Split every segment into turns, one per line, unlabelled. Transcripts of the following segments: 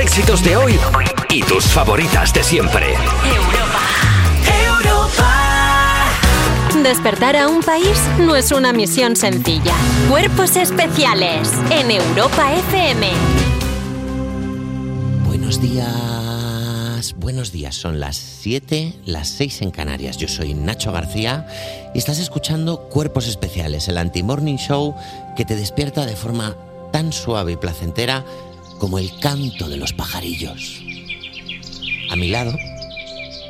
éxitos de hoy y tus favoritas de siempre.
Despertar a un país no es una misión sencilla. Cuerpos especiales en Europa FM.
Buenos días, buenos días. Son las 7, las 6 en Canarias. Yo soy Nacho García y estás escuchando Cuerpos Especiales, el anti-morning show que te despierta de forma tan suave y placentera como el canto de los pajarillos. A mi lado,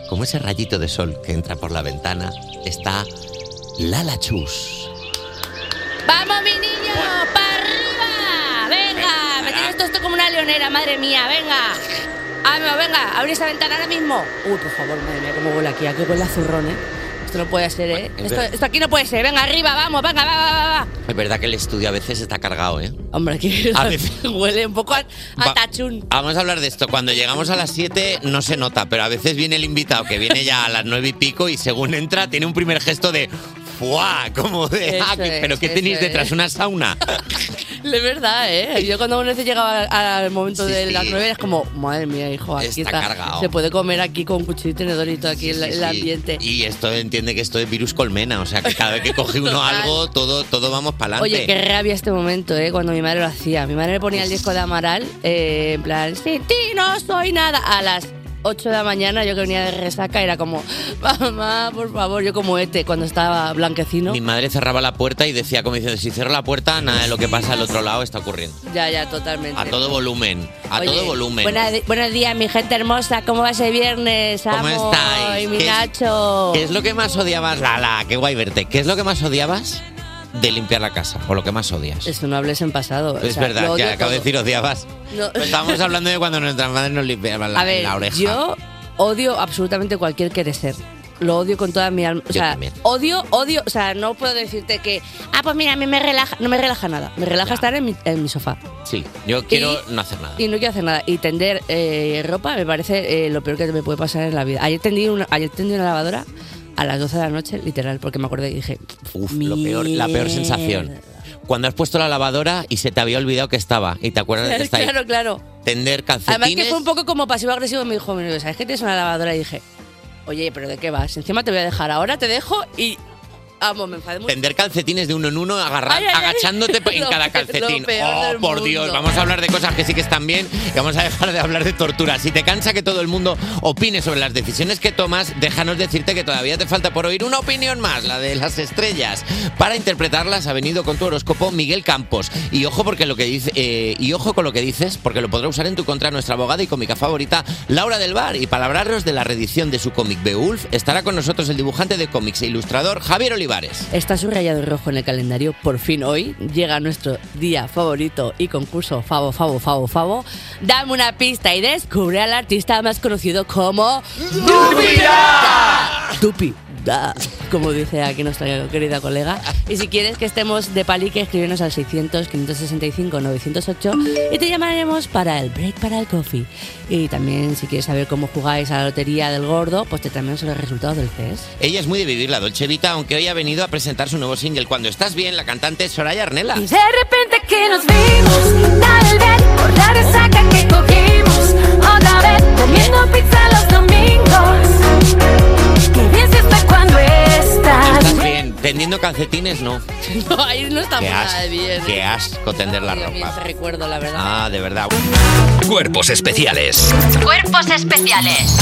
como ese rayito de sol que entra por la ventana, está Lala Chus.
¡Vamos, mi niño! ¡Para arriba! ¡Venga! Me tienes todo esto como una leonera, madre mía, venga. Vamos, venga, abre esa ventana ahora mismo. Uy, por favor, madre mía, cómo huele aquí. Aquí huele a zurrón, ¿eh? Esto no puede ser, ¿eh?
es
Esto,
verdad.
esto aquí no puede ser. Venga, arriba, vamos, venga, va, va, va, va.
Es verdad que el estudio a veces está cargado, ¿eh?
Hombre, aquí
A veces-
huele un poco a, a
Va-
tachún.
Vamos a hablar de esto. Cuando llegamos a las 7 no se nota, pero a veces viene el invitado que viene ya a las 9 y pico y según entra tiene un primer gesto de ¡fuá! Como de
Eso
"Ah, que-
es,
¿Pero qué
eso
tenéis
es.
detrás? ¿Una sauna?
Es verdad, ¿eh? Yo cuando una vez llegaba al momento
Sí,
de
sí.
las nueve es como, madre mía, hijo, aquí
Está
está.
cargado.
Se puede comer aquí con cuchillo y tenedor y todo aquí el,
Sí, sí,
el
sí.
ambiente.
Y esto entiende que esto es virus colmena, o sea que cada vez que coge uno
Total.
algo, todo, todo vamos para adelante.
Oye, qué rabia este momento, ¿eh? Cuando mi madre lo hacía. Mi madre me ponía el disco de Amaral, eh, en plan, sin ti no soy nada. A las 8 de la mañana, yo que venía de resaca, era como, mamá, por favor, yo como este, cuando estaba blanquecino.
Mi madre cerraba la puerta y decía como diciendo, si cierro la puerta, nada de lo que pasa al otro lado está ocurriendo.
Ya, ya, totalmente.
A todo volumen, a
Oye,
todo volumen.
buena- buenos días, mi gente hermosa. ¿Cómo va ese viernes?
¿Cómo
Amo
estáis?
Y mi
¿Qué es-
Nacho.
¿Qué es lo que más odiabas, Lala? Qué guay verte. ¿Qué es lo que más odiabas de limpiar la casa? O lo que más odias.
Eso no hables en pasado. o
Es
sea, lo
verdad,
odio
que acabo de
todo.
decir odiabas.
No.
Pero Estábamos Pues hablando de cuando nuestras madres nos limpiaban la,
A ver,
la oreja.
yo odio absolutamente cualquier querer ser. Lo odio con toda mi alma. O
Yo
sea,
también.
odio, odio. O sea, no puedo decirte que. Ah, pues mira, a mí me relaja. No me relaja nada. Me relaja estar en mi, en mi sofá.
Sí, yo quiero no hacer nada.
Y no quiero hacer nada. Y tender eh, ropa me parece eh, lo peor que me puede pasar en la vida. Ayer tendí una, ayer tendí una lavadora a las 12 de la noche, literal, porque me acordé y dije.
Uf, lo peor, la peor sensación. Cuando has puesto la lavadora y se te había olvidado que estaba y te acuerdas de que está ahí.
claro, claro.
Tender
Además
calcetines.
que fue un poco como pasivo-agresivo. Me dijo, "Mira, ¿sabes que tienes una lavadora? Y dije, oye, ¿pero de qué vas? Encima te voy a dejar ahora, te dejo y... Vamos, me enfadé mucho.
Tender calcetines de uno en uno, agarra-
Ay, ay, ay.
agachándote
Lo
en cada
peor- lo
calcetín.
peor
Oh,
del
por Dios,
mundo.
vamos a hablar de cosas que sí que están bien y vamos a dejar de hablar de tortura. Si te cansa que todo el mundo opine sobre las decisiones que tomas, déjanos decirte que todavía te falta por oír una opinión más, la de las estrellas. Para interpretarlas ha venido con tu horóscopo Miguel Campos. Y ojo porque lo que dice, eh, y ojo con lo que dices, porque lo podrá usar en tu contra nuestra abogada y cómica favorita, Laura del Bar. Y para hablaros de la reedición de su cómic Beowulf, estará con nosotros el dibujante de cómics e ilustrador Javier Olivares.
Está subrayado en rojo en el calendario. Por fin hoy llega nuestro día favorito y concurso Favo, Favo, Favo, Favo. Dame una pista y descubre al artista más conocido como... ¡Dupida! ¡Dupida! Como dice aquí nuestra querida colega. Y si quieres que estemos de palique, escríbenos al 600-565-908 y te llamaremos para el break para el coffee. Y también si quieres saber cómo jugáis a la lotería del gordo, pues te traemos los resultados del CES.
Ella es muy de vivir la Dolce Vita, aunque hoy ha venido a presentar su nuevo single Cuando estás bien, la cantante es Soraya Arnela.
Y de repente que nos vimos, dale el ver, por la resaca que cogimos, otra vez comiendo pizza los domingos. Qué bien se está cuando estás
Estás bien, tendiendo calcetines no.
No, ahí no estamos
Qué
nada de
asco,
bien.
eh.
¿eh?
qué asco tender la
Yo bien te
ropa.
recuerdo, la verdad.
Ah, de verdad. Cuerpos especiales.
Cuerpos especiales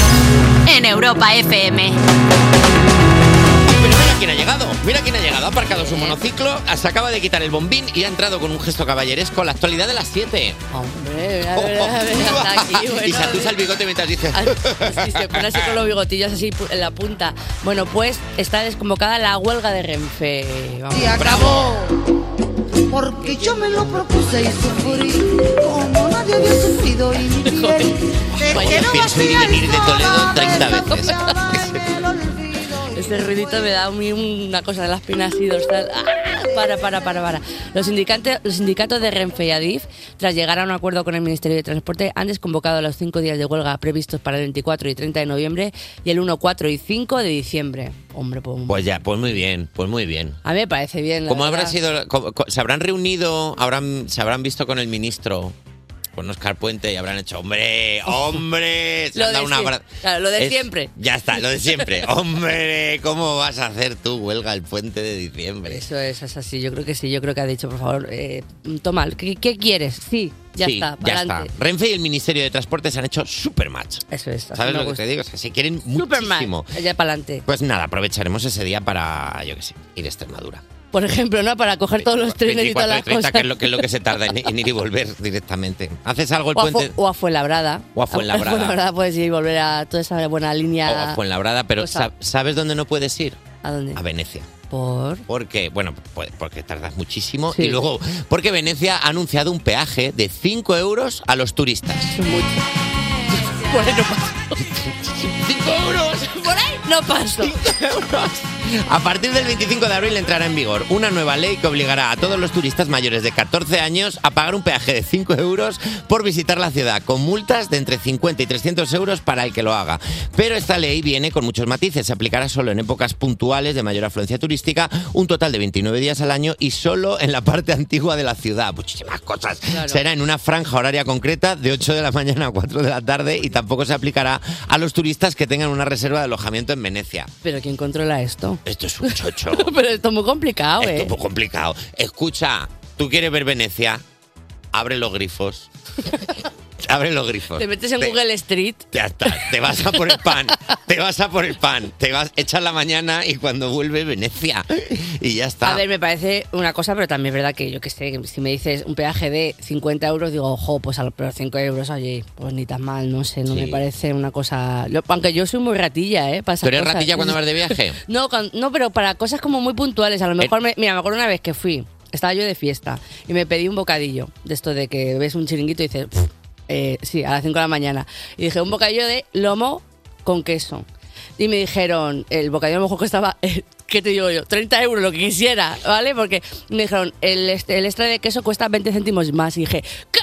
en Europa FM.
Pero mira quién ha llegado, mira quién ha llegado. Ha aparcado su monociclo, se acaba de quitar el bombín y ha entrado con un gesto caballeresco a la actualidad de las 7.
Hombre, a ver, a ver, hasta aquí, bueno. eh.
y se atusa el bigote mientras dice...
Y se pone así con los bigotillos así pu- en la punta. Bueno, pues está desconvocada la huelga de Renfe. Vamos.
Se acabó. Porque yo me lo propuse y sufrí como nadie había sufrido y mi piel se
Vaya,
quedó
pienso ir y
vacía y
venir de Toledo 30
sola,
veces.
Ese ruidito me da a mí una cosa de las pinas y dorsal. ¡Ah! Para, para, para, para. Los, sindicantes- los sindicatos de Renfe y Adif, tras llegar a un acuerdo con el Ministerio de Transporte, han desconvocado los cinco días de huelga previstos para el 24 y 30 de noviembre y el 1, 4 y 5 de diciembre. Hombre, pues,
Pues ya, pues muy bien, pues muy bien.
a mí me parece bien. la
¿Cómo
verdad.
habrá sido? co- co- ¿Se habrán reunido? Habrán, ¿Se habrán visto con el ministro? con Oscar Puente y habrán hecho, hombre, hombre, se
Lo
han dado
de
un
siempre.
abra-
Claro, lo de
Es-
siempre.
Ya está, lo de siempre. hombre, ¿cómo vas a hacer tú huelga el puente de diciembre?
Eso es, es así, yo creo que sí, yo creo que ha dicho, por favor, eh, toma, ¿qué, qué quieres? Sí, ya
Sí,
está,
ya
pa'lante.
está. Renfe y el Ministerio de Transportes han hecho supermatch.
Eso es. así me
¿Sabes lo que
gusta.
te digo? O sea, se quieren muchísimo.
Superman, ya para adelante.
Pues nada, aprovecharemos ese día para, yo qué sé, ir a Extremadura.
Por ejemplo, ¿no? Para coger todos los trenes y todas
24 y
las
30,
cosas.
que es lo que, es lo que se tarda en, en ir y volver directamente. ¿Haces algo el
o, a Fu-
puente?
o a Fuenlabrada.
O a Fuenlabrada.
puedes ir pues, y volver a toda esa buena línea.
O a Fuenlabrada, pero
Cosa.
sa- ¿sabes dónde no puedes ir?
Pues ¿A dónde?
A Venecia.
Por.
Porque, bueno, pues, porque tardas muchísimo.
Sí.
Y luego, porque Venecia ha anunciado un peaje de 5 euros a los turistas.
Bueno,
5 euros.
por ahí no paso.
A partir del 25 de abril entrará en vigor una nueva ley que obligará a todos los turistas mayores de 14 años a pagar un peaje de 5 euros por visitar la ciudad, con multas de entre 50 y 300 euros para el que lo haga. Pero esta ley viene con muchos matices. Se aplicará solo en épocas puntuales de mayor afluencia turística, un total de 29 días al año y solo en la parte antigua de la ciudad. Muchísimas cosas. Será en una franja horaria concreta de 8 de la mañana a 4 de la tarde y tampoco se aplicará a los turistas que tengan una reserva de alojamiento en Venecia.
Pero ¿quién controla esto?
Esto es un chocho.
Pero esto es muy complicado,
Esto es
¿eh?
un poco complicado. Escucha, ¿tú quieres ver Venecia? Abre los grifos. Abre los grifos.
Te metes en
Te-
Google Street.
Ya está, te vas a por el pan, te vas a por el pan, te vas, echas la mañana y cuando vuelve Venecia. Y ya está.
A ver, me parece una cosa, pero también es verdad que yo que sé, que si me dices un peaje de 50 euros, digo, ojo, pues a los pero 5 euros, oye, pues ni tan mal, no sé, no
Sí.
me parece una cosa. lo- aunque yo soy muy ratilla, ¿eh? Para esas
¿Tú eres
cosas.
ratilla cuando vas de viaje? Eh.
No, cuan- no, pero para cosas como muy puntuales. A lo mejor, me- mira, me acuerdo una vez que fui, estaba yo de fiesta y me pedí un bocadillo de esto de que ves un chiringuito y dices, "Pf, eh, sí, a las 5 de la mañana. Y dije, un bocadillo de lomo con queso. Y me dijeron, el bocadillo a lo mejor costaba, eh, ¿qué te digo yo? 30 euros, lo que quisiera, ¿vale? Porque me dijeron, el, est- el extra de queso cuesta 20 céntimos más. Y dije, ¿qué?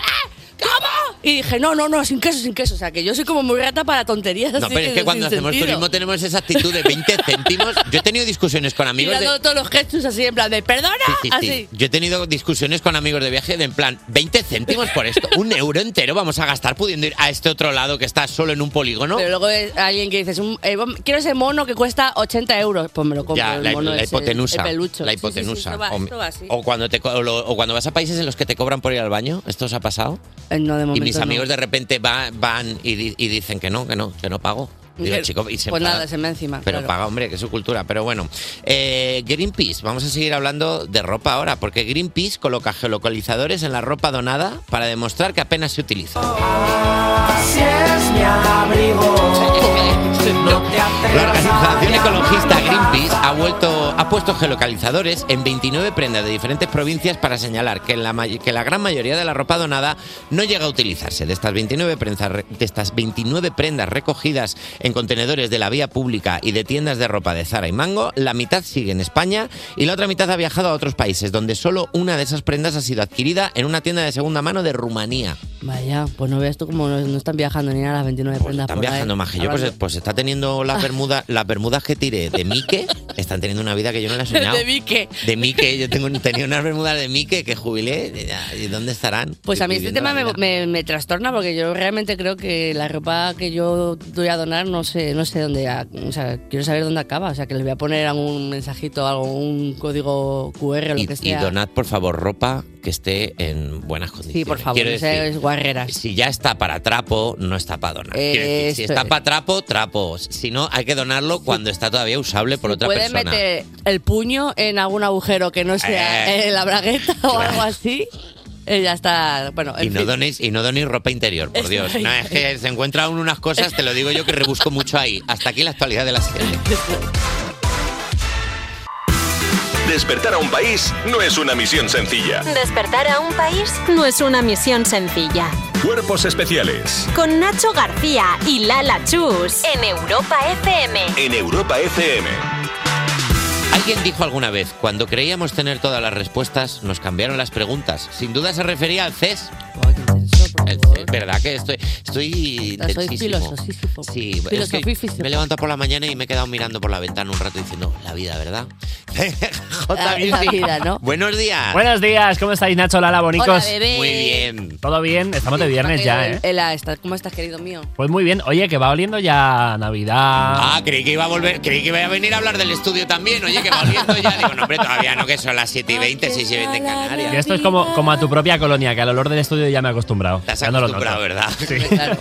¿Cómo? Y dije, no, no, no, sin queso, sin queso. O sea, que yo soy como muy rata para tonterías.
No,
así
pero es que
sin
cuando hacemos
sentido.
turismo tenemos esa actitud de 20 céntimos. Yo he tenido discusiones con amigos de.
Tirando todos los gestos así, en plan de perdona,
Sí, sí.
así.
Yo he tenido discusiones con amigos de viaje de en plan, 20 céntimos por esto, un euro entero vamos a gastar pudiendo ir a este otro lado que está solo en un polígono.
Pero luego es alguien que dices, un- eh, bom- quiero ese mono que cuesta 80 euros. Pues me lo compro.
Ya,
el
la,
mono
la
ese,
hipotenusa.
el pelucho.
La
Sí, sí, sí,
hipotenusa.
esto va-
O-
esto va así.
o, cuando te, co- o lo- o cuando vas a países en los que te cobran por ir al baño, ¿esto os ha pasado?
Eh, no, de
Y
momento
mis
no.
amigos de repente va- van y, di- y dicen que no, que no, que no pago. Digo,
Que-
chico, y se
pues
enfada.
nada, se me encima.
Pero
claro.
paga, hombre, que es su cultura. Pero bueno, eh, Greenpeace, vamos a seguir hablando de ropa ahora, porque Greenpeace coloca geolocalizadores en la ropa donada para demostrar que apenas se utiliza. La organización ecologista Greenpeace ha, vuelto, ha puesto geolocalizadores en 29 prendas de diferentes provincias para señalar que, en la, may- que la gran mayoría de la ropa donada no llega a utilizarse. De estas, 29 prensas re- de estas 29 prendas recogidas en contenedores de la vía pública y de tiendas de ropa de Zara y Mango, la mitad sigue en España y la otra mitad ha viajado a otros países, donde solo una de esas prendas ha sido adquirida en una tienda de segunda mano de Rumanía.
Vaya, pues no veas tú como no, no están viajando ni a las 29 prendas
Pues Están
por ahí.
viajando más que yo, pues,
Hablando-
pues está teniendo las bermudas, las bermudas que tiré de Mike, están teniendo una vida que yo no la he soñado.
De Vique.
De Mike, yo tengo, tenía unas bermudas de Mike que jubilé. ya, ¿Y dónde estarán?
Pues a mí este
Viviendo
tema
la
me,
vida.
me- me trastorna porque yo realmente creo que la ropa que yo doy a donar no sé no sé dónde, a- o sea, quiero saber dónde acaba, o sea, que les voy a poner algún mensajito, algún código QR o lo
Y,
que
y
sea.
donad, por favor, ropa que esté en buenas condiciones.
Sí, por favor,
Quiero
no
decir,
seáis guarreras.
si ya está para trapo, no está para donar. Quiero decir, si
Esto
está
es.
para trapo, trapo. Si no, hay que donarlo cuando está todavía usable por otra
Puedes
persona.
meter el puño en algún agujero que no sea
Eh.
eh, la bragueta o algo así. eh, ya está. Bueno,
Y
en
no,
fin.
donéis, y no donéis ropa interior, por
Eso
Dios.
es.
No, es que se encuentran aún unas cosas, te lo digo yo, que rebusco mucho ahí. Hasta aquí la actualidad de la serie.
Despertar a un país no es una misión sencilla.
Despertar a un país no es una misión sencilla.
Cuerpos especiales
Con Nacho García y Lala Chus en Europa FM.
en Europa FM.
Alguien dijo alguna vez, cuando creíamos tener todas las respuestas, nos cambiaron las preguntas. Sin duda se refería al CES.
Ay, qué intenso, por
El
favor.
CES, ¿Verdad que estoy, estoy
Soy
tensísimo?
filosofísimo.
Sí, es que
Filosofísimo.
me he levantado por la mañana y me he quedado mirando por la ventana un rato diciendo, la vida, ¿verdad?
Ah, en la vida, ¿no?
Buenos días.
Buenos días, ¿cómo estáis, Nacho, Lala, bonicos?
Hola, bebé.
Muy bien.
¿Todo bien? Estamos de viernes ya, ¿eh?
Ela, está- ¿Cómo estás, querido mío?
Pues muy bien. Oye, que va oliendo ya Navidad.
Ah, creí que iba a volver, creí que iba a venir a hablar del estudio también. Oye, que volviendo ya, digo, no, hombre, todavía no, que son las 7 y 20, 6 y 20 en Canarias.
Y esto es como, como a tu propia colonia, que al olor del estudio ya me he acostumbrado.
Te has
Ya no lo
acostumbrado,
noto.
¿verdad?
Claro.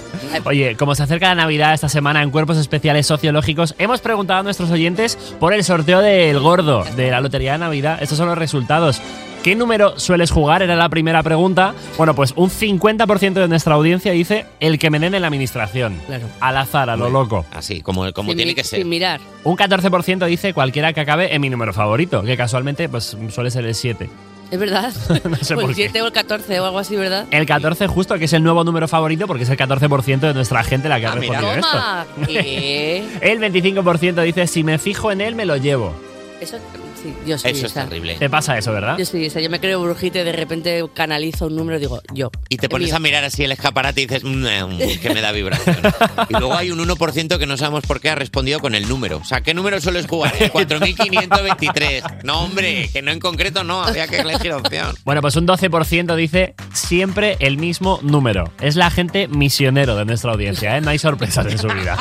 Oye, como se acerca la Navidad esta semana en Cuerpos Especiales Sociológicos, hemos preguntado a nuestros oyentes por el sorteo del gordo de la Lotería de Navidad. Estos son los resultados. ¿Qué número sueles jugar? Era la primera pregunta. Bueno, pues un 50% de nuestra audiencia dice el que me den en la administración.
Claro.
Al azar, a lo loco.
Así, como, como
Sin
tiene
mi-
que ser.
Sin mirar.
Un 14% dice cualquiera que acabe en mi número favorito, que casualmente pues suele ser el 7.
¿Es verdad?
No sé
o
por
el
qué.
7 o el 14 o algo así, ¿verdad?
El 14 justo, que es el nuevo número favorito, porque es el 14% de nuestra gente la que ha
Ah, mira.
respondido esto.
¡Toma! ¿Qué?
El 25% dice, si me fijo en él, me lo llevo.
Eso, sí, yo soy
Eso es
esa.
terrible.
Te pasa eso, ¿verdad?
Yo soy esa. Yo me creo brujita y de repente canalizo un número y digo, yo.
Y te pones
Mío.
a mirar así el escaparate y dices, "Mm, que me da vibración. Y luego hay un 1% que no sabemos por qué ha respondido con el número. O sea, ¿qué número sueles jugar? El 4523. No, hombre, que no en concreto no, había que elegir opción.
Bueno, pues un 12% dice siempre el mismo número. Es la gente misionero de nuestra audiencia, ¿eh? No hay sorpresas en su vida.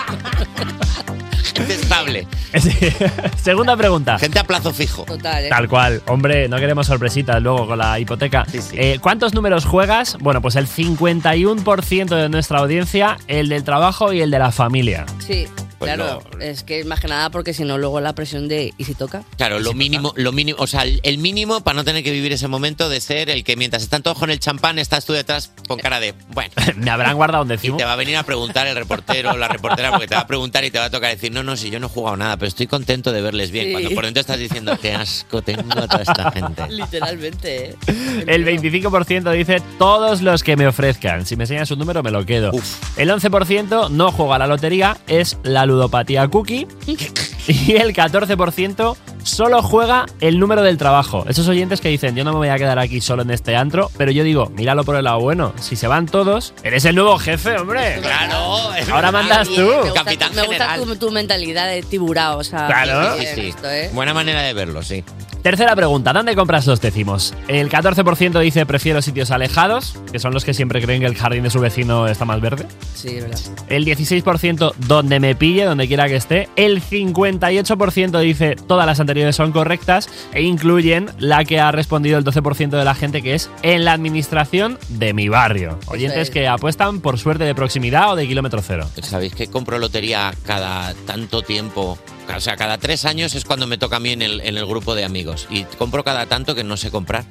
Gente estable,
Sí. Segunda pregunta.
gente a plazo fijo.
Total, ¿eh?
Tal cual. Hombre, no queremos sorpresitas luego con la hipoteca.
Sí, sí.
Eh, ¿Cuántos números juegas? Bueno, pues el 51% de nuestra audiencia, el del trabajo y el de la familia.
Sí,
Pues
claro.
no.
Es que es más que nada porque si no, luego la presión de. ¿Y si toca?
Claro, lo mínimo, lo mínimo, o sea, el el mínimo para no tener que vivir ese momento de ser el que mientras están todos con el champán estás tú detrás con cara de, bueno,
Me habrán guardado un
y
décimo.
te va a venir a preguntar el reportero o la reportera porque te va a preguntar y te va a tocar decir, no, no, si yo no he jugado nada, pero estoy contento de verles bien.
Sí.
Cuando por dentro estás diciendo, qué asco tengo a toda esta gente.
Literalmente, ¿eh?
El 25% dice todos los que me ofrezcan. Si me enseñas un número, me lo quedo.
Uf.
El 11% no juega a la lotería, es la ludopatía cookie. Y el 14% solo juega el número del trabajo. Esos oyentes que dicen, yo no me voy a quedar aquí solo en este antro, pero yo digo, míralo por el lado bueno. Si se van todos, eres el nuevo jefe, hombre.
Claro, es
Ahora
verdad.
mandas
Bien,
tú.
me gusta-
Uh, Capitán
Me gusta
general.
tu, tu mentalidad de tiburao, o sea.
Claro.
bien,
Sí, sí.
esto, ¿eh?
Buena manera de verlo, sí.
Tercera pregunta, ¿dónde compras los décimos? El 14% dice prefiero sitios alejados, que son los que siempre creen que el jardín de su vecino está más verde.
Sí, es verdad.
El 16% donde me pille, donde quiera que esté. El 58% dice todas las anteriores son correctas e incluyen la que ha respondido el 12% de la gente que es en la administración de mi barrio. Oyentes
es.
que apuestan por suerte de proximidad o de kilómetro cero.
¿Sabéis que compro lotería cada tanto tiempo? O sea, cada tres años es cuando me toca a mí en el, en el grupo de amigos. Y compro cada tanto que no sé comprar.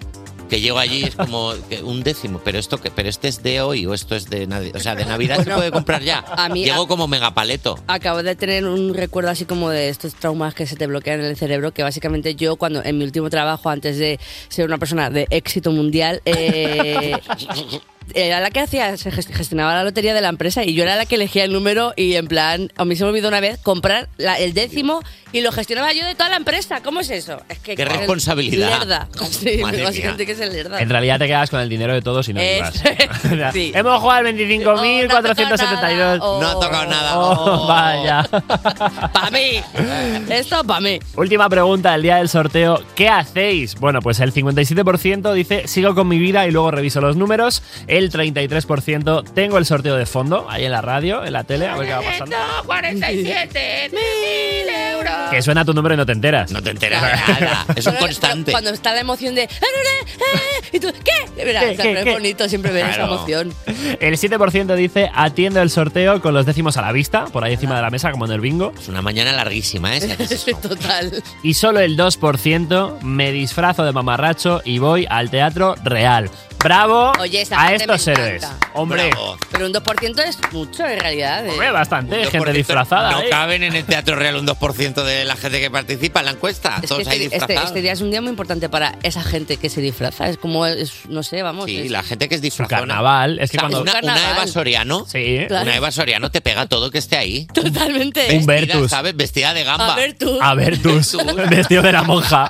Que llego allí y es como que un décimo, pero esto que, pero este es de hoy o esto es de Navidad. O sea, de Navidad se
Bueno,
puede comprar ya.
a mí-
llego
a-
como megapaleto.
Acabo de tener un recuerdo así como de estos traumas que se te bloquean en el cerebro, que básicamente yo cuando en mi último trabajo, antes de ser una persona de éxito mundial, eh, era la que hacía, se gest- gestionaba la lotería de la empresa y yo era la que elegía el número y en plan, a mí se me olvidó una vez comprar la- el décimo y lo gestionaba yo de toda la empresa. ¿Cómo es eso? Es que
¡Qué responsabilidad!
Lerda. Sí,
Madre
básicamente
mía.
que es el lerda.
En realidad te quedas con el dinero de todos y no
Es-
llevas.
sí. Oh,
Hemos jugado al
No,
25.472.
no,
No ha tocado nada.
Oh,
Oh.
vaya.
Para mí. Esto para mí.
Última pregunta del día del sorteo. ¿Qué hacéis? Bueno, pues el 57% dice sigo con mi vida y luego reviso los números. El 33% tengo el sorteo de fondo, ahí en la radio, en la tele, a ver qué va pasando. Que suena tu número y no te enteras.
No te enteras de nada. Es un
Pero
constante.
Cuando está la emoción de. "Eh, ¿Y tú qué? Mira,
¿Qué,
o sea,
qué,
pero
qué?
es bonito siempre ver esa
Claro.
emoción.
El 7% dice atiendo el sorteo con los décimos a la vista, por ahí encima de la mesa, como en el bingo.
Es una mañana larguísima, ¿eh? Si haces eso.
Total.
Y solo el 2% me disfrazo de mamarracho y voy al teatro real. ¡Bravo!
Oye, esa
a
gente me
estos héroes.
encanta.
Hombre,
Bravo.
Pero un 2% es mucho en realidad. ¿eh?
hombre,
Un
bastante,
2%
gente disfrazada.
No
¿eh?
caben en el Teatro Real un 2% de la gente que participa en la encuesta.
Es que
Todos ahí
este, este-
disfrazados.
este día es un día muy importante para esa gente que se disfraza. Es como, es- no sé, vamos.
Sí,
es-
la gente que es
Su
disfrazada.
carnaval. Es que cuando.
una,
Un carnaval.
una Eva Soriano.
Sí.
Claro.
Una Eva Soriano te pega todo que esté ahí.
Totalmente.
Un
Vestida,
Vertus.
¿Sabes? Vestida de gamba.
A ver tú.
A ver, tú, vestido de la monja.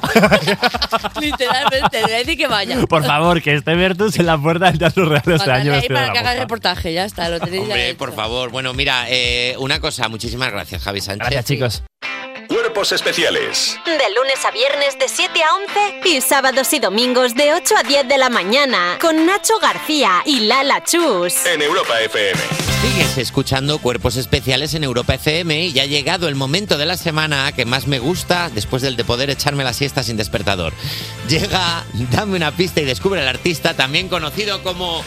Literalmente. Le decir que vaya.
Por favor, que esté Vertus en la puerta del Teatro Real este
Mandarle
año
ahí
vestido de
para que
la
haga el
monja.
reportaje. Ya está, lo tenéis ya
Hombre,
hecho.
por favor. Bueno, mira, eh, una cosa. Muchísimas gracias, Javi Sánchez.
Gracias, chicos.
Cuerpos especiales
De lunes a viernes de 7 a 11 y sábados y domingos de 8 a 10 de la mañana con Nacho García y Lala Chus.
en Europa FM.
Sigues escuchando Cuerpos Especiales en Europa FM y ya ha llegado el momento de la semana que más me gusta después del de poder echarme la siesta sin despertador. Llega, dame una pista y descubre al artista también conocido como...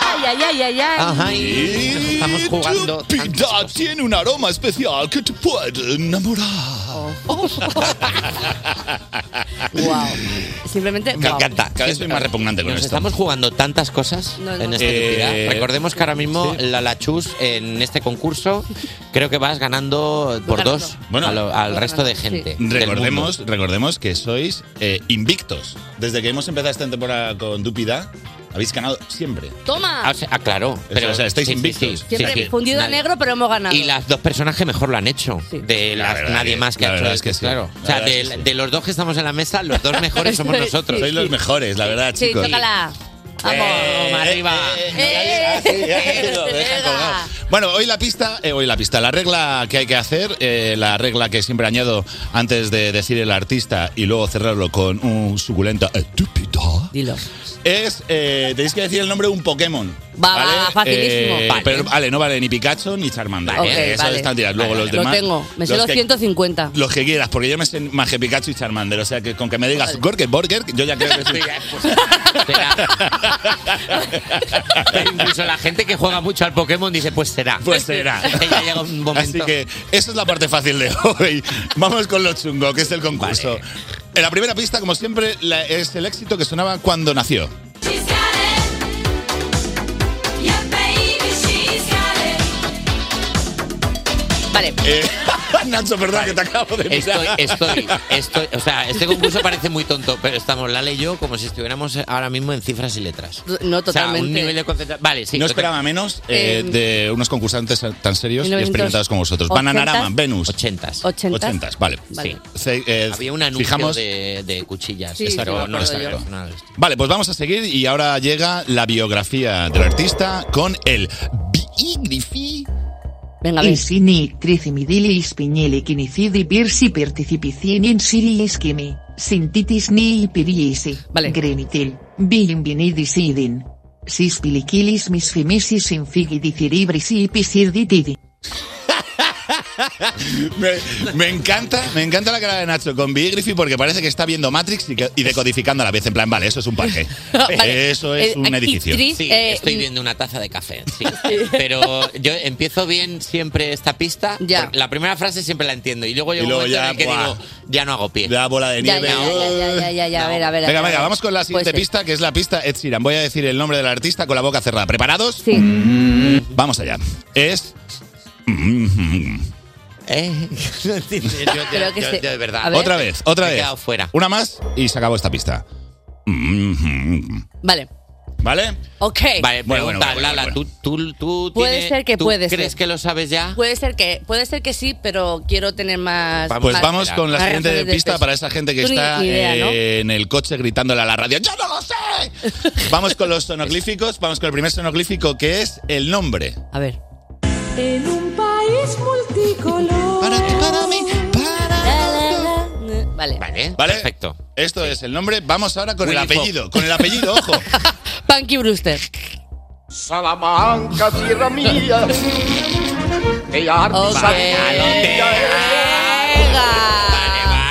Ay, ay, ay, ay, ay.
Ajá, y estamos jugando... tantas
Pida tiene un aroma especial que te puede enamorar.
Wow. Simplemente.
Me
guau.
encanta.
Cada vez soy más repugnante con
Nos
esto.
estamos jugando tantas cosas
No, no.
en esta
Eh,
actividad. Recordemos que ahora mismo la Lachus en este concurso creo que vas ganando por
Ganando. pues
dos
Bueno.
a lo- al
Voy
resto de
ganando,
gente. del mundo.
Recordemos, recordemos que sois eh, invictos. Desde que hemos empezado esta temporada con Dupida, habéis ganado siempre.
Toma.
Ah, sí, ah, claro. Pero,
o sea, estáis
sí, sí,
invictos.
sí,
Siempre
sí, sí.
fundido a
Nadie-
negro, pero hemos ganado.
Y las dos personas que mejor lo han hecho.
Sí.
De
La
las-
verdad
nadie
que-
más que
la
ha hecho
verdad
esto,
es que sí.
claro.
La
O sea,
verdad
de,
es que sí.
de los dos que estamos en la mesa, los dos mejores somos
Sí.
nosotros.
Sois los mejores, la verdad,
Sí,
Ah, chicos.
tócala. Vamos.
Eh,
arriba.
eh,
Eh,
no la digas, sí,
eh,
lo deja
venga.
colgado. Bueno, hoy la pista, eh, hoy la pista, la regla que hay que hacer, eh, la regla que siempre añado antes de decir el artista y luego cerrarlo con un suculento estúpido,
Dilo.
es eh, tenéis que decir el nombre de un Pokémon.
Va, Ah, va, facilísimo.
Eh,
Vale.
Pero vale, no vale ni Pikachu ni Charmander.
Ok,
eh, eso
vale.
están tirados. Luego
Vale,
los
Lo
demás.
tengo. Me sé los
que-
150.
los que quieras, porque yo me sé más que Pikachu y Charmander. O sea, que con que me digas Gorke Burger, yo ya creo que sí.
Pero incluso la gente que juega mucho al Pokémon dice, pues será.
Pues será.
ya llega un momento.
Así que esa es la parte fácil de hoy. Vamos con lo chungo, que es el concurso. En la primera pista, como siempre, la- es el éxito que sonaba cuando nació.
Vale.
Eh, Nacho, perdón, que te acabo de
Estoy,
mirar.
estoy, estoy, o sea, este concurso parece muy tonto, pero estamos Lala y yo como si estuviéramos ahora mismo en cifras y letras.
No,
O sea, un
totalmente.
nivel de concentración. Vale, sí.
no
lo tengo.
esperaba menos eh,
Em,
de unos concursantes tan serios y
1980s.
experimentados como vosotros. Bananarama, Venus.
Ochentas.
80.
80, vale.
Vale.
Sí.
Se- eh,
Había un anuncio
fijamos-
de, de cuchillas.
Sí,
pero
sí, me
no
acuerdo
está
yo.
relacionado esto.
Vale, pues vamos a seguir y ahora llega la biografía del artista con el biografía
Venga, ven.
Isini, tricimidili, ispinili, quinicidi, birsi, participicini, insiri, ischimi, sintitis, ni, piriisi,
Vale.
grenitil, bienvenidis, idin. Sispiliquilis, misfimisis, infigidis, iribrisi, ipisirditidi.
Me, me encanta, me encanta la cara de Nacho con Big Griffey porque parece que está viendo Matrix y, que- y decodificando a la vez. En plan, vale, eso es un parque.
Vale.
Eso es
Eh,
un
aquí,
edificio.
tri-
Sí,
Eh,
estoy
mm.
viendo una taza de café. sí. Pero yo empiezo bien siempre esta pista.
Ya.
porque La primera frase siempre la entiendo. Y luego llega
Y
un
luego
momento en
ya,
el que
buah.
digo, ya no hago pie.
La bola de
Ya,
nieve.
ya, ya, ya, ya, ya, ya, a ver, a ver. a
Venga,
ver.
venga, vamos con la siguiente
Puede ser.
pista, que es la pista Ed Sheeran. Voy a decir el nombre del artista con la boca cerrada. ¿Preparados?
Sí.
Mm, Vamos allá. Es...
Mm.
Mm.
¿Eh? No entiendo. Yo, yo-
Creo que
yo-
sí.
yo de verdad.
A ver.
Otra vez, otra
Me he
vez.
quedado fuera.
Una más y se acabó esta pista. eh,
Vale.
¿Vale?
Ok.
Vale,
Bueno, bueno,
pregunta,
bueno,
Lala,
bueno.
tú, tú, tú
Puede
tienes-
ser que
tú
puede
¿Crees
ser.
que lo sabes ya?
Puede ser que, puede ser que sí, pero quiero tener más.
Vamos,
Pues
más-
vamos con la
más
siguiente
razones de
pista
peso.
para este esa gente que
Tú ni-
está
ni idea, ¿no?
eh, en el coche gritándole a la radio. ¡Yo no lo sé! Vamos con los sonoglíficos. Vamos con el primer sonoglífico que es el nombre.
A ver.
En un país multicolor.
Para ti, para mí, para
Vale.
Vale,
¿Vale?
perfecto.
Esto es el nombre. Vamos ahora con el
Willy Fox.
apellido. Con el apellido, ojo.
Punky Brewster.
Salamanca, tierra mía. Te arte
Ok. Venga.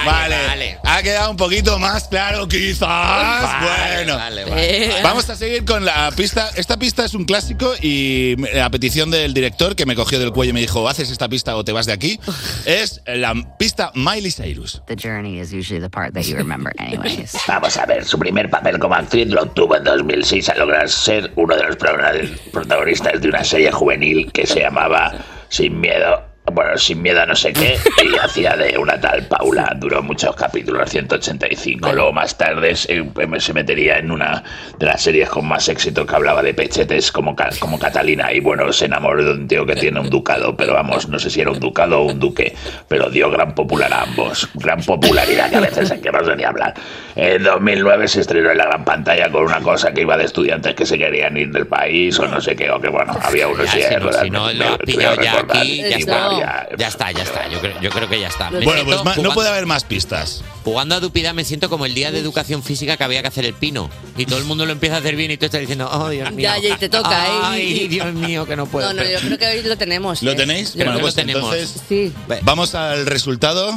Vale.
vale.
Ha quedado un poquito más claro, quizás.
Vale,
bueno.
vale, vale.
Venga.
Vamos a seguir con la pista. Esta pista es un clásico y eh, a petición del director que me cogió del cuello y me dijo, haces esta pista o te vas de aquí, es la pista Miley Cyrus.
The journey is usually the part that you remember anyways.
Vamos a ver, su primer papel como actriz lo obtuvo en 2006 al lograr ser uno de los progna- protagonistas de una serie juvenil que se llamaba Sin Miedo. Bueno, sin miedo a no sé qué, y hacía de una tal Paula. Duró muchos capítulos, 185. Luego más tarde se, eh, se metería en una de las series con más éxito que hablaba de pechetes como, Ca- como Catalina. Y bueno, se enamoró de un tío que tiene un ducado, pero vamos, no sé si era un ducado o un duque, pero dio gran popular a ambos. Gran popularidad que a veces hay que no sé ni hablar. En 2009 se estrenó en la gran pantalla con una cosa que iba de estudiantes que se querían ir del país o no sé qué, o que bueno, había uno
eh, Ya, si no- si no, lo has pillado ya aquí, ya
está. No.
Ya, está, ya está. Yo creo, yo creo que ya está. Me
Bueno,
siento
pues ma- no
jugando-
puede haber más pistas.
Jugando a Dupida me siento como el día de educación física que había que hacer el pino. Y todo el mundo lo empieza a hacer bien y tú estás diciendo, oh, Dios mío.
Ya, ya, y te toca, ¿eh?
Ay, Dios mío, que no puedo.
No, no, yo creo que hoy lo tenemos.
¿Lo
¿eh?
tenéis?
Yo
Bueno,
creo
pues
que lo tenemos.
entonces,
Sí.
vamos al resultado.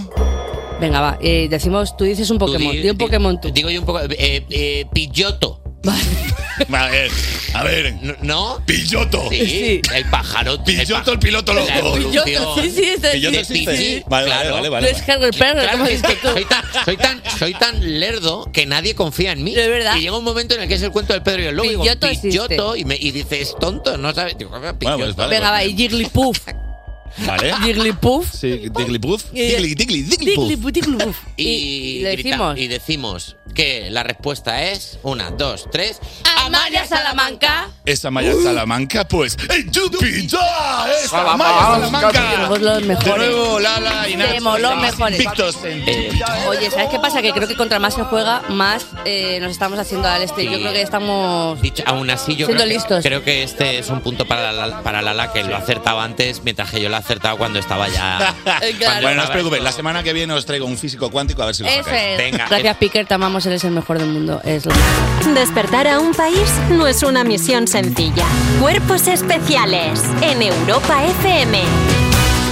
Venga, va. eh, decimos, tú dices un Pokémon.
di-
Di un Pokémon tú.
Digo yo un poco. Eh, eh, pilloto.
A ver, a ver.
¿No?
Pilloto.
Sí, el pájaro.
Pilloto, el piloto loco.
La evolución. Pilloto, sí, sí, este-
Pilloto
sí,
existe.
sí.
Vale,
Claro.
vale, vale, vale.
Descargo el perro,
Claro,
¿cómo
es
dices
que
tú?
soy tan, soy, tan, soy tan lerdo que nadie confía en mí. Y llega un momento en el que es el cuento del Pedro y el Lobo. y digo,
Pilloto existe.
pilloto. Y, me, y dices, tonto, no sabes. Digo, ah, pilloto.
Venga, va. Y Jigglypuff.
pues Vale.
Jigglypuff.
Sí, Jigglypuff.
Y-
Diggly, diggly, digglypuff.
Jigglypuff, Jigglypuff.
Y,
le
grita-
decimos.
y decimos que la respuesta es una, dos, tres.
Amaya Salamanca.
Esa Maya Salamanca, pues. ¡Ey, Yupi! ¡Ya! ¡Esa
Vamos,
Maya
vamos,
Salamanca!
Somos los mejores.
De nuevo, Lala y Nacho.
Somos los
estáis
mejores. Eh,
Invictos en
Oye, ¿sabes qué pasa? Que creo que contra más se juega, más eh, nos estamos haciendo al este. Yo
Sí.
creo que estamos.
Dicho, aún así, yo
Siendo
creo que,
listos.
creo que este es un punto para Lala, para Lala que lo ha acertado antes, mientras que yo lo he acertado cuando estaba ya.
Bueno, no os preocupéis, la semana que viene os traigo un físico cuántico a ver si lo
Eso
sacáis.
es. Gracias, Piquer. Te amamos, eres el mejor del mundo. Es lo mejor.
Despertar a un país no es una misión sencilla. Cuerpos especiales en Europa FM.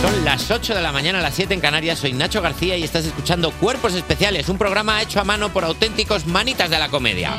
Son las 8 de la mañana, las 7 en Canarias. Soy Nacho García y estás escuchando Cuerpos Especiales, un programa hecho a mano por auténticos manitas de la comedia.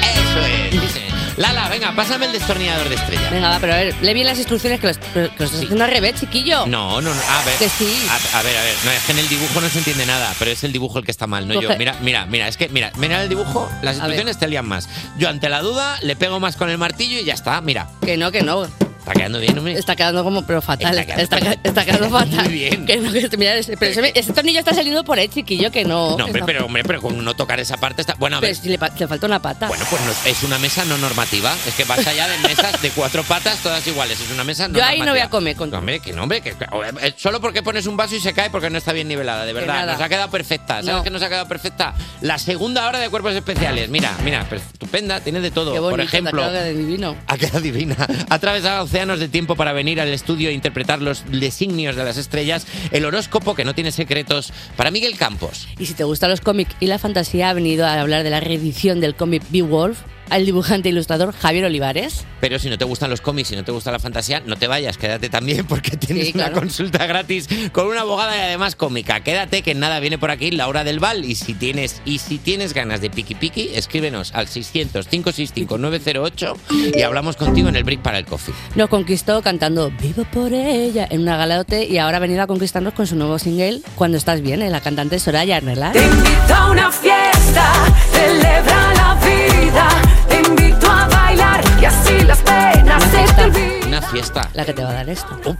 Eso es, dice. Lala, venga, pásame el destornillador de estrella.
Venga, va, pero a ver, lee bien las instrucciones que los, que lo estás haciendo al revés, chiquillo.
No, no, no, a ver.
Que sí.
A, a ver, a ver. No, es que en el dibujo no se entiende nada, pero es el dibujo el que está mal, no yo.
Coge-
Mira, mira, mira, es que, mira, mira el dibujo, las
A ver.
instrucciones te lían más. Yo ante la duda le pego más con el martillo y ya está, mira.
Que no, que no.
Está quedando bien, hombre.
Está quedando como, pero fatal.
Está
Está,
quedando-
está ca- está quedando fatal.
Muy bien.
Que no, que- mira, ese- pero ese, ese tornillo está saliendo por ahí, chiquillo, que no.
No,
que
hombre,
está-
pero hombre, pero con no tocar esa parte está. Bueno, a
Pero
ver.
si le, pa- le falta una pata.
Bueno, pues no- es una mesa no normativa. Es que pasa ya de mesas de cuatro patas, todas iguales. Es una mesa no
Yo ahí no voy a
normativa.
comer con
No, hombre, que no, hombre, que, que- eh, solo porque pones un vaso y se cae porque no está bien nivelada, de verdad.
nada.
Nos ha quedado perfecta. ¿Sabes
No.
que nos ha quedado perfecta? La segunda hora de cuerpos especiales. Mira, mira, pero estupenda, tiene de todo.
Qué bonito,
Por ejemplo,
te acaba de divino.
ha quedado divina. Ha atravesado océanos de tiempo para venir al estudio e interpretar los designios de las estrellas, el horóscopo que no tiene secretos, para Miguel Campos.
Y si te gustan los cómics y la fantasía, ha venido a hablar de la reedición del cómic Beowulf al dibujante e ilustrador Javier Olivares.
Pero si no te gustan los cómics, si no te gusta la fantasía, no te vayas, quédate también porque tienes una consulta gratis con una abogada y además cómica. Quédate que nada viene por aquí Laura del Val y si tienes y si tienes ganas de piqui piqui, escríbenos al 600 565 908 y hablamos contigo en el break para el coffee.
Nos conquistó cantando Vivo por ella en una gala OT y ahora ha venido a conquistarnos con su nuevo single Cuando estás bien, ¿eh? la cantante Soraya Arnelas.
invito a una fiesta, celebra la vida, te invito a bailar y así las penas se te olvidan.
Una fiesta. Oh,
La que te va a dar esto.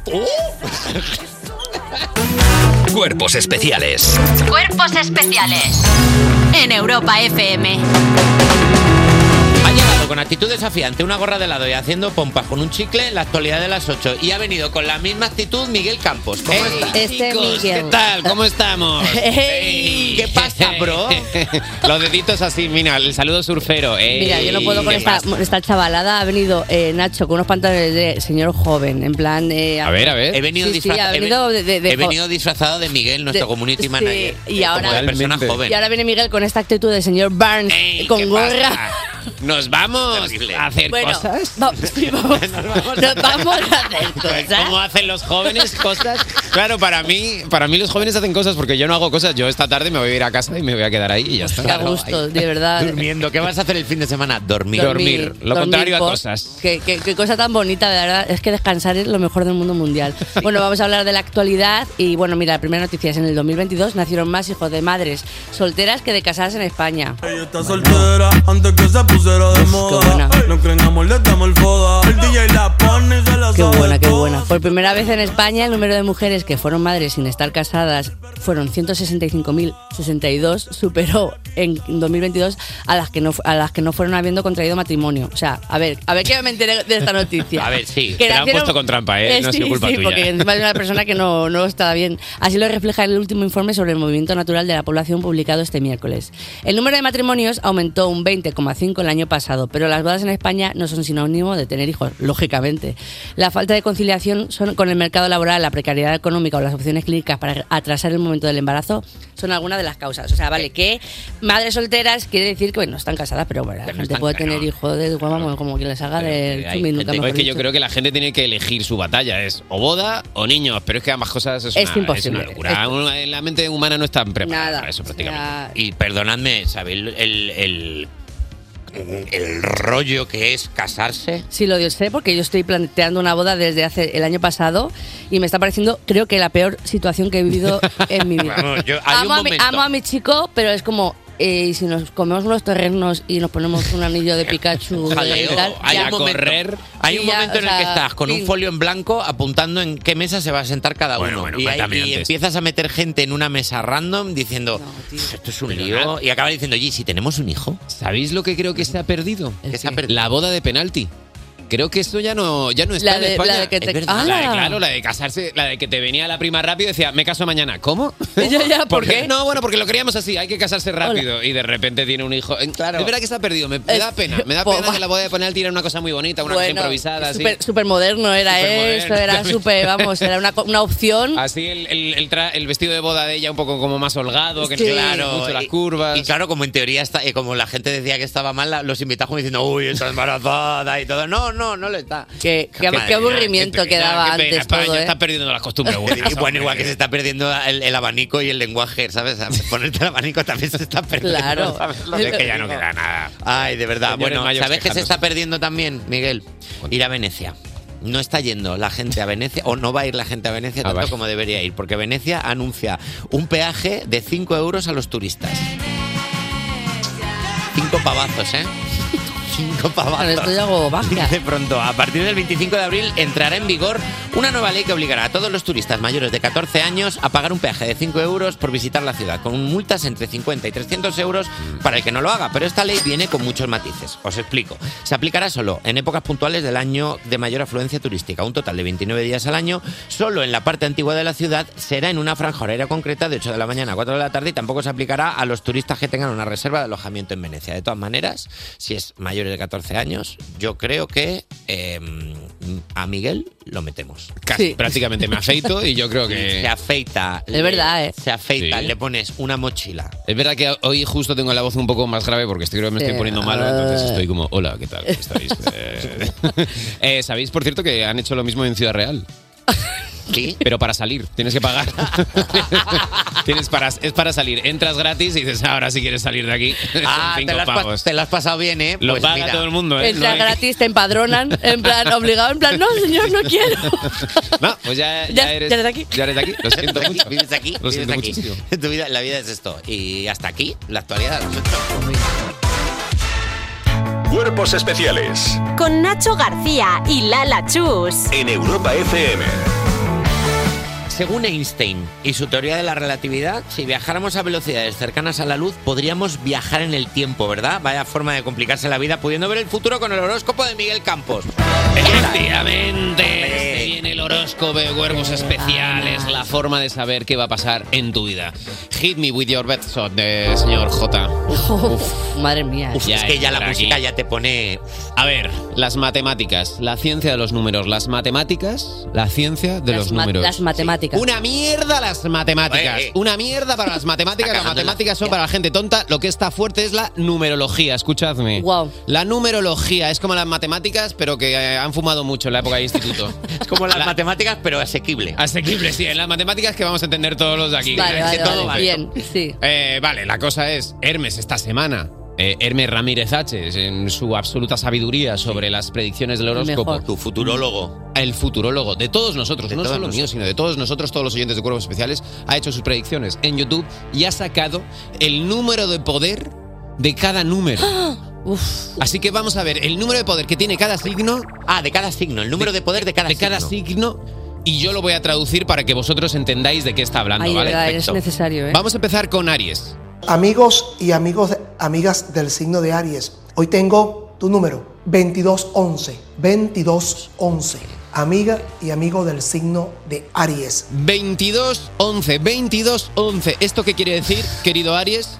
Cuerpos especiales
Cuerpos especiales en Europa FM.
Ha llegado con actitud desafiante, una gorra de lado y haciendo pompas con un chicle en la actualidad de las 8 y ha venido con la misma actitud Miguel Campos. ¿Cómo
Ey,
estás?
este
chicos?
Miguel.
¿Qué tal? ¿Cómo estamos?
Ey.
¿Qué pasa, bro?
Los deditos así, mira, el saludo surfero. ey.
Mira, yo no puedo con
¿Qué
esta,
pasa?
esta chavalada. Ha venido eh, Nacho con unos pantalones de señor joven, en plan... eh,
A ver, a ver.
He venido,
Sí, sí,
disfraza-
ha
he ve-
venido de- de- de
he venido disfrazado de Miguel, nuestro
de-
community
sí,
manager.
y ahora-
como de persona
Realmente.
joven.
Y ahora viene Miguel con esta actitud de señor Barnes, con gorra.
Ah, Nos vamos a hacer
Bueno,
cosas.
va- sí, vamos, nos vamos a hacer cosas.
¿Cómo hacen los jóvenes cosas? Claro, para mí, para mí los jóvenes hacen cosas porque yo no hago cosas. Yo esta tarde me voy a ir a casa y me voy a quedar ahí y ya está.
Qué a gusto, de verdad.
Durmiendo. ¿Qué vas a hacer el fin de semana? Dormir.
Dormir.
dormir,
Lo contrario a
por-
cosas.
Qué, qué- qué cosa tan bonita, de verdad. Es que descansar es lo mejor del mundo mundial. Bueno, vamos a hablar de la actualidad. Y bueno, mira, la primera noticia es en el 2022 nacieron más hijos de madres solteras que de casadas en España.
Ella está soltera antes que se pusiera de moda. No creen amor, le damos el foda. El DJ la pone y se la
Qué
sabe
buena, qué buena. Por primera vez en España, el número de mujeres que fueron madres sin estar casadas fueron 165.062, superó en 2022 a las que no a las que no fueron habiendo contraído matrimonio. O sea, a ver, a ver qué me enteré de esta noticia.
A ver, sí,
Que
te la han
nacieron-
puesto con trampa, ¿eh? No ha
sí,
sido culpa
sí,
tuya.
porque encima es una persona que no, no estaba bien. Así lo refleja el último informe sobre el movimiento natural de la población publicado este miércoles. El número de matrimonios aumentó un 20,5 el año año pasado, pero las bodas en España no son sinónimo de tener hijos, lógicamente. La falta de conciliación son- con el mercado laboral, la precariedad económica o las opciones clínicas para atrasar el momento del embarazo son algunas de las causas. O sea, vale, que madres solteras quiere decir que bueno, no están casadas, pero bueno, la gente
están
puede tener hijos de vamos, como quien les haga del
Hay
chumi,
gente-
nunca
es
mejor
que yo
dicho.
creo que la gente tiene que elegir su batalla. Es o boda o niños. Pero es que ambas cosas es,
Es
una,
imposible.
una locura. Una- la mente humana no está preparada
Nada.
para eso prácticamente.
Ya,
Y perdonadme, ¿sabéis el, el, el- el rollo que es casarse?
Sí, lo sé, porque yo estoy planteando una boda desde hace el año pasado y me está pareciendo, creo que la peor situación que he vivido en mi vida.
Vamos, yo- hay
amo,
un
a mi,
momento.
amo a mi chico, pero es como, eh, ¿y si nos comemos unos terrenos y nos ponemos un anillo de Pikachu de
Jaleo,
tal?
hay
Ya.
un momento- hay un
Sí, ya,
momento en
o
el que
sea,
estás con un
sí.
folio en blanco apuntando en qué mesa se va a sentar cada uno.
bueno,
y, ahí-
cuéntame
y
antes.
empiezas a meter gente en una mesa random diciendo, "Pff, esto es un lío. Y acaba diciendo, oye, ¿y si tenemos un hijo.
¿Sabéis lo que creo que se ha perdido? La boda de penalti. Creo que esto ya no, ya no está
La de-
en España.
la de que te-
Es verdad. La de,
¡Hala!
claro, la de casarse, la de que te venía la prima rápido y decía, me caso mañana. ¿Cómo?
Ya, ya,
¿Por
¿por
qué?
qué?
No, bueno, porque lo queríamos así, hay que casarse rápido. Y de repente tiene un hijo. Eh, Es verdad que está perdido, me, me da pena. Me da
Pues,
pena que la boda de penalti era una cosa muy bonita, una cosa
Bueno,
improvisada. así.
súper- Súper moderno era
Supermoderno
esto, era
también.
súper, vamos, era una, co- una opción.
Así el, el- el tra- el vestido de boda de ella un poco como más holgado, que no tiene mucho las
y-
curvas.
Y claro, como en teoría, está, eh, como la gente decía que estaba mal, la- los invitados como diciendo, uy, está embarazada y todo. No, no, no le está.
Qué, qué-
Madre
qué
mía,
aburrimiento
qué pena,
quedaba
qué pena,
antes
España
todo, ¿eh?
está
perdiendo las costumbres
buenas. bueno, igual que se está perdiendo el, el abanico y el lenguaje, ¿sabes? A- Ponerte el abanico también se está perdiendo.
Claro.
¿sabes?
Es que ya no queda nada.
Ay, de verdad.
Señores
bueno,
mayores
¿sabes qué se
quejándose.
está perdiendo también, Miguel? Ir a Venecia. No está yendo la gente a Venecia, o no va a ir la gente a Venecia tanto como debería ir, porque Venecia anuncia un peaje de 5 euros a los turistas. Cinco pavazos, ¿eh? Cinco pavazos.
Bueno, esto ya hago magia.
De pronto, a partir del 25 de abril entrará en vigor una nueva ley que obligará a todos los turistas mayores de 14 años a pagar un peaje de 5 euros por visitar la ciudad, con multas entre 50 y 300 euros para el que no lo haga. Pero esta ley viene con muchos matices. Os explico. Se aplicará solo en épocas puntuales del año de mayor afluencia turística, un total de 29 días al año. Solo en la parte antigua de la ciudad será en una franja horaria concreta de 8 de la mañana a 4 de la tarde y tampoco se aplicará a los turistas que tengan una reserva de alojamiento en Venecia. De todas maneras, si es mayor de 14 años, yo creo que eh, a Miguel lo metemos.
Casi, prácticamente me afeito y yo creo que-
Se afeita.
Es verdad,
¿eh? Se afeita,
Sí.
le pones una mochila.
Es verdad que hoy justo tengo la voz un poco más grave porque estoy, creo que me estoy
Sí.
poniendo malo,
Ah.
entonces estoy como, hola, ¿qué tal? ¿Cómo estáis? Eh, eh, ¿Sabéis, por cierto, que han hecho lo mismo en Ciudad Real?
Sí.
Pero para salir, tienes que pagar. tienes para, es para salir. Entras gratis y dices, ahora si quieres salir de aquí. son
Ah,
cinco
te lo, has, pa-
pavos.
te lo has pasado bien, ¿eh?
Lo
Pues
paga
mira.
todo el mundo, ¿eh? No
Entra
hay-
gratis, te empadronan, en plan obligado, en plan, no, señor, no quiero.
No, pues ya, ya
Ya-
eres,
ya eres de aquí.
Ya eres de aquí. Lo siento
Aquí,
mucho.
Vives aquí,
Lo
vives
siento
aquí.
muchísimo.
Tu vida- la vida es esto. Y hasta aquí, la actualidad.
Cuerpos especiales
Con Nacho García y Lala Chus.
en Europa FM.
Según Einstein y su teoría de la relatividad, si viajáramos a velocidades cercanas a la luz, podríamos viajar en el tiempo, ¿verdad? Vaya forma de complicarse la vida pudiendo ver el futuro con el horóscopo de Miguel Campos.
Efectivamente, viene el horóscopo de cuervos especiales, la forma de saber qué va a pasar en tu vida. Hit me with your best shot, de señor J.
Madre mía.
Uf, es que ya la música ya
te pone.
A ver, las matemáticas, la ciencia de los números, las matemáticas, la ciencia de los
Ma-
números.
Las matemáticas.
Una mierda las matemáticas.
Eh,
Una mierda para las matemáticas. Las matemáticas son para la gente tonta. Lo que está fuerte es la numerología. Escuchadme.
Wow.
La numerología es como las matemáticas, pero que eh, han fumado mucho en la época de instituto.
Es como las matemáticas, pero asequible.
Asequible, sí. En las matemáticas que vamos a entender todos los de aquí.
Vale,
Es que
vale, vale,
todo vale.
Bien, sí.
Eh, vale, la cosa es Hermes esta semana. eh, Hermes Ramírez H, en su absoluta sabiduría sobre las predicciones del horóscopo.
Mejor. Tu futurólogo.
El futurólogo, de todos nosotros, no
todos
solo mío, sino de todos nosotros, todos los oyentes de Cuervos Especiales, ha hecho sus predicciones en YouTube y ha sacado el número de poder de cada número. Así que vamos a ver el número de poder que tiene cada signo.
Ah, de cada signo, el número de poder de cada
signo. cada signo. Y yo lo voy a traducir para que vosotros entendáis de qué está hablando,
Ay, de
¿vale?
verdad, es
Perfecto.
necesario, ¿eh?
Vamos a empezar con Aries.
Amigos y amigos, amigas del signo de Aries, hoy tengo tu número 2211. 2211. Amiga y amigo del signo de Aries.
22-11, 22-11. ¿Esto qué quiere decir, querido Aries?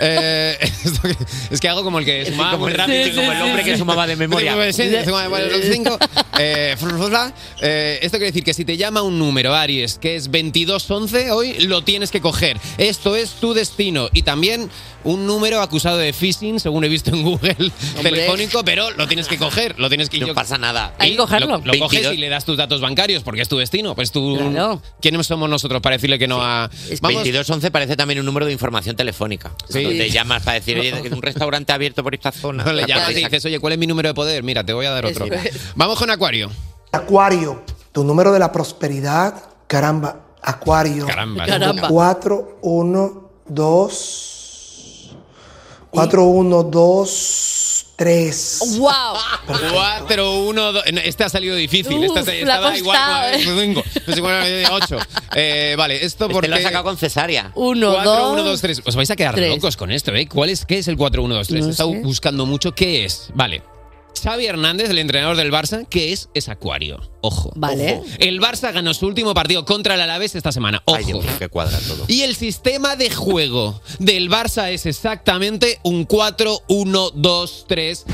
Eh, esto que- es que hago como el que sumaba
como
muy
el-
rápido.
sí, como el hombre que sumaba de memoria.
Sí, sí, sumaba igual los cinco. Eh, fru, fru, fla. Eh, esto quiere decir que si te llama un número, Aries, que es 2211, hoy lo tienes que coger. Esto es tu destino. Y también un número acusado de phishing, según he visto en Google, telefónico, pero lo tienes que coger. Lo tienes que
No pasa nada.
Hay
Y
Lo,
cogerlo.
lo coges
22.
y le das tus datos bancarios porque es tu destino. Pues tú. ¿Quiénes somos nosotros para decirle que no a. Vamos-
2211 parece también un número de información telefónica.
Sí.
Donde llamas para decir, oye, un restaurante abierto por esta zona.
No le llamas y
Acordáis
dices, oye, ¿cuál es mi número de poder? Mira, te voy a dar otro.
Eso
Vamos con Acuario.
Acuario, tu número de la prosperidad. Caramba, Acuario.
Caramba.
Caramba.
4, 1, 2. 4, 1, 2, 3.
¡Wow!
4, 1, 2. Este ha salido difícil.
Uf,
Esta
le ha
estaba igual. este
costado,
5. No sé cuál era, 8. Eh, vale, esto
Este
porque.
lo ha sacado con cesárea.
1,
dos,
1, 2, 3. Os vais a quedar
tres.
locos con esto, ¿eh? ¿Cuál es, ¿Qué es el 4, 1, 2, 3? He estado buscando mucho qué es. Vale. Xavi Hernández, el entrenador del Barça, que es, es Acuario. Ojo.
Vale.
Ojo. El Barça ganó su último partido contra el Alavés esta semana. Ojo.
que cuadra todo.
Y el sistema de juego del Barça es exactamente un 4-1-2-3.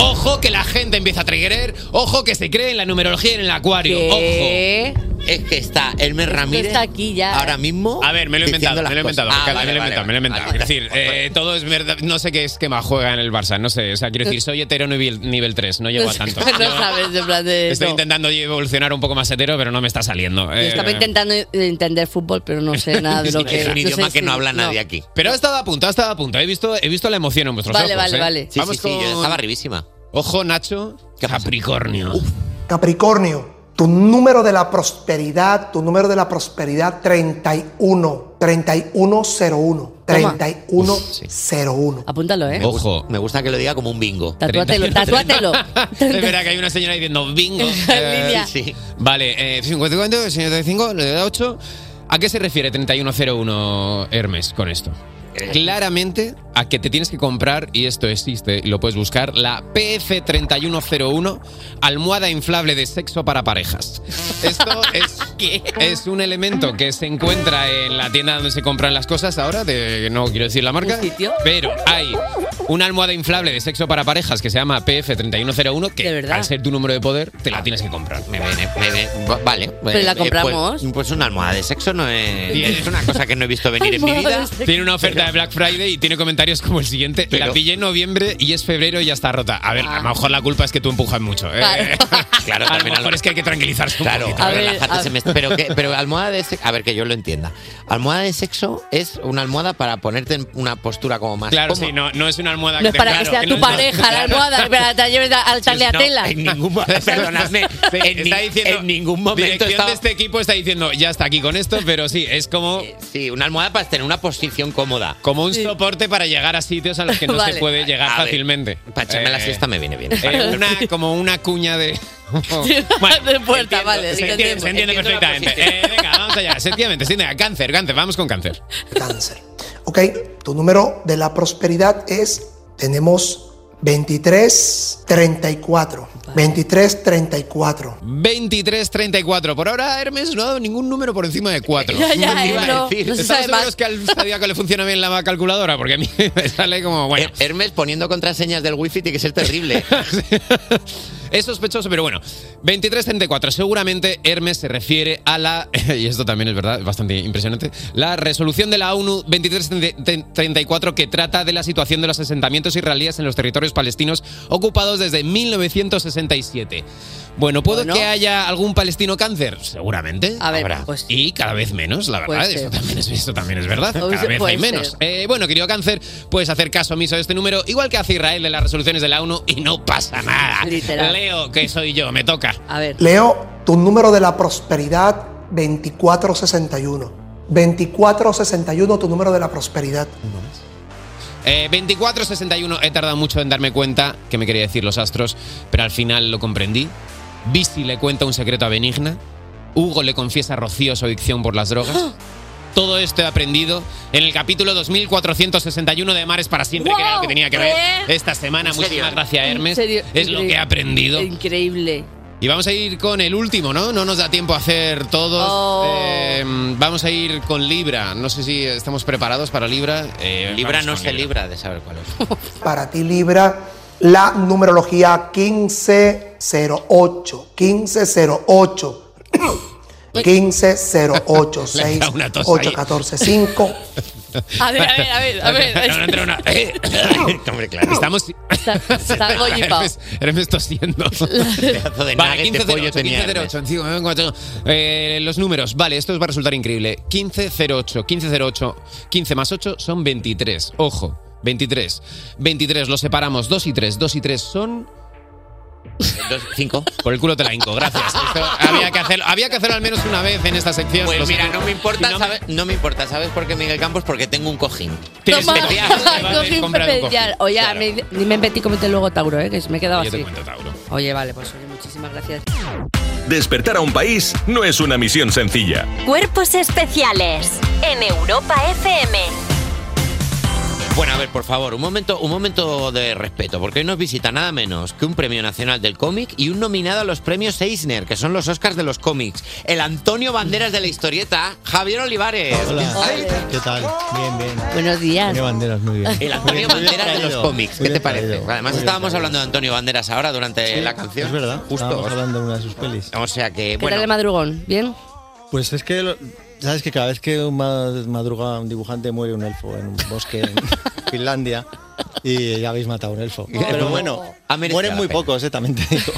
Ojo que la gente empieza a triggerer. Ojo que se cree en la numerología y en el acuario.
¿Qué? Pues
Ojo.
Es que está Elmer
Ramírez.
Está aquí ya.
Ahora mismo.
A ver, me lo he
diciendo
inventado, me
las
lo he
cosas.
inventado.
Ah,
Carla,
vale,
me lo he
vale,
inventado, me lo he
vale,
inventado. Es decir, eh, todo es verdad. No sé qué esquema juega en el Barça, no sé. O sea, quiero decir, soy hetero nivel, nivel 3, no llego a tanto.
No
Yo
sabes, en plan de.
estoy
no.
intentando evolucionar un poco más hetero, pero no me está saliendo.
Yo
Eh,
estaba intentando entender fútbol, pero no sé nada de lo que sé si-
aquí.
Pero ha estado a punto, ha estado a punto. He visto, he visto la emoción en vuestros
Vale,
ojos.
vale,
¿eh?
vale.
Sí, sí, sí, yo estaba arribísima.
Ojo, Nacho, Capricornio.
Capricornio, tu número de la prosperidad, tu número de la prosperidad 31, 3101, 3101.
Apúntalo, ¿eh?
Ojo.
Me gusta que lo diga como un bingo.
Tatúatelo, tatúatelo.
Es verdad que hay una señora diciendo bingo. Eh,
Línea.
Vale, eh, 55, 55, le da 8. ¿A qué se refiere 3101 Hermes con esto? Claramente a que te tienes que comprar, y esto existe, y lo puedes buscar, la PF3101, almohada inflable de sexo para parejas. Esto es, es un elemento que se encuentra en la tienda donde se compran las cosas ahora, de, no quiero decir la marca, pero hay una almohada inflable de sexo para parejas que se llama PF3101, que al ser tu número de poder, te la tienes que comprar.
Me viene, me viene. Va- Vale.
Pero la
Eh, pues-
compramos.
Pues, una almohada de sexo no es,
Tiene-
es una cosa que no he visto venir en mi vida.
Tiene una oferta de Black Friday y tiene comentarios como el siguiente. la pillé en noviembre y es febrero y ya está rota. A ver, a lo mejor la culpa es que tú empujas mucho. ¿eh?
Claro,
Ah. a lo
también
mejor
algo-
es que hay que tranquilizarse
Claro,
un poquito.
a ver, relájate, se me- pero, que- pero almohada de sexo, a ver que yo lo entienda. Almohada de sexo es una almohada para ponerte en una postura como más
Claro,
cómoda.
sí, no, no es una almohada
No es
te-
para que
claro,
sea
en
tu
los-
pareja la almohada, para que
Pues
te la lleves a- al tagliatela.
en ningún momento, perdonadme, en, ni- en ningún momento
dirección
estaba-
de este equipo está diciendo ya está aquí con esto, pero sí, es como
sí, una almohada para tener una posición cómoda.
Como un soporte para llegar a sitios a los que no
Vale.
se puede llegar
A ver,
fácilmente.
para echarme la siesta me viene bien. Vale.
eh, una- como una cuña de.
de puerta, vale.
se entiende, se entiende perfectamente. Eh, venga, vamos allá. Efectivamente, sí, venga, cáncer, cáncer, vamos con cáncer.
Cáncer. Ok, tu número de la prosperidad es, tenemos 23, 34. 23, 34.
23, 34. Por ahora Hermes no ha dado ningún número por encima de 4.
Ya, ya, eh, no, no se
Estamos
sabe más.
seguros que al zodiaco le funciona bien la calculadora, porque a mí me sale como, bueno.
Hermes poniendo contraseñas del wifi tiene que ser terrible.
Es sospechoso, pero bueno. 2334. Seguramente Hermes se refiere a la. Y esto también es verdad, bastante impresionante. La resolución de la ONU 2334 que trata de la situación de los asentamientos israelíes en los territorios palestinos ocupados desde 1967. Bueno, ¿puedo que haya algún palestino cáncer? Seguramente.
A ver,
habrá.
pues-
Y cada vez menos, la
Puede
verdad.
ser.
Esto también, es, esto también es verdad. Cada
Puede
vez hay
ser.
menos. Eh, bueno, querido cáncer, puedes hacer caso omiso de este número, igual que hace Israel de las resoluciones de la ONU, y no pasa nada.
Literal.
Leo, que soy yo, me toca.
A ver.
Leo, tu número de la prosperidad 2461. 2461, tu número de la prosperidad.
Eh, 2461, he tardado mucho en darme cuenta que me quería decir los astros, pero al final lo comprendí. Visi le cuenta un secreto a Benigna. Hugo le confiesa a Rocío su adicción por las drogas.
¡Ah!
Todo esto he aprendido en el capítulo 2461 de Mares para siempre, que era lo que tenía que ver esta semana.
¿En
Muchas
serio?
gracias,
En
Hermes.
serio,
Es lo
increíble.
que he aprendido.
Increíble.
Y vamos a ir con el último, ¿no? No nos da tiempo a hacer todos.
Oh.
Eh, vamos a ir con Libra. No sé si estamos preparados para Libra. Eh,
Libra
vamos
no
con
se libra de saber cuál es.
Para ti, Libra, la numerología 1508. 1508. 1508 6
una tos
8
ahí.
14 5
A ver, a ver, a ver, a ver.
No, no, entra una- Hombre, claro, Estamos.
Está, está gollipao.
Hermes, Hermes tosiendo. Pedazo
de
vale,
nugget de
1508,
pollo tenía
1508, encima, eh, cuatro, eh, Los números, vale, esto va a resultar increíble. 1508, 1508, 15 más 8 son 23. Ojo, 23. 23, los separamos, 2 y 3. 2 y 3 son.
5.
Por el culo te la hinco, gracias. Esto había, que hacerlo, había que hacerlo al menos una vez en esta sección.
Pues
lo
mira,
siento.
no me importa, ¿sabes? No me importa, ¿sabes por qué Miguel Campos? Porque tengo un cojín.
Toma,
Vale,
cogí un
comprar un
Pepe
cojín.
Yar. Oye, me- dime Betty, cómete luego Tauro, ¿eh? que me he quedado
Yo
así.
te
Oye, vale, pues oye, muchísimas gracias.
Despertar a un país no es una misión sencilla.
Cuerpos especiales en Europa FM.
Bueno, a ver, por favor, un momento, un momento de respeto, porque hoy nos visita nada menos que un premio nacional del cómic y un nominado a los premios Eisner, que son los Oscars de los cómics. El Antonio Banderas de la historieta, Javier Olivares.
¿Qué tal? Bien, bien.
Buenos días.
Antonio Banderas, muy bien.
El Antonio
Muy bien, muy bien
Banderas de los
traído,
cómics,
muy
¿qué te
bien
parece?
traído,
Además
muy bien
estábamos hablando de Antonio Banderas ahora durante la canción.
Es verdad.
Justo.
Estábamos hablando de una de sus pelis.
O sea
¿Qué
que,
tal el
bueno,
madrugón? ¿Bien?
Pues es que, lo- ¿sabes que Cada vez que un ma- madruga un dibujante muere un elfo en un bosque en Finlandia y ya habéis matado a un elfo. Pero bueno,
Ha merecido
mueren
la
muy
pena.
pocos, eh, también te digo.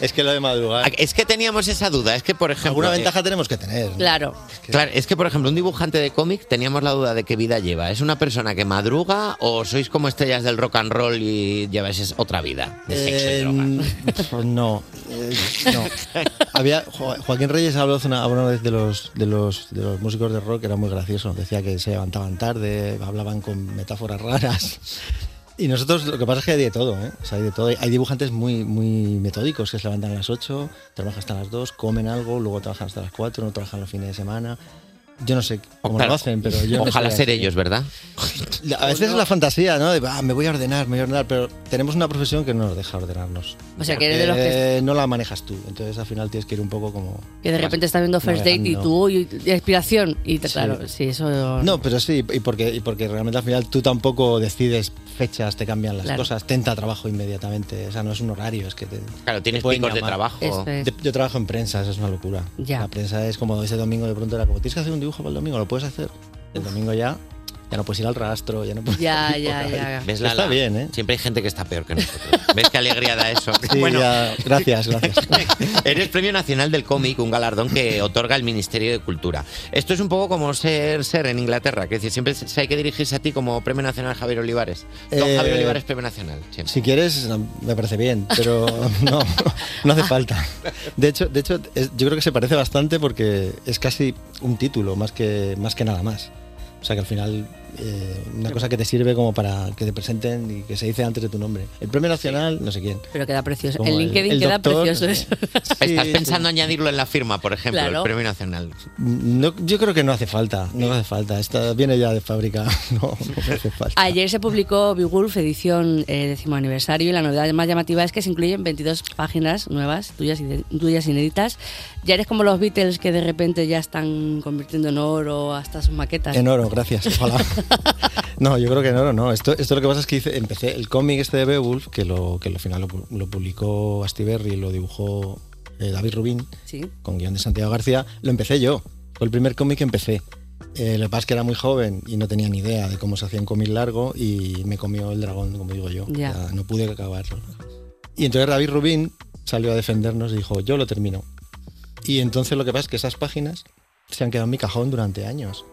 es que lo de madrugar.
Ah, Es que teníamos esa duda, es que por ejemplo...
Alguna
eh,
ventaja tenemos que tener.
Claro.
Claro, es que por ejemplo, un dibujante de cómic teníamos la duda de qué vida lleva. ¿Es una persona que madruga o sois como estrellas del rock and roll y lleváis es- otra vida? De sexo y
Eh, pf, no, eh, no. Había, Jo- Joaquín Reyes habló hace una, habló una vez de los, de, los, de los músicos de rock, era muy gracioso. Decía que se levantaban tarde, hablaban con metáforas raras. Y nosotros lo que pasa es que hay de todo, ¿eh? O sea, hay de todo. Hay- Hay dibujantes muy, muy metódicos que se levantan a las 8, trabajan hasta las 2, comen algo, luego trabajan hasta las 4, no trabajan los fines de semana. Yo no sé cómo
Claro.
lo hacen, pero yo no
Ojalá
soy
ser
así.
ellos, ¿verdad?
A veces es la fantasía, ¿no? De, "Ah, me voy a ordenar, me voy a ordenar, pero tenemos una profesión que no nos deja ordenarnos.
O sea, que eres de los que-
Eh, No la manejas tú, entonces al final tienes que ir un poco como...
Que de repente está viendo First Date y
navegando.
tú, y, y inspiración. Y te-
Pues Sí.
claro, sí, eso.
No, pero sí, y porque, y porque realmente al final tú tampoco decides fechas, te cambian las
Claro.
cosas, tenta trabajo inmediatamente, o sea, no es un horario, es que te...
Claro, tienes
pueden
picos de
llamar.
trabajo. Eso es.
Yo, yo trabajo en prensa, eso es una locura. La prensa es como ese domingo de pronto era como, tienes que hacer un dibujo para el domingo, lo puedes hacer. El domingo ya, ya no puedes ir al rastro, ya no puedes...
Ya,
ir
ya,
por ahí.
ya.
¿Ves, Lala?
Está bien, ¿eh?
Siempre hay gente que está peor que nosotros. ¿Ves qué alegría da eso?
Sí, ya. Gracias, gracias.
Eres Premio Nacional del Cómic, un galardón que otorga el Ministerio de Cultura. Esto es un poco como ser ser en Inglaterra, que es decir, siempre se hay que dirigirse a ti como Premio Nacional Javier Olivares. Don
Eh,
Javier Olivares, Premio Nacional. siempre.
Si quieres, me parece bien, pero no, no hace falta. De hecho, de hecho es- yo creo que se parece bastante porque es casi un título, más que, más que nada más. O sea que al final, eh, una cosa que te sirve como para que te presenten y que se dice antes de tu nombre. El premio nacional, no sé quién.
Pero queda precioso.
Como
el LinkedIn
el
queda
doctor, eh,
precioso.
no
eso.
Estás pensando añadirlo en la firma, por ejemplo,
Claro.
el Premio Nacional.
No, yo creo que no hace falta, no hace falta. Esta viene ya de fábrica, no, no hace falta.
Ayer se publicó Beowulf, edición eh, décimo aniversario, y la novedad más llamativa es que se incluyen 22 páginas nuevas, tuyas, ide- tuyas inéditas. Ya eres como los Beatles que de repente ya están convirtiendo en oro hasta sus maquetas.
En oro, gracias. Ojalá. No, yo creo que en oro no. Esto, esto lo que pasa es que hice- empecé el cómic este de Beowulf, que lo que al final lo, pu- lo publicó Astiberri y lo dibujó eh, David Rubín,
Sí.
con guión de Santiago García, lo empecé yo. Fue el primer cómic que empecé. Eh, lo que pasa es que era muy joven y no tenía ni idea de cómo se hacía un cómic largo y me comió el dragón, como digo yo.
Ya.
O sea, no pude acabarlo. Y entonces David Rubín salió a defendernos y dijo, yo lo termino. Y entonces lo que pasa es que esas páginas se han quedado en mi cajón durante años.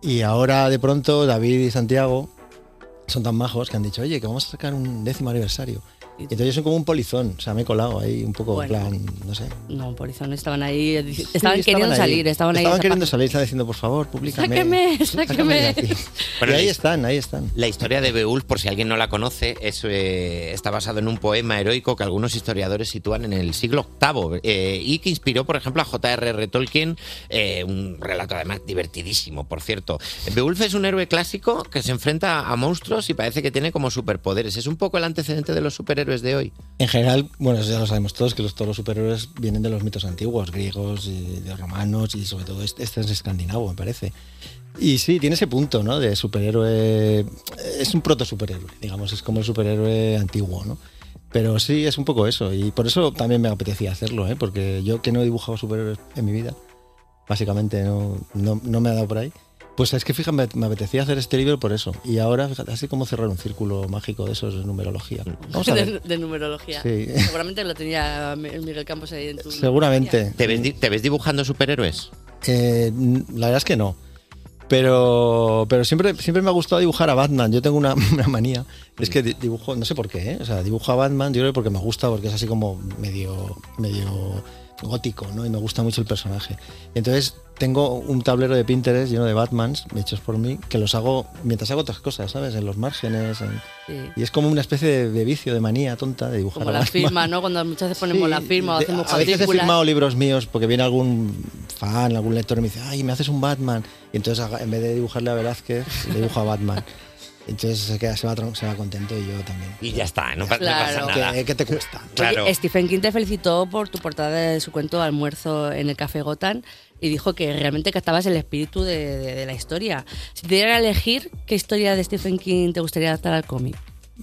Y ahora de pronto David y Santiago son tan majos que han dicho, oye, que vamos a sacar un décimo aniversario. Y entonces yo soy como un polizón, o sea, me he colado ahí un poco, en
Bueno.
plan, no sé.
No, por eso no estaban ahí. eh, Estaban,
Sí, estaban
queriendo
ahí.
salir, estaban ahí. esa
queriendo salir, estaban diciendo, por favor,
página.
públicame.
Sáqueme,
de
sáqueme.
aquí. y ahí están, ahí están.
La historia de Beowulf, por si alguien no la conoce, es, eh, está basado en un poema heroico que algunos historiadores sitúan en el siglo VIII eh, y que inspiró, por ejemplo, a J.R.R. Tolkien, eh, un relato además divertidísimo, por cierto. Beowulf es un héroe clásico que se enfrenta a monstruos y parece que tiene como superpoderes. Es un poco el antecedente de los superhéroes superhéroes de hoy?
En general, bueno, eso ya lo sabemos todos, que los, todos los superhéroes vienen de los mitos antiguos, griegos, y de romanos y sobre todo este, este es escandinavo, me parece. Y sí, tiene ese punto, ¿no? De superhéroe. Es un proto superhéroe, digamos, es como el superhéroe antiguo, ¿no? Pero sí, es un poco eso. Y por eso también me apetecía hacerlo, ¿eh? Porque yo que no he dibujado superhéroes en mi vida, básicamente no, no, no me ha dado por ahí. Pues es que fíjame, me apetecía hacer este libro por eso. Y ahora, fíjate, así como cerrar un círculo mágico de esos de numerología. Vamos a
Mm. de,
ver.
de numerología.
Sí.
Seguramente lo tenía el Miguel Campos ahí en tu.
Seguramente.
¿Te ves, di- te ves dibujando superhéroes?
Eh, n- la verdad es que no. Pero, pero siempre, siempre me ha gustado dibujar a Batman. Yo tengo una, una manía. Es que di- dibujo, no sé por qué, ¿eh? O sea, dibujo a Batman, yo creo que porque me gusta, porque es así como medio, medio gótico, ¿no? Y me gusta mucho el personaje. Y entonces tengo un tablero de Pinterest lleno de Batmans, hechos por mí, que los hago mientras hago otras cosas, ¿sabes? En los márgenes. en-
Sí.
Y es como una especie de, de vicio, de manía tonta de dibujar
Como
a
la
Batman.
firma, ¿no? Cuando muchas veces ponemos la firma o
De-
hacemos
a veces he
cuadrículas.
firmado libros míos porque viene algún fan, algún lector y me dice, ay, me haces un Batman. Y entonces haga- en vez de dibujarle a Velázquez, le dibujo a Batman. Entonces se, queda, se, va, tron- se va contento y yo también.
Y ya está, no, pa- no
Claro.
pasa nada.
¿Qué, qué te cuesta?
Claro.
Oye, Stephen King te felicitó por tu portada de su cuento Almuerzo en el Café Gotham y dijo que realmente captabas el espíritu de, de- de la historia. Si te dieran a elegir, ¿qué historia de Stephen King te gustaría adaptar al cómic?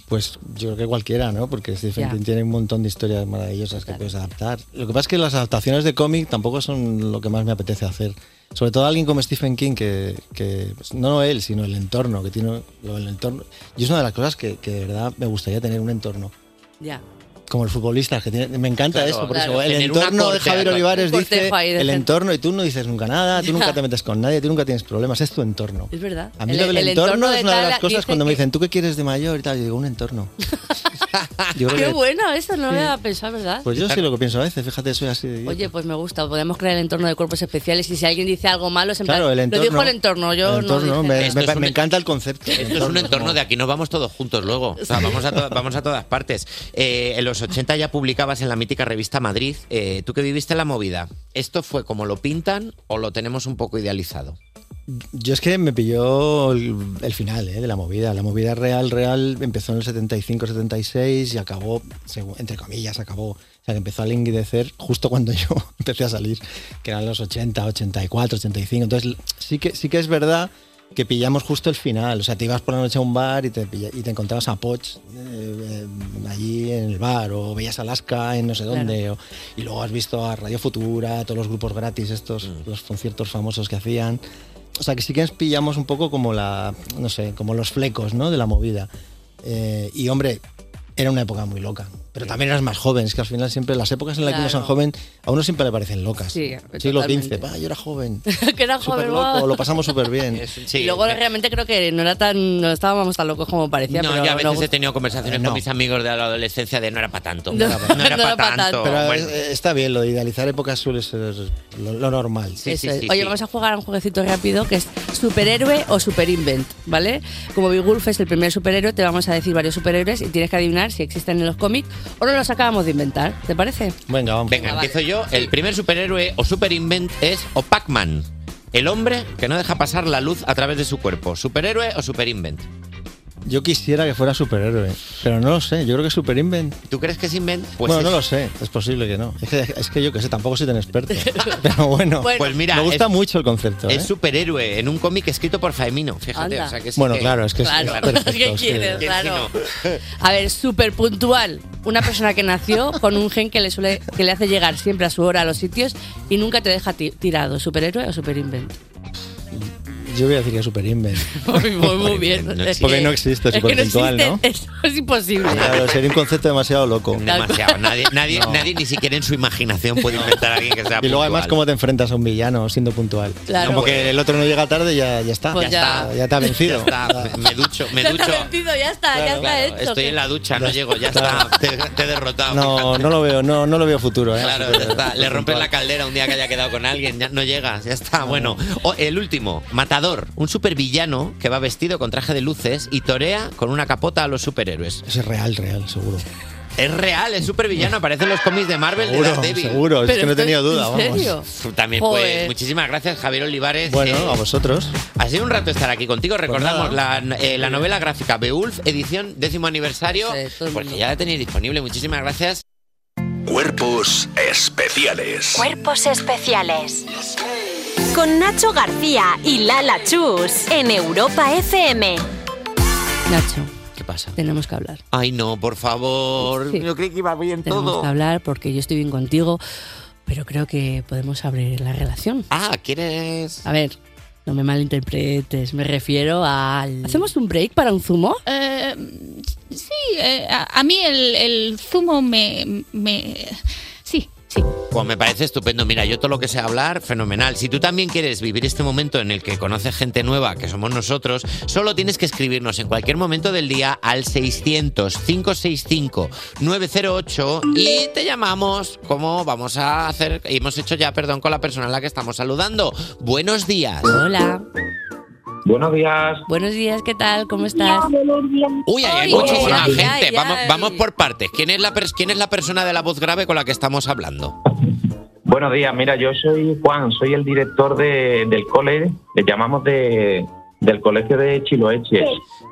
Pues yo creo que cualquiera, ¿no? Porque Stephen
Ya.
King tiene un montón de historias maravillosas que puedes adaptar. Lo que pasa es que las adaptaciones de cómic tampoco son lo que más me apetece hacer. Sobre todo alguien como Stephen King, que, que, pues, no él, sino el entorno, que tiene lo del entorno. Y es una de las cosas que, que de verdad me gustaría tener un entorno.
Ya.
Como el futbolista, que tiene- me encanta
Claro,
eso, por
claro.
eso, el
Tener una
entorno de
corte,
Javier
claro.
Olivares
Un cortejo
dice,
ahí
el
de gente".
entorno, y tú no dices nunca nada, tú nunca te metes con nadie, tú nunca tienes problemas, es tu entorno.
Es verdad.
A mí lo del entorno, es una de las cosas cuando me dicen, ¿tú qué quieres de mayor? Y tal, yo digo, un entorno. Yo creo
Qué
que-
bueno, eso no lo había pensado, ¿verdad?
Pues yo sí lo que pienso a veces, fíjate, soy así. de idiota.
Oye, pues me gusta, podemos crear el entorno de cuerpos especiales y si alguien dice algo malo, se
Claro, el
lo dijo
entorno.
el entorno, yo
El entorno,
no dije
me-
nada.
me-
Esto es un-
me encanta el concepto.
Esto es un entorno de aquí nos vamos todos juntos luego. O sea, vamos a, to- vamos a todas partes. Eh, en los 80 ya publicabas en la mítica revista Madrid. Eh, tú que viviste la movida, ¿esto fue como lo pintan o lo tenemos un poco idealizado?
Yo es que me pilló el, el final ¿eh? de la movida. La movida real, real, empezó en el 75-76 y acabó, segu- entre comillas, acabó. O sea, que empezó a languidecer justo cuando yo empecé a salir, que eran los 80, 84, 85. Entonces, sí que, sí que es verdad que pillamos justo el final. O sea, te ibas por la noche a un bar y te, pilla- y te encontrabas a Poch eh, eh, allí en el bar, o veías Alaska en no sé dónde, o- y luego has visto a Radio Futura, todos los grupos gratis, estos, los conciertos famosos que hacían. O sea, que sí que nos pillamos un poco como la, no sé, como los flecos, ¿no? De la movida. Eh, y hombre, era una época muy loca. Pero también eras más joven, es que al final siempre las épocas en las que uno
Claro.
es joven, a uno siempre le parecen locas.
Sí,
Siglo
totalmente.
XV, "Bah, yo era joven,
que era
súper
joven,
loco,
wow.
lo pasamos súper bien.
y luego realmente creo que no era tan no estábamos tan locos como parecía,
no,
pero
yo a veces
nos
he tenido conversaciones con mis amigos de la adolescencia de no era para tanto.
No,
No, era
no
para
era pa'
tanto.
tanto.
Pero
Bueno,
eh, está bien, lo de idealizar épocas suele ser lo, lo normal.
Eso es. Oye, vamos a jugar a un jueguecito rápido que es superhéroe o superinvent, ¿vale? Como Big Wolf es el primer superhéroe, te vamos a decir varios superhéroes y tienes que adivinar si existen en los cómics o no los acabamos de inventar, ¿te parece?
Venga, vamos.
Venga, empiezo yo. El primer superhéroe o superinvent es o Pac-Man. El hombre que no deja pasar la luz a través de su cuerpo. ¿Superhéroe o superinvent?
Yo quisiera que fuera superhéroe, pero no lo sé, yo creo que es super invent.
¿Tú crees que es invent? Pues
bueno, no
es-
lo sé, es posible que no. Es que, es que yo que sé, tampoco soy tan experto. Pero bueno,
Bueno. Pues mira,
me gusta
es-
mucho el concepto. ¿eh?
Es superhéroe en un cómic escrito por Faemino, fíjate.
Anda.
o sea que sí
Bueno, claro, es que es-
Claro.
es perfecto,
¿Qué
es que-
quieres?
que
Claro.
sí, no.
A ver, súper puntual. Una persona que nació con un gen que le suele que le hace llegar siempre a su hora a los sitios y nunca te deja ti- tirado, superhéroe o superinvent.
Yo voy a decir que es super invent.
Muy, muy, muy bien.
No
Es
existe. Porque
que-
no existe,
es que
superpuntual, ¿no?
existe. Eso es imposible.
Claro, sería un concepto demasiado loco.
Demasiado. Nadie, nadie, nadie ni siquiera en su imaginación puede inventar a alguien que sea
Y luego además
puntual.
cómo te enfrentas a un villano siendo puntual.
Claro.
Como que el otro no llega tarde ya, ya está.
Pues ya.
ya te ha vencido.
Ya está, Ah, me ducho, me
Ya te has
ducho.
vencido, ya está, ya está
Claro,
hecho.
estoy en la ducha, no llego, ya está. Te, te he derrotado.
No, no lo veo, no, no lo veo futuro, ¿eh?
Claro, ya está. Le rompes la caldera un día que haya quedado con alguien, ya no llegas, ya está. Bueno, O el último, Matador, un supervillano que va vestido con traje de luces y torea con una capota a los superhéroes.
Eso es real, real, seguro.
Es real, es supervillano, aparece en los cómics de Marvel de
Seguro,
Daredevil.
seguro, es Pero que no he esto- tenido duda, ¿en vamos. serio?
Pf, También,
Joder.
pues, muchísimas gracias, Javier Olivares.
Bueno, Pues
Eh,
a vosotros.
Ha sido un rato estar aquí contigo. Recordamos la, eh, la novela gráfica Beulf, edición décimo aniversario, porque ya la tenéis disponible. Muchísimas gracias.
Cuerpos especiales.
Cuerpos especiales. Con Nacho García y Lala Chus en Europa FM.
Nacho,
¿Qué pasa?
tenemos que hablar.
Ay, no, por favor.
Sí.
Yo creí que iba bien
Tenemos
todo.
que hablar porque yo estoy bien contigo, pero creo que podemos abrir la relación.
Ah, ¿quieres?
A ver, no me malinterpretes, me refiero al... ¿Hacemos un break para un zumo?
Eh, sí, eh, a, a mí el, el zumo me, me... Sí, sí.
Pues me parece estupendo. Mira, yo todo lo que sé hablar, fenomenal. Si tú también quieres vivir este momento en el que conoces gente nueva, que somos nosotros, solo tienes que escribirnos en cualquier momento del día al 600-565-908 y te llamamos como vamos a hacer, hemos hecho ya, perdón, con la persona a la que estamos saludando. Buenos días.
Hola.
Buenos días.
Buenos días, ¿qué tal? ¿Cómo estás?
Uy, ahí hay
Ay,
muchísima
ay,
gente.
ay,
vamos,
ay.
vamos por partes. ¿Quién es, la pers- ¿Quién es la persona de la voz grave con la que estamos hablando?
Buenos días, mira, yo soy Juan, soy el director de- del cole, le llamamos de, del colegio de Chiloeches.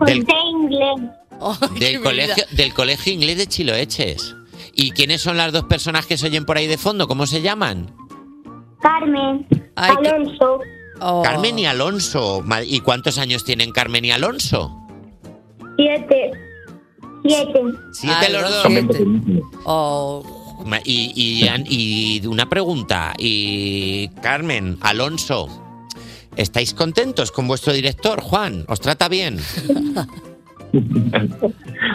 Del-
inglés.
Del colegio, del colegio inglés de Chiloeches. ¿Y quiénes son las dos personas que se oyen por ahí de fondo? ¿Cómo se llaman?
Carmen. Alonso.
Oh.
Carmen y Alonso. Ma- ¿Y cuántos años tienen Carmen y Alonso?
Siete. Siete.
Siete los dos.
Oh.
Ma- Y, y an- y una pregunta. Y Carmen, Alonso, ¿estáis contentos con vuestro director, Juan? ¿Os trata bien?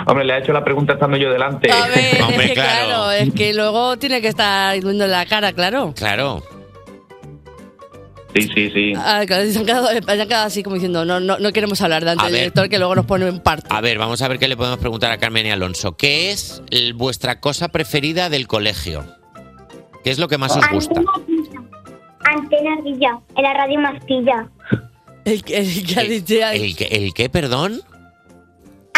Hombre, le ha hecho la pregunta estando yo delante.
Hombre,
Que claro. es que luego tiene que estar viendo la cara, claro.
Claro.
Sí, sí, sí.
Ah, claro, se han, quedado, se han quedado así como diciendo, no, no, no queremos hablar de antes
A
del
ver.
director que luego nos pone en parte.
A ver, vamos a ver qué le podemos preguntar a Carmen y Alonso. ¿Qué es el- vuestra cosa preferida del colegio? ¿Qué es lo que más os gusta?
Antena Villa. En la radio más pilla.
El que,
¿El, qué- el qué, perdón?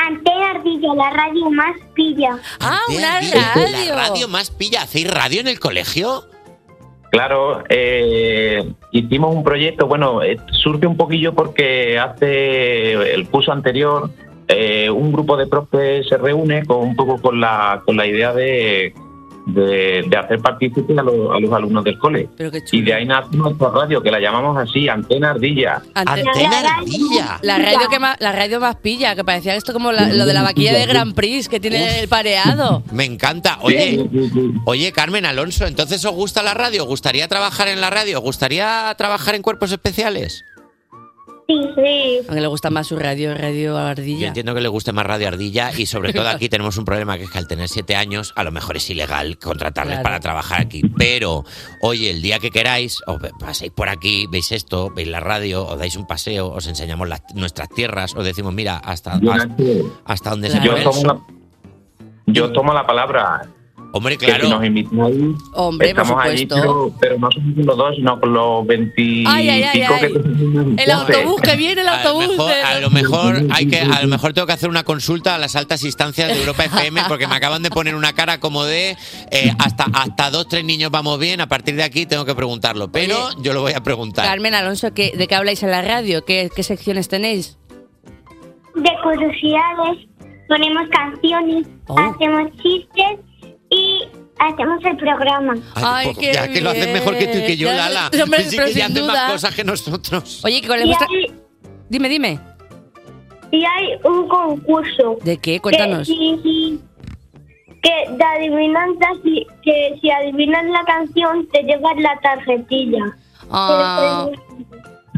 Antena Ardilla, la radio más pilla.
Ah,
una radio. La radio más pilla. ¿Hacéis radio en el colegio?
Claro, eh, hicimos un proyecto, bueno, eh, surge un poquillo porque hace el curso anterior eh, un grupo de profes se reúne con un poco con la, con la idea de, de- de hacer partícipes a, los- a los alumnos del cole. Y de ahí nace nuestra radio, que la llamamos así, Antena Ardilla.
La radio, que más, la radio más pilla, que parecía esto como la- lo de la vaquilla de Grand Prix que tiene el pareado.
Me encanta. Oye, oye, Carmen Alonso, ¿entonces os gusta la radio? ¿Os gustaría trabajar en la radio? ¿Os gustaría trabajar en cuerpos especiales?
Sí, sí.
A mí le gusta más su radio, radio
Yo
ardilla.
entiendo que le guste más Radio Ardilla y sobre todo aquí tenemos un problema que es que al tener siete años a lo mejor es ilegal contratarles
Claro.
para trabajar aquí. Pero, oye, el día que queráis, os ve- pasáis por aquí, veis esto, veis la radio, os dais un paseo, os enseñamos las- nuestras tierras, os decimos, mira, hasta,
Yo,
hasta,
Nacho,
hasta donde se
yo
pone el
tomo,
sol.
la, yo tomo la palabra.
Hombre,
claro. nos invitáis,
Hombre, por
estamos allí,
supuesto.
pero, pero no somos los dos, sino con los 25
Ay, ay, ay, ay.
que tenemos
El
entonces.
autobús que viene, el
A lo
autobús.
mejor-
de-
a lo mejor hay que a lo mejor tengo que hacer una consulta a las altas instancias de Europa FM porque me acaban de poner una cara como de eh, hasta hasta dos tres niños vamos bien a partir de aquí tengo que preguntarlo pero yo lo voy a preguntar
Carmen Alonso, ¿qué- ¿de qué habláis en la radio? ¿Qué, qué secciones tenéis?
De curiosidades. Ponemos canciones. Hacemos chistes. Y hacemos el programa.
Ay,
Pues ya que lo haces mejor que tú y que yo,
Ya,
Lala.
no, hombre,
sí
pero
que ya
sin
haces más
duda.
cosas que nosotros.
Oye, que con la
Y
vuestra-
hay,
Dime, dime.
y hay un concurso.
¿De qué? Cuéntanos.
Que, si- que de adivinanza, si, que si adivinas la canción, te llevas la tarjetilla.
Ah,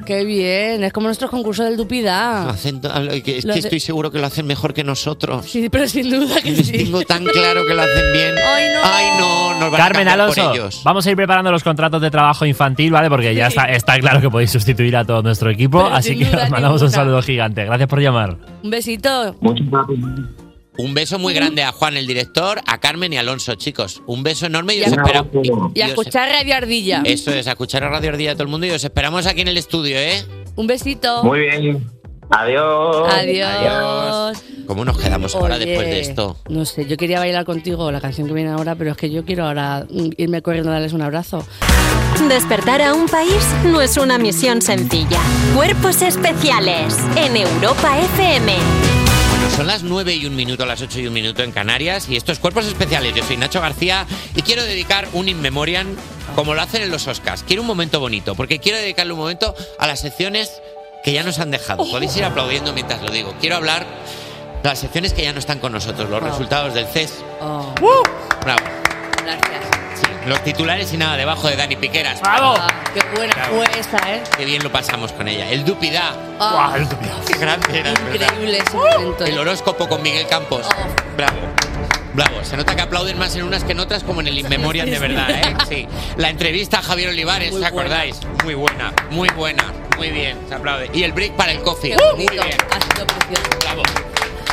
qué bien. Es como nuestros concursos del Dupida.
Hacen to- es que
Lo hace-
estoy seguro que lo hacen mejor que nosotros.
Sí, pero sin duda que sí.
Tengo tan claro que lo hacen bien. Ay, no. nos van
Carmen
a cambiar por
Alonso,
ellos.
vamos a ir preparando los contratos de trabajo infantil, ¿vale? Porque ya está, está claro que podéis sustituir a todo nuestro equipo,
Pero
así
sin
que
duda
os mandamos un
ninguna.
saludo gigante. Gracias por llamar.
Un besito.
Un beso muy grande a Juan, el director, a Carmen y Alonso, chicos. Un beso enorme y os
Ya.
espero.
Y a
y os-
escuchar Radio Ardilla.
Eso es, a escuchar a Radio Ardilla a todo el mundo y os esperamos aquí en el estudio, ¿eh?
Un besito.
Muy bien. Adiós.
Adiós.
¿Cómo nos quedamos Pues ahora
Oye,
después de esto?
No sé, yo quería bailar contigo la canción que viene ahora, pero es que yo quiero ahora mm, irme corriendo a darles un abrazo.
Despertar a un país no es una misión sencilla. Cuerpos especiales en Europa FM.
Bueno, son las 9 y un minuto, las 8 y un minuto en Canarias y estos cuerpos especiales. Yo soy Nacho García y quiero dedicar un In Memoriam como lo hacen en los Oscars. Quiero un momento bonito porque quiero dedicarle un momento a las secciones que ya nos han
Oh.
dejado. Podéis ir aplaudiendo mientras lo digo. Quiero hablar de las secciones que ya no están con nosotros, los
Wow.
resultados del CES.
Oh,
¡Uh!
Bravo.
gracias.
Los titulares y nada debajo de Dani Piqueras.
Ah, ¡Qué buena fue
Bravo.
esa, eh!
Qué bien lo pasamos con ella. El Dupida.
Ah.
el Dupida. Qué grande era, es verdad.
Increíble ese momento. ¿eh? Oh.
El horóscopo con Miguel Campos. Bravo. Bravo. Se nota que aplauden más en unas que en otras, como en el Inmemorial de verdad, ¿eh? Sí. La entrevista a Javier Olivares,
Muy
¿os acordáis? Muy buena, muy buena. Muy bien, se aplaude. Y el break para el coffee.
¡Qué
Muy
bonito!
bien.
¡Uh! Ha sido precioso.
Bravo.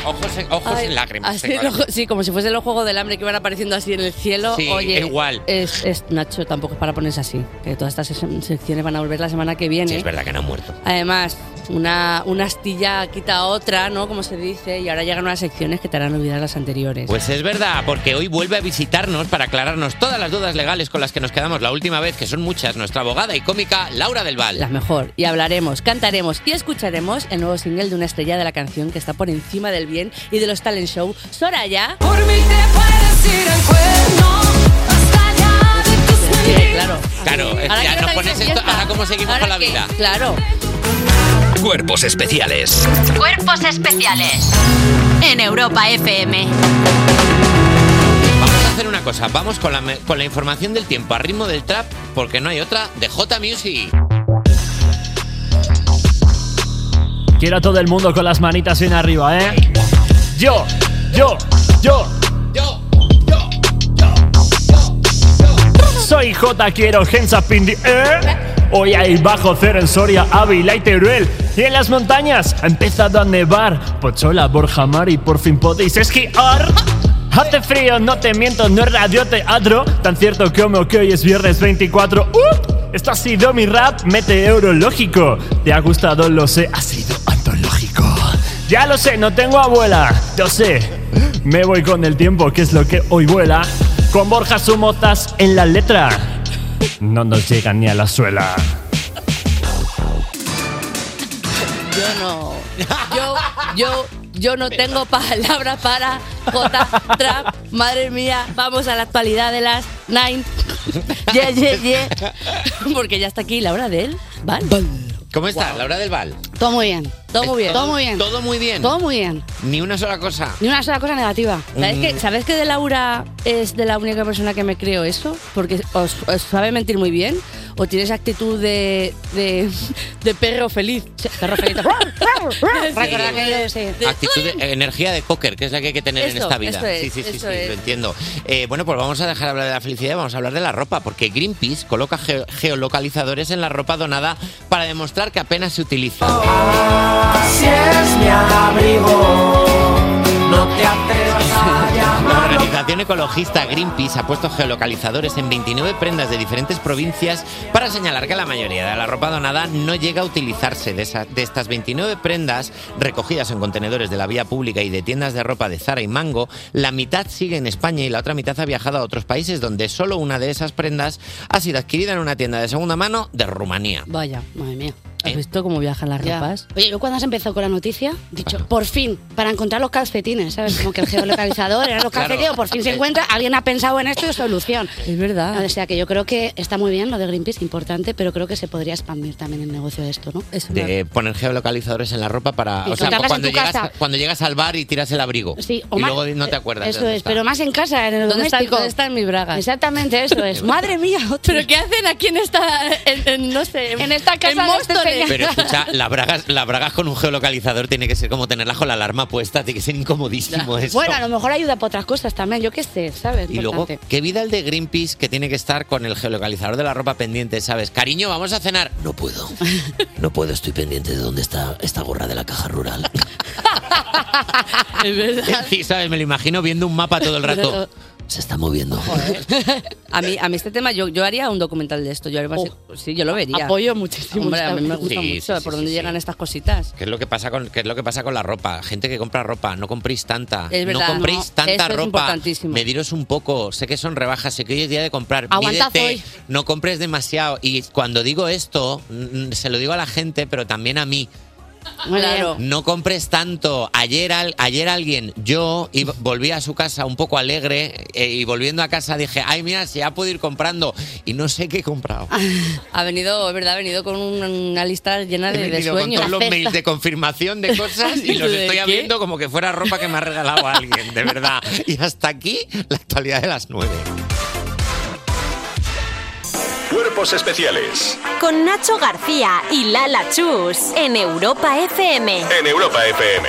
Ojos en, ojos
Ay,
en lágrimas.
así
tengo
lo-
ahora.
sí, como si fuese los juegos del hambre que van apareciendo así en el cielo.
Sí,
Oye,
igual.
Es, es- Nacho, tampoco es para ponerse así. Que todas estas sec- secciones van a volver la semana que viene.
Sí, es verdad que no ha muerto.
Además, una, una astilla quita otra, ¿no? Como se dice, y ahora llegan unas secciones que te harán olvidar las anteriores.
Pues es verdad, porque hoy vuelve a visitarnos para aclararnos todas las dudas legales con las que nos quedamos la última vez, que son muchas, nuestra abogada y cómica Laura del Val.
La mejor. Y hablaremos, cantaremos y escucharemos el nuevo single de una estrella de la canción que está por encima del bien y de los talent show, Soraya. Por mí te puedes ir al claro.
Claro, es que
Ahora
ya
quiero salir
nos
de
pones esto,
fiesta.
ahora cómo seguimos
Ahora
con la
qué,
vida.
Claro.
Cuerpos especiales.
Cuerpos especiales en Europa FM.
Vamos a hacer una cosa, vamos con la, me- con la información del tiempo a ritmo del trap, porque no hay otra, de J Music.
Quiero a todo el mundo con las manitas bien arriba, ¿eh? Yo, yo, yo. Soy J, quiero hands up in the air. ¿eh? Hoy hay bajo cero en Soria, Ávila y Teruel. Y en las montañas ha empezado a nevar. Pochola, Borja Mari, por fin podéis esquiar. Hace frío, no te miento, no es radioteatro. Tan cierto como que hoy es viernes 24. ¡Uh! Esto ha sido mi rap meteorológico. ¿Te ha gustado? Lo sé, ha sido antológico. Ya lo sé, no tengo abuela. Yo sé, me voy con el tiempo, que es lo que hoy vuela. Con Borja Sumozas en la letra. No nos llegan ni a la suela.
Yo no. Yo, yo, yo no tengo palabras para J Trap. Madre mía, vamos a la actualidad de las Nine. Yeah, yeah, yeah. Porque ya está aquí la hora del Val.
¿Cómo está, Laura del Val?
Todo muy bien.
Todo muy bien.
Todo muy bien.
Todo muy bien.
Todo muy bien.
Ni una sola cosa.
Ni una sola cosa negativa.
¿Sabes
Mm.
que, ¿Sabes que de Laura es de la única persona que me creo eso? Porque os, os sabe mentir muy bien o tienes actitud de, de, de perro feliz. Perro feliz.
Recordad que Eh, sí.
Actitud, de- energía de póker, que es la que hay que tener en
Esto,
esta vida.
esto es,
sí, sí, sí, sí,
esto
lo
es.
entiendo. Eh, bueno, pues vamos a dejar hablar de la felicidad y vamos a hablar de la ropa, porque Greenpeace coloca ge- geolocalizadores en la ropa donada para demostrar que apenas se utiliza.
Así es mi abrigo. No te atrevas a
La
llamar.
organización ecologista Greenpeace ha puesto geolocalizadores en 29 prendas de diferentes provincias para señalar que la mayoría de la ropa donada no llega a utilizarse. De, esa- de estas 29 prendas recogidas en contenedores de la vía pública y de tiendas de ropa de Zara y Mango, la mitad sigue en España y la otra mitad ha viajado a otros países donde solo una de esas prendas ha sido adquirida en una tienda de segunda mano de Rumanía.
Vaya, madre mía.
¿Has visto cómo viajan las
Ya.
ropas?
Oye, yo cuando has empezado con la noticia, dicho, por fin, para encontrar los calcetines, ¿sabes? Como que el geolocalizador era los
Claro.
calcetines, por fin se encuentra, alguien ha pensado en esto y solución.
Es verdad.
O sea, que yo creo que está muy bien lo de Greenpeace, importante, pero creo que se podría expandir también el negocio de esto, ¿no?
De poner geolocalizadores en la ropa para...
Y
O sea,
colgarlas en
cuando
tu
llegas,
casa.
cuando llegas al bar y tiras el abrigo.
Sí, o
y
más-
luego no te acuerdas. de
Eso
dónde
es,
está.
pero más en casa, en el
¿Dónde están-
doméstico.
dónde están mis bragas?
Exactamente, eso es. Madre mía,
¿Pero qué hacen aquí en esta, en, en, no sé, en esta
casa
en
no te
Móstoles?
Pero escucha, las bragas, las bragas con un geolocalizador tiene que ser como tenerlas con la alarma puesta, tiene que ser incomodísimo eso.
Bueno, a lo mejor ayuda para otras cosas también, yo qué sé, ¿sabes?
y luego,
Importante.
qué vida el de Greenpeace que tiene que estar con el geolocalizador de la ropa pendiente, ¿sabes? Cariño, vamos a cenar. No puedo. No puedo, estoy pendiente de dónde está esta gorra de la caja rural.
es verdad.
Sí, ¿sabes? Me lo imagino viendo un mapa todo el rato. Se está moviendo.
A mí, a mí este tema, yo, yo haría un documental de esto. Yo, haría- sí, yo lo vería.
Apoyo muchísimo.
Hombre, a mí me gusta
Sí, sí,
mucho
sí,
por
sí,
dónde
sí.
llegan estas cositas.
¿Qué es lo que pasa con qué es lo que pasa con la ropa? Gente que compra ropa, no compréis tanta,
Es verdad,
no compréis
no,
tanta
eso es
ropa.
importantísimo.
Mediros un poco, sé que son rebajas, sé que hoy es día de comprar.
Aguantad
Mídete,
hoy.
no compres demasiado y cuando digo esto, mm, mm, se lo digo a la gente, pero también a mí.
Claro.
No compres tanto. Ayer, al- ayer alguien, yo y volví a su casa un poco alegre eh, y volviendo a casa dije, ay mira, si ya puedo ir comprando y no sé qué he comprado.
Ha venido, es verdad, ha venido con un- una lista llena
He
de, de
venido con
sueños.
todos los mails de confirmación de cosas y los
¿De
estoy
qué?
abriendo como que fuera ropa que me ha regalado alguien, de verdad. Y hasta aquí la actualidad de las nueve.
Cuerpos especiales
Con Nacho García y Lala Chus en Europa FM.
en Europa FM.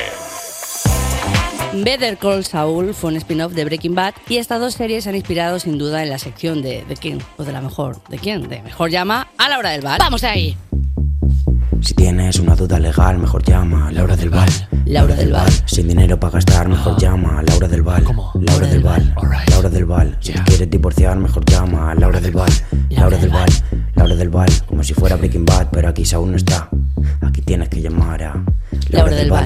Better Call Saul fue un spin-off de Breaking Bad y estas dos series se han inspirado sin duda en la sección de, ¿de quién? Pues de la mejor. ¿De quién? De mejor llama a la hora del bar. Vamos ahí.
Si tienes una duda legal, mejor llama a Laura del Val.
Laura del Val.
Sin dinero para gastar, mejor llama a Laura del Val. Laura del Val. Laura del Val. Si te quieres divorciar, mejor llama a Laura del Val. Laura del Val. Laura del Val. Como si fuera Breaking Bad, pero aquí Saúl no está. Aquí tienes que llamar a Laura del Val.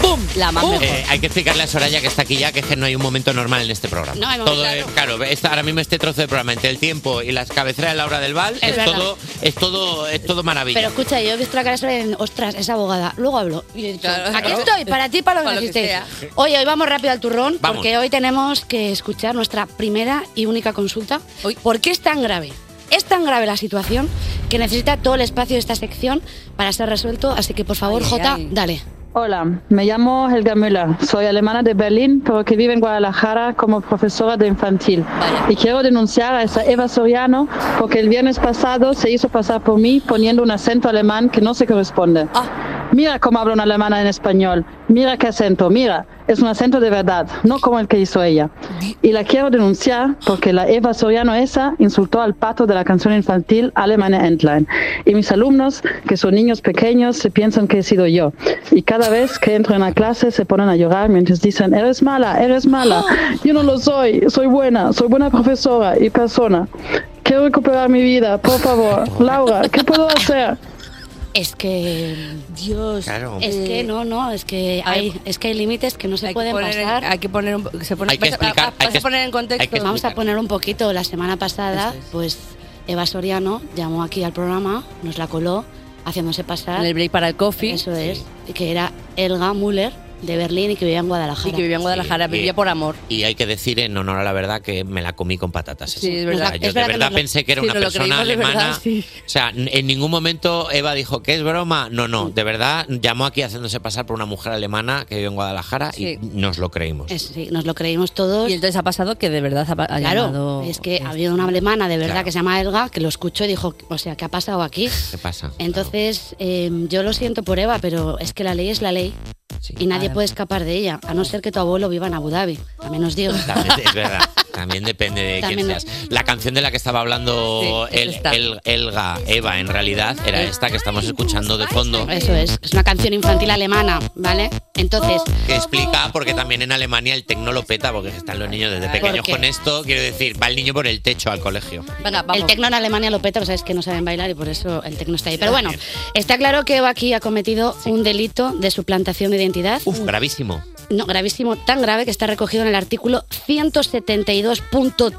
¡Pum! La más mejor.
Eh, hay que explicarle a Soraya que está aquí ya que es que no hay un momento normal en este programa.
No, hay momento
todo es, claro, está ahora mismo este trozo de programa entre el tiempo y las cabeceras de Laura del Val
Es
es,
verdad.
todo, es todo, es todo maravilla.
Pero escucha, yo he visto la cara de Soraya y digo, ostras, es abogada. Luego hablo. Y he dicho, aquí estoy, para ti, para lo
Para
que
lo que
necesites.
sea.
Oye, hoy vamos rápido al turrón,
Vamos.
porque hoy tenemos que escuchar nuestra primera y única consulta. ¿Por qué es tan grave? Es tan grave la situación que necesita todo el espacio de esta sección para ser resuelto. Así que, por favor, Jota, dale.
Hola, me llamo Helga Müller, soy alemana de Berlín, pero que vive en Guadalajara como profesora de infantil. Y quiero denunciar a esa Eva Soriano porque el viernes pasado se hizo pasar por mí poniendo un acento alemán que no se corresponde. Mira cómo habla una alemana en español, mira qué acento, mira, es un acento de verdad, no como el que hizo ella. Y la quiero denunciar porque la Eva Soriano esa insultó al pato de la canción infantil Alemania Endline. Y mis alumnos, que son niños pequeños, se piensan que he sido yo. Y cada vez que entran a clase se ponen a llorar mientras dicen, eres mala, eres mala. Yo no lo soy, soy buena, soy buena profesora y persona. Quiero recuperar mi vida, por favor. Laura, ¿qué puedo hacer?
Es que. Dios.
Claro.
Es que no, no, es que hay, es que hay límites que no se pueden
poner en-
pasar.
hay que poner un, se pone- Hay que vas a- explicar, vas hay a que- poner en contexto. hay que
Vamos a
explicar.
poner un poquito. La semana pasada, pues Eva Soriano llamó aquí al programa, nos la coló, haciéndose pasar.
En el break para el coffee.
Eso es. Que era Elga Müller de Berlín y que vivía en Guadalajara.
Y que vivía en Guadalajara,
Sí,
vivía
y-
por amor.
Y hay que decir en honor a la verdad que me la comí con patatas.
Sí,
esa.
es verdad.
O sea, yo
Es
de
verdad que
verdad
nos la-
pensé que era
sí,
una
nos lo
persona
creímos de
alemana.
verdad, sí.
O sea, n- en ningún momento Eva dijo que es broma. No, no, de verdad llamó aquí haciéndose pasar por una mujer alemana que vive en Guadalajara
Sí.
y nos lo creímos.
Es- sí, nos lo creímos todos. Y
entonces ha pasado que de verdad ha, pa- ha
Claro,
llamado- este.
es que ha habido una alemana de verdad
Claro.
que se llama Elga que lo escuchó y dijo, o sea, ¿qué ha pasado aquí?
¿Qué pasa?
Entonces, eh, yo lo siento por Eva, pero es que la ley es la ley. Y nadie
Además.
puede escapar de ella, a no ser que tu abuelo viva en Abu Dhabi. También os digo.
También, es verdad. También depende de quién
También
seas. La canción de la que estaba hablando
Sí, es
el-
esta.
el- Elga, Eva, en realidad era esta que estamos escuchando de fondo.
Eso es, es una canción infantil alemana, ¿vale? Entonces,
Que explica, porque también en Alemania el tecno lo peta, porque están los niños desde pequeños
Porque-
con esto. Quiero decir, va el niño por el techo al colegio.
el tecno en Alemania lo peta, o sea, es que no saben bailar y por eso el tecno está ahí. Pero bueno, está claro que Eva aquí ha cometido un delito de suplantación de identidad.
Bravísimo.
No, gravísimo, tan grave que está recogido en el artículo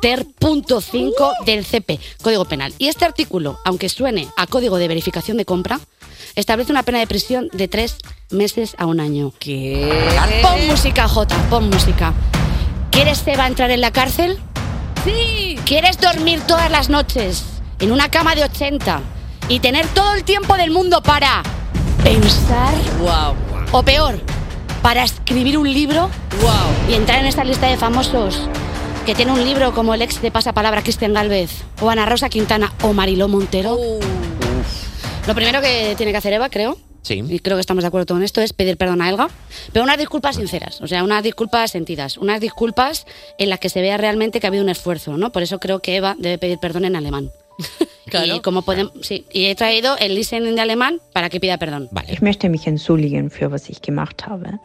172.ter.5 del CP, Código Penal. Y este artículo, aunque suene a Código de Verificación de Compra, establece una pena de prisión de tres meses a un año.
¿Qué?
Pon música, Jota, pon música. ¿Quieres, Eva, entrar en la cárcel?
¡Sí!
¿Quieres dormir todas las noches en una cama de 80 y tener todo el tiempo del mundo para pensar?
¡Wow!
O peor, para escribir un libro y entrar en esta lista de famosos que tiene un libro como el ex de Pasapalabra Cristian Galvez o Ana Rosa Quintana o Mariló Montero. Lo primero que tiene que hacer Eva, creo,
Sí.
y creo que estamos de acuerdo con esto, es pedir perdón a Elga, pero unas disculpas sinceras, o sea, unas disculpas sentidas, unas disculpas en las que se vea realmente que ha habido un esfuerzo, ¿no? Por eso creo que Eva debe pedir perdón en alemán. Y como podemos, sí, y he traído el listening de alemán para que pida perdón.
Ich möchte mich entschuldigen für was ich gemacht habe.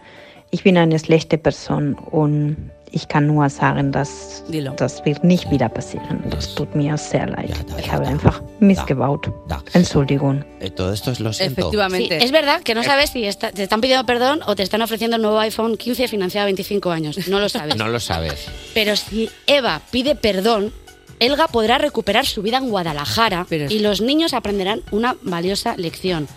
Ich bin eine schlechte Person und
ich kann nur sagen, dass das wird nicht wieder passieren. Das tut mir sehr leid. Ich habe einfach missgebaut. Entschuldigung.
Eh, todo esto es lo siento.
Sí, es verdad que no sabes si está- te están pidiendo perdón o te están ofreciendo el nuevo iPhone 15 financiado a 25 años. No lo sabes.
No lo sabes.
Pero si Eva pide perdón, Elga podrá recuperar su vida en Guadalajara y los niños aprenderán una valiosa lección.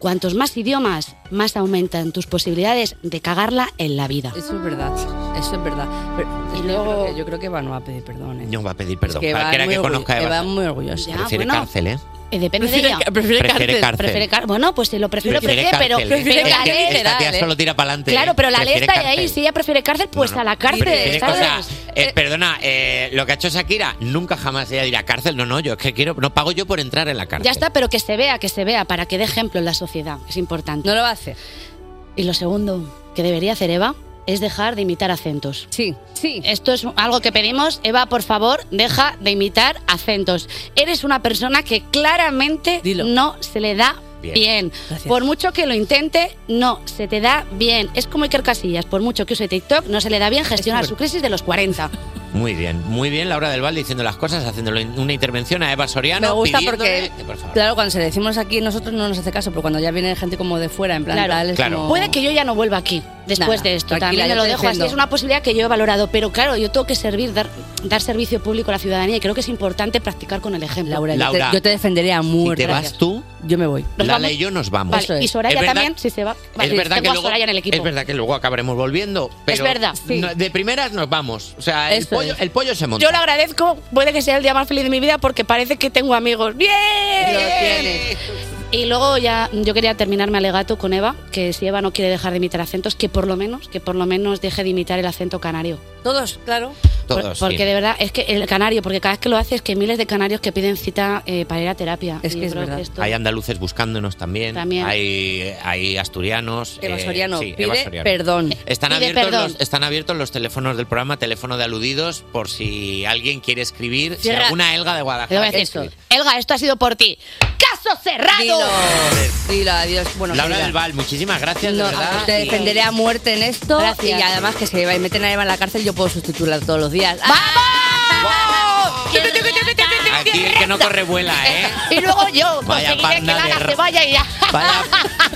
Cuantos más idiomas, más aumentan tus posibilidades de cagarla en la vida.
Eso es verdad, eso es verdad. Pero es que yo, creo que, yo creo que Eva no va a pedir perdón. ¿eh?
No va a pedir perdón.
Es que Eva
Cualquiera
es muy
que conozca a
orgullo-
Eva.
Eva es muy orgullosa. Ya,
Prefiere
bueno.
cárcel, ¿eh?
Eh, depende de
Prefiere
ella.
ca- prefiere Prefiere cárcel. cárcel.
Prefiere car- bueno, pues si lo prefiero, prefiere, pero, pero la
Es que
ley.
Esta tía solo tira para adelante. ¿eh?
Claro, pero la ley está
ahí
ahí. Si ella prefiere cárcel, pues a la cárcel.
Prefiere
¿sabes?
cosas- eh, perdona, eh, lo que ha hecho Shakira, nunca jamás ella dirá cárcel. No, no, yo es que quiero, no pago yo por entrar en la cárcel.
Ya está, pero que se vea, que se vea, para que dé ejemplo en la sociedad. Es importante. No
lo va a hacer.
Y lo segundo que debería hacer Eva es dejar de imitar acentos.
Sí, sí.
Esto es algo que pedimos. Eva, por favor, deja de imitar acentos. Eres una persona que claramente no se le da
Bien.
bien.
Gracias.
Por mucho que lo intente, no se te da bien. Es como Iker Casillas. Por mucho que use TikTok, no se le da bien gestionar su crisis de los 40.
Muy bien, muy bien Laura del Val diciendo las cosas, haciéndole una intervención a Eva Soriano.
Me gusta
pidiéndole-
porque,
Eh, por favor.
claro, cuando se le decimos aquí, nosotros no nos hace caso, pero cuando ya viene gente como de fuera, en plan
Claro.
tal, es
Claro.
como-
Puede que yo ya no vuelva aquí después
Nada,
de esto.
tranquila,
También
yo
me lo
te
dejo
defiendo.
así. Es una posibilidad que yo he valorado. Pero claro, yo tengo que servir, dar, dar servicio público a la ciudadanía y creo que es importante practicar con el ejemplo.
Laura, yo te- Laura, yo te defendería a muerte.
Si te vas tú,
yo me voy.
La
vamos.
ley y yo nos vamos.
Vale, y
Es
Soraya
verdad-
también, si se va. Vale,
es verdad
tengo
que
a
luego,
Soraya en el equipo.
es verdad que luego acabaremos volviendo. Pero
verdad, sí.
no- de primeras nos vamos. O sea, el
Eso
pollo,
es.
el pollo se monta.
Yo lo agradezco, puede que sea el día más feliz de mi vida porque parece que tengo amigos. ¡Bien! Y luego ya yo quería terminar mi alegato con Eva, que si Eva no quiere dejar de imitar acentos, que por lo menos, que por lo menos deje de imitar el acento canario.
Todos, claro.
Por-
Oh,
Todos,
porque
sí.
de verdad, es que el canario, porque cada vez que lo haces, que miles de canarios que piden cita eh, para ir a terapia.
Es
Y
que es
creo
verdad.
esto-
Hay andaluces buscándonos también.
También.
Hay, hay asturianos.
Eva
eh,
Soriano
sí,
pide
Eva Soriano.
perdón.
Están
Pide
abiertos,
perdón.
Los, están abiertos los teléfonos del programa, teléfono de aludidos, por si alguien quiere escribir, si
Cierra-
alguna Elga de
Le voy
Guadalajara
a
quiere
decir,
escribir.
Elga, esto ha sido por ti. ¡Caso cerrado!
Dilo, adiós. Bueno,
Laura
querida.
del Val, muchísimas gracias, de
No,
verdad.
te
Y-
defenderé a muerte en esto
Gracias.
y además que se va y meten a Eva en la cárcel yo puedo sustituirla todos los días. Ah,
Aquí el que no corre vuela, ¿eh?
Y luego yo
Vaya
conseguiré que
panda
la
de
haga
ra-
se vaya y ya.
Vaya,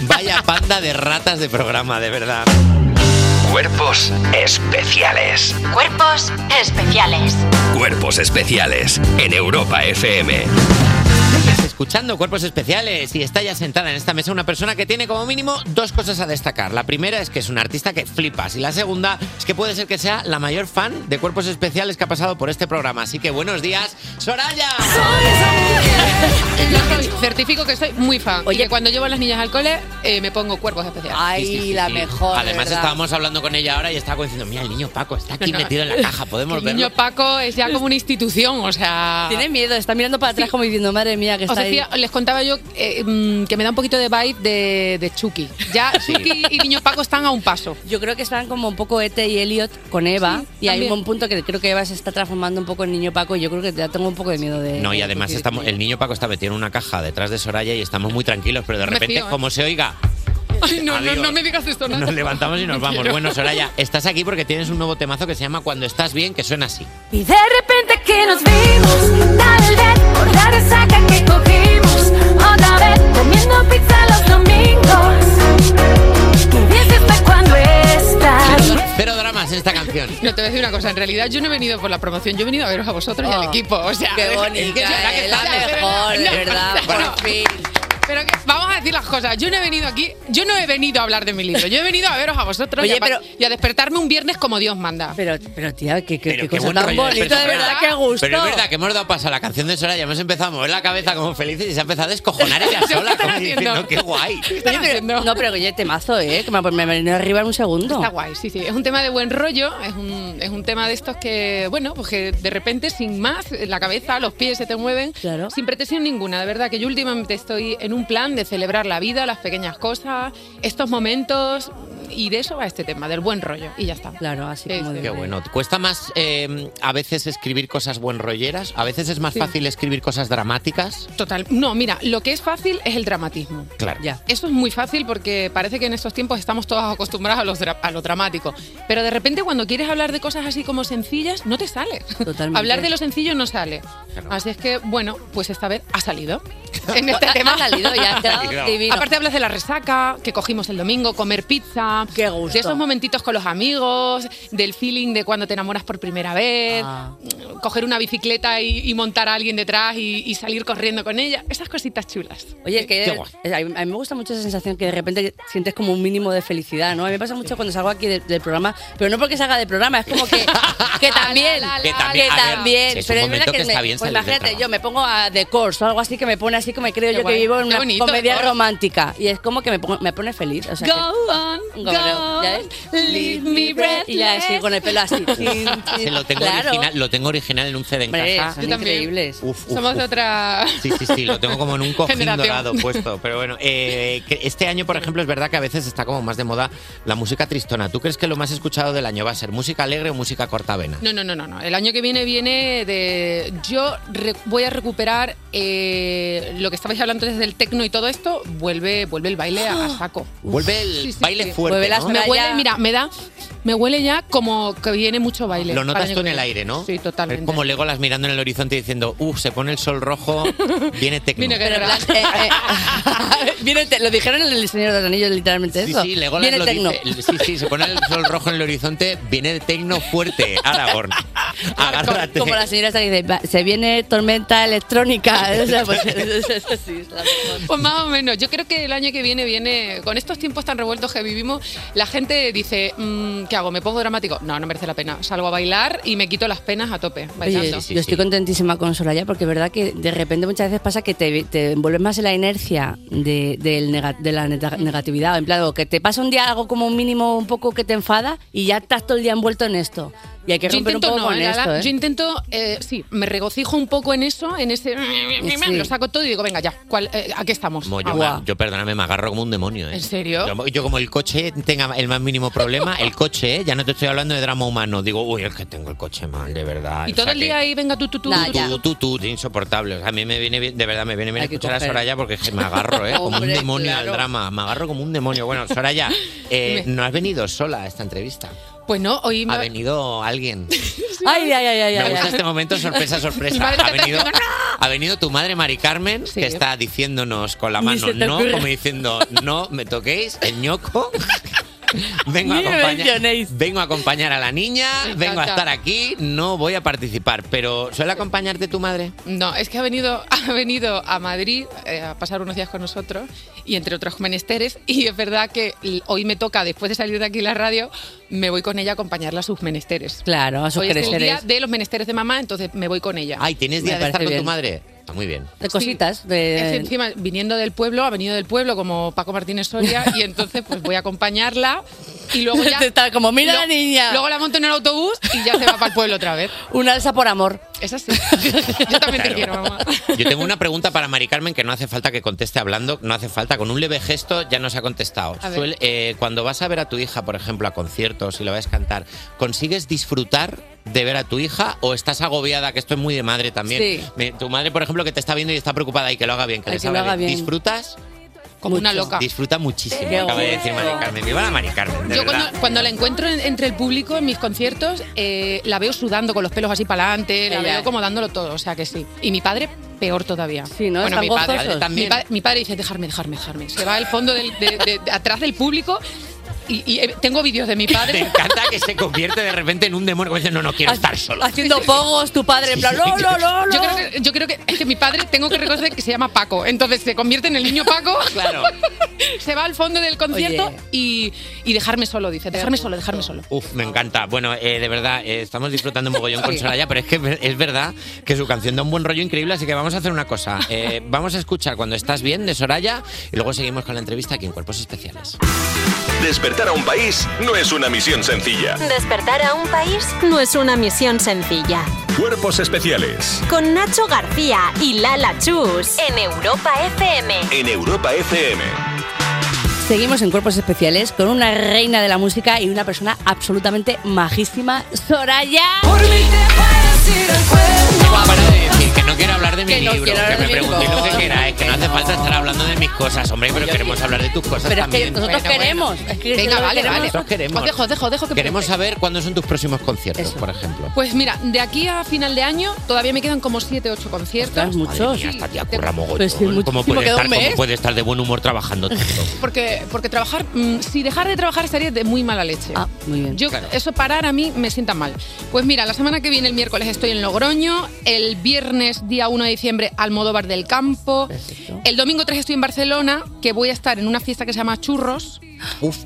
vaya panda de ratas de programa, de verdad.
Cuerpos especiales.
Cuerpos especiales.
Cuerpos especiales en Europa FM.
Estás escuchando Cuerpos Especiales y está ya sentada en esta mesa una persona que tiene como mínimo dos cosas a destacar. La primera es que es un artista que flipas y la segunda es que puede ser que sea la mayor fan de Cuerpos Especiales que ha pasado por este programa. Así que buenos días, Soraya.
Yo soy- certifico que soy muy fan. Oye, cuando llevo a las niñas al cole, eh, me pongo cuerpos especiales.
Sí, sí, sí, sí. Además estábamos hablando con ella ahora y estaba diciendo, mira, el niño Paco está aquí
No, no.
metido en la caja, podemos
El
verlo.
niño Paco es ya como una institución, o sea.
Tiene miedo, está mirando para atrás como diciendo, madre mía, que
Os
está ahí.
decía- les contaba yo eh, mm, que me da un poquito de vibe de, de Chucky. Ya
Sí.
Chucky y Niño Paco están a un paso.
Yo creo que están como un poco Ete y Elliot con Eva y hay
también.
un punto que creo que Eva se está transformando un poco en niño Paco y yo creo que ya tengo un poco de miedo de...
No, y además estamos, eh, el niño Paco está metido en una caja detrás de Soraya y estamos muy tranquilos, pero de
Me
repente,
fío, ¿eh?
como se oiga,
Ay, no, no,
Adiós.
no me digas esto, no.
nos levantamos y nos
No
vamos.
quiero.
Bueno, Soraya, estás aquí porque tienes un nuevo temazo que se llama Cuando estás bien, que suena así.
Y de repente que nos vimos, dale ver, por la resaca que cogimos, otra vez comiendo pizza los domingos. ¿Qué dices está cuando estás?
Pero dramas en esta canción.
No, te voy a decir una cosa, en realidad yo no he venido por la promoción, yo he venido a veros a vosotros y al equipo, o sea...
Oh, qué
es que-
bonita,
es
eh,
que-
es la mejor, de verdad, por
Pero que- vamos a decir las cosas, yo no he venido aquí, yo no he venido a hablar de mi libro, yo he venido a veros a vosotros y,
Oye,
a, pa-
pero-
y a despertarme un viernes como Dios manda.
Pero, pero tía, qué, qué, qué
Qué
cosa
buen
tan
rollo, ¿eh? es
bonita, de
verdad.
verdad, qué gusto.
Pero es verdad que hemos dado paso a la canción de Soraya, hemos empezado a mover la cabeza como felices y se ha empezado a descojonar ella sola, como diciendo, qué guay.
Oye, pero- no, pero oye, temazo, ¿eh? Que me me ha venido arriba en un segundo.
Está guay, sí, sí. Es un tema de buen rollo, es un, es un tema de estos que, bueno, pues que de repente, sin más, la cabeza, los pies se te mueven, sin pretensión ninguna. De verdad que yo últimamente estoy en un un plan de celebrar la vida, las pequeñas cosas, estos momentos. Y de eso va este tema, del buen rollo. Y ya está. Claro, así como
Qué bueno. ¿Cuesta más eh, a veces escribir cosas buenrolleras? ¿A veces es más
Sí.
fácil escribir cosas dramáticas?
Total. No, mira, lo que es fácil es el dramatismo.
Claro. Ya.
Eso es muy fácil porque parece que en estos tiempos estamos todos acostumbrados a, los dra- a lo dramático. Pero de repente cuando quieres hablar de cosas así como sencillas, no te sale.
Totalmente.
Hablar de lo sencillo no sale. Así es que, bueno, pues esta vez ha salido. En este
Ha- ha
tema
salido y ha quedado Claro. divino.
Aparte hablas de la resaca, que cogimos el domingo, comer pizza, de esos momentitos con los amigos, del feeling de cuando te enamoras por primera vez,
Ah.
coger una bicicleta y, y montar a alguien detrás y, y salir corriendo con ella, esas cositas chulas.
Oye, que
Qué guay.
eh, a mí a mí me gusta mucho esa sensación que de repente sientes como un mínimo de felicidad, ¿no? A mí me pasa mucho cuando salgo aquí de- del programa, pero no porque salga del programa, es como que, que también,
Que también, a ver,
también,
si es un
pero
momento
verdad
que está
me-
bien
pues
salir del
imagínate,
trabajo.
yo me pongo a The Course o algo así que me pone así como creo
Qué
yo
guay.
que vivo en
Qué
una
bonito,
comedia
The Course.
romántica y es como que me, pongo- me pone feliz, o sea, que-
Go on,
un
go
cabrón, ¿ya
on,
ves?
leave me breathless.
y ya así con el pelo así. chin,
Se
chin.
lo, tengo
Claro.
original, lo tengo original en un CD en
Hombre,
casa.
son Yo también. increíbles.
Uf, uf,
Somos
uf.
de otra...
Sí, sí, sí, lo tengo como en un cojín
Generación.
dorado puesto. Pero bueno, eh, que este año, por ejemplo, es verdad que a veces está como más de moda la música tristona. ¿Tú crees que lo más escuchado del año va a ser música alegre o música cortavena?
No, no, no, no, no. El año que viene viene de. Yo re- voy a recuperar eh, lo que estabais hablando antes del tecno y todo esto. Vuelve, vuelve el baile a,
Ah.
a saco.
Vuelve el baile fuerte,
Vuelve
¿no?
Me huele,
Playa.
mira, me da, me huele ya como que viene mucho baile.
Lo
para
notas
año
tú
que
en el
viene.
aire, ¿no?
Sí, totalmente.
Es como Legolas mirando en el horizonte diciendo, uff, se pone el sol rojo, viene tecno.
Viene
Pero en plan, eh, eh, viene te- lo dijeron en el Señor de los Anillos, literalmente
Sí,
eso.
sí, Legolas
viene
lo
tecno.
dice. Sí, sí, se pone el sol rojo en el horizonte, viene el tecno fuerte, Aragorn. Agárrate.
Como la señora esta que dice, "Va, se viene tormenta electrónica. O sea, pues, eso, eso sí, es la mejor.
Pues más o menos. Yo creo que el año que viene viene con estos tiempos tan revueltos que vivimos. La gente dice, mm, ¿qué hago? Me pongo dramático. No, no merece la pena. Salgo a bailar y me quito las penas a tope
Oye,
bailando.
yo estoy contentísima con Soraya porque es verdad que de repente muchas veces pasa que te, te envuelves más en la inercia de, del nega- de la neta- negatividad. En plan, o que te pasa un día algo como un mínimo un poco que te enfada y ya estás todo el día envuelto en esto. Y hay que
Yo
romper un
intento
poco
no,
con
eh, Lala.
esto. ¿eh?
Yo intento, eh, sí, me regocijo un poco en eso, en ese.
Sí.
Lo saco todo y digo, venga, ya, ¿cuál, eh, ¿a qué estamos?
Mo, yo,
Ahora.
me- yo, perdóname, me agarro como un demonio, ¿eh?
¿En serio?
Yo, yo como el coche tenga el más mínimo problema, el coche, ¿eh? ya no te estoy hablando de drama humano. Digo, uy, es que tengo el coche mal, de verdad.
Y
O
todo
sea
el
que-
día ahí, venga, tú, tú, tú. tú, tú.
Tú, tú, tú, de insoportable. O sea, a mí me viene bien, de verdad, me viene bien
Hay que
escuchar a
coger.
Soraya porque es que me agarro, ¿eh? Como un
Hombre,
demonio al
claro.
drama. Me agarro como un demonio. Bueno, Soraya, eh, no has venido sola a esta entrevista.
Pues no, hoy me.
Ha venido alguien.
Ay, ay, ay, ay.
Me
ay,
gusta
ay.
este momento, sorpresa,
Mi
sorpresa.
madre
Ha
está
venido, ha venido tu madre Mari Carmen, que está diciéndonos con la
Ni
mano
se te
no,
ocurra.
como diciendo no me toquéis, el ñoco. Vengo a,
Ni me
acompañar, vengo a acompañar a la niña,
Me
vengo a
encanta.
estar aquí, no voy a participar, pero ¿suele acompañarte tu madre?
No, es que ha venido, ha venido a Madrid eh, a pasar unos días con nosotros y entre otros menesteres. Y es verdad que l- hoy me toca, después de salir de aquí la radio, me voy con ella a acompañarla a sus menesteres.
Claro, a sus
hoy es el día
creceres.
de los menesteres de mamá, entonces me voy con ella.
Ay, ¿tienes
Me
día de estar
parece
con
bien.
tu madre? Está muy bien.
De cositas.
Es
De,
encima, viniendo del pueblo, ha venido del pueblo como Paco Martínez Soria y entonces pues voy a acompañarla y luego ya...
Está como, "Mira la niña".
Luego la monto en el autobús y ya se va para el pueblo otra vez.
Una alza por amor.
Es así. Yo también te quiero, mamá.
Yo tengo una pregunta para Mari Carmen que no hace falta que conteste hablando, no hace falta, con un leve gesto ya nos ha contestado.
A ver.
Suele- eh, cuando vas a ver a tu hija, por ejemplo, a conciertos y la vas a cantar, ¿consigues disfrutar de ver a tu hija o estás agobiada, que esto es muy de madre también?
Sí.
Me- tu madre, por ejemplo, que te está viendo y está preocupada y que lo haga bien, que
Ay,
les
que lo
haga
haga
bien.
bien.
¿Disfrutas?
Como una
Mucho.
loca.
Disfruta muchísimo,
Qué
acaba de
gusto.
decir Mari Carmen. Viva la Mari Carmen, de
Yo
verdad.
cuando, cuando la encuentro en- entre el público en mis conciertos, eh, la veo sudando con los pelos así para adelante, la
Ella.
veo como dándolo todo, o sea que sí. Y mi padre, peor todavía. Sí,
¿no? Están
mi padre,
gozosos.
mi, pa- mi padre dice, dejarme, dejarme, dejarme. Se va al fondo, del, de, de- de- atrás del público y, y, eh, tengo vídeos de mi
Te
padre.
encanta que se convierte de repente en un demonio. que dice, no, no quiero estar solo.
Haciendo pogos, tu padre, en plan, no, no, no, no.
Yo creo, que, yo creo que es que mi padre tengo que reconocer que se llama Paco, entonces se convierte en el niño Paco.
Claro.
Se va al fondo del concierto
Oye.
y, y dejarme solo, dice, dejarme solo, dejarme solo.
Uf, me encanta. Bueno, eh, de verdad, eh, estamos disfrutando un mogollón con
Sí.
Soraya, pero es que ver- es verdad que su canción da un buen rollo increíble, así que vamos a hacer una cosa. Eh, vamos a escuchar Cuando estás bien de Soraya y luego seguimos con la entrevista aquí en Cuerpos Especiales.
Despertar a un país no es una misión sencilla.
Despertar a un país no es una misión sencilla.
Cuerpos especiales
Con Nacho García y Lala Chus en Europa FM.
en Europa FM.
Seguimos en Cuerpos Especiales con una reina de la música y una persona absolutamente majísima, Soraya.
decir que no quiero hablar de mi
Que no
libro,
quiero
que
hablar
me
de mi
preguntéis lo que
libro.
queráis, que no hace falta estar hablando de mis cosas, hombre, pero queremos hablar de tus cosas
Pero es que
también.
nosotros queremos. es que
Venga,
nosotros
vale,
queremos-
vale.
Nosotros queremos.
Os dejo, os dejo, os dejo que
Queremos saber cuándo son tus próximos conciertos, por ejemplo.
Pues mira, de aquí a final de año todavía me quedan como 7, 8 conciertos.
Madre mía, esta tía curra mogollón.
Pues sí, muchísimo,
¿Cómo, puede
queda un
estar, cómo
mes.
puede estar de buen humor trabajando tanto?
Porque, porque trabajar, mm, si dejar de trabajar estaría de muy mala leche.
Ah, muy bien.
Yo,
Claro.
Eso parar a mí me sienta mal. Pues mira, la semana que viene, el miércoles, estoy en Logroño. El viernes, día 1 de diciembre, Almodóvar del Campo. El domingo 3 estoy en Barcelona, que voy a estar en una fiesta que se llama Churros.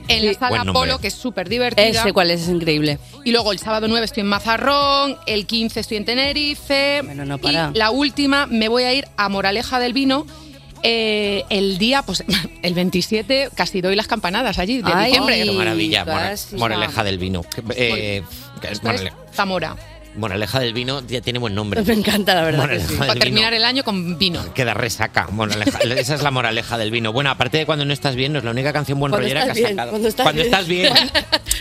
en la sala
Buen nombre.
Polo, que es súper divertida.
Ese cuál es, es increíble.
Y luego el sábado 9 estoy en Mazarrón, el 15 estoy en Tenerife.
no para.
Y la última me voy a ir a Moraleja del Vino. eh, el día, pues el 27, casi doy las campanadas allí, de diciembre.
Qué maravilla, Mora-
Casi.
Moraleja del Vino. Eh, que es
Esto es
Morale-
Zamora.
Moraleja del Vino ya tiene buen nombre.
Me encanta,
la
verdad Moraleja del
Para
Vino.
terminar el año con vino.
Queda resaca. moraleja. Esa es la moraleja del vino. Bueno, aparte de cuando no estás bien, no es la única canción buen
Cuando
rollera que
estás
has
bien,
sacado.
cuando estás bien.
bien.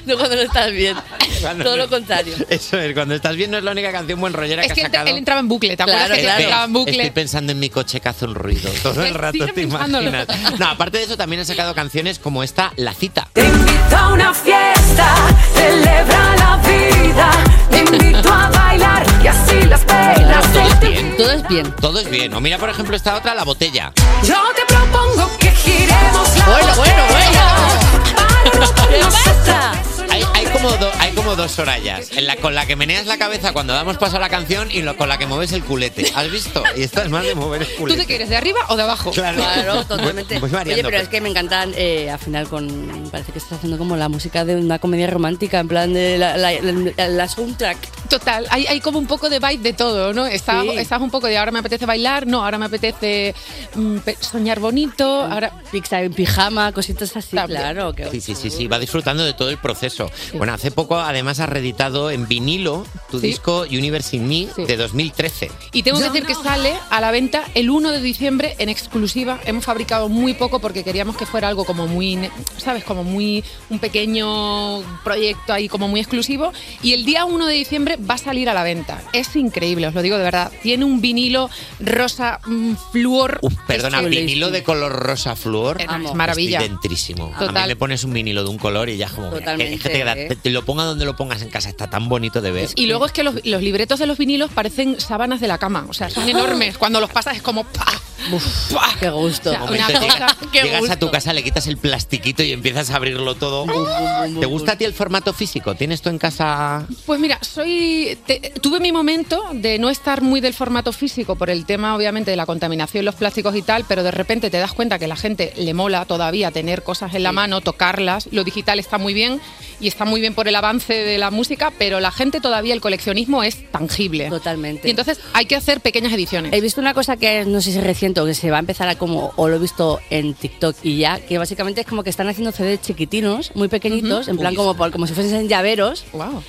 No cuando no estás bien.
Cuando
Todo
no-
lo contrario.
Eso es, cuando estás bien no es la única canción buen rollera
Es
que
que
has
él,
sacado.
él entraba en bucle, ¿te acuerdas? que él
Estoy-
entraba en bucle.
Estoy pensando en mi coche que hace un ruido todo el rato,
Sigue
te
pensándolo.
imaginas. No, aparte de eso también he sacado canciones como esta, La Cita.
invito a una fiesta, celebra la vida. Te invito a bailar y así las penas
Todo
se
es
te
bien.
Todo es bien.
Todo es bien. O mira, por ejemplo, esta otra, La Botella.
Yo te propongo que giremos la
Bueno, bueno,
bueno.
Hay, hay como do- hay como dos Sorayas. En la, con la que meneas la cabeza cuando damos paso a la canción y lo- con la que mueves el culete. ¿Has visto? Y esta es más de mover el
¿Tú
culete.
te quieres de arriba o de abajo?
Claro.
Claro, totalmente.
Voy- voy
Oye,
variando,
pero
pero-
es que me encantan eh, al final con. Parece que estás haciendo como la música de una comedia romántica, en plan de la, la, la- la soundtrack.
Total, hay, hay como un poco de vibe de todo, ¿no? Estás,
Sí.
estás un poco de ahora me apetece bailar, no, ahora me apetece mm, pe- soñar bonito, ahora...
Pizza en pijama, cositas así, claro. Que,
Sí, sí, sí, sí, va disfrutando de todo el proceso. Bueno, hace poco además has reeditado en vinilo tu
Sí.
disco Universe in Me de 2013.
Y tengo que decir que sale a la venta el 1 de diciembre en exclusiva. Hemos fabricado muy poco porque queríamos que fuera algo como muy, ne- ¿sabes? Como muy, un pequeño proyecto ahí como muy exclusivo. Y el día 1 de diciembre va a salir a la venta. Es increíble, os lo digo de verdad. Tiene un vinilo rosa mm, flúor.
Uh, perdona,
Es que-
vinilo de color rosa flúor.
Es maravilla.
Estoy dentrísimo. A
Total.
mí me pones un vinilo de un color y ya es como. mira,
Totalmente,
es que te queda-
¿eh?
te- te lo ponga donde lo pongas en casa, está tan bonito de ver.
Y luego es que los, los libretos de los vinilos parecen sábanas de la cama, o sea, son enormes. Cuando los pasas es como ¡pa!
¡Qué gusto!
De momento llegas,
¡Qué
este, llegas
gusto!
a tu casa, le quitas el plastiquito y empiezas a abrirlo todo. ¿Te gusta a ti el formato físico? ¿Tienes tú en casa
Pues mira, soy te- tuve mi momento de no estar muy del formato físico por el tema obviamente de la contaminación, los plásticos y tal, pero de repente te das cuenta que a la gente le mola todavía tener cosas en la mano, tocarlas, lo digital está muy bien y está muy bien por el avance de la música, pero la gente todavía el coleccionismo es tangible.
Totalmente.
Y entonces hay que hacer pequeñas ediciones.
He visto una cosa que no sé si es reciente o que se va a empezar a como, o lo he visto en TikTok y ya, que básicamente es como que están haciendo CDs chiquitinos, muy pequeñitos,
Ujú.
en plan
Uy.
como, por- como si fuesen llaveros.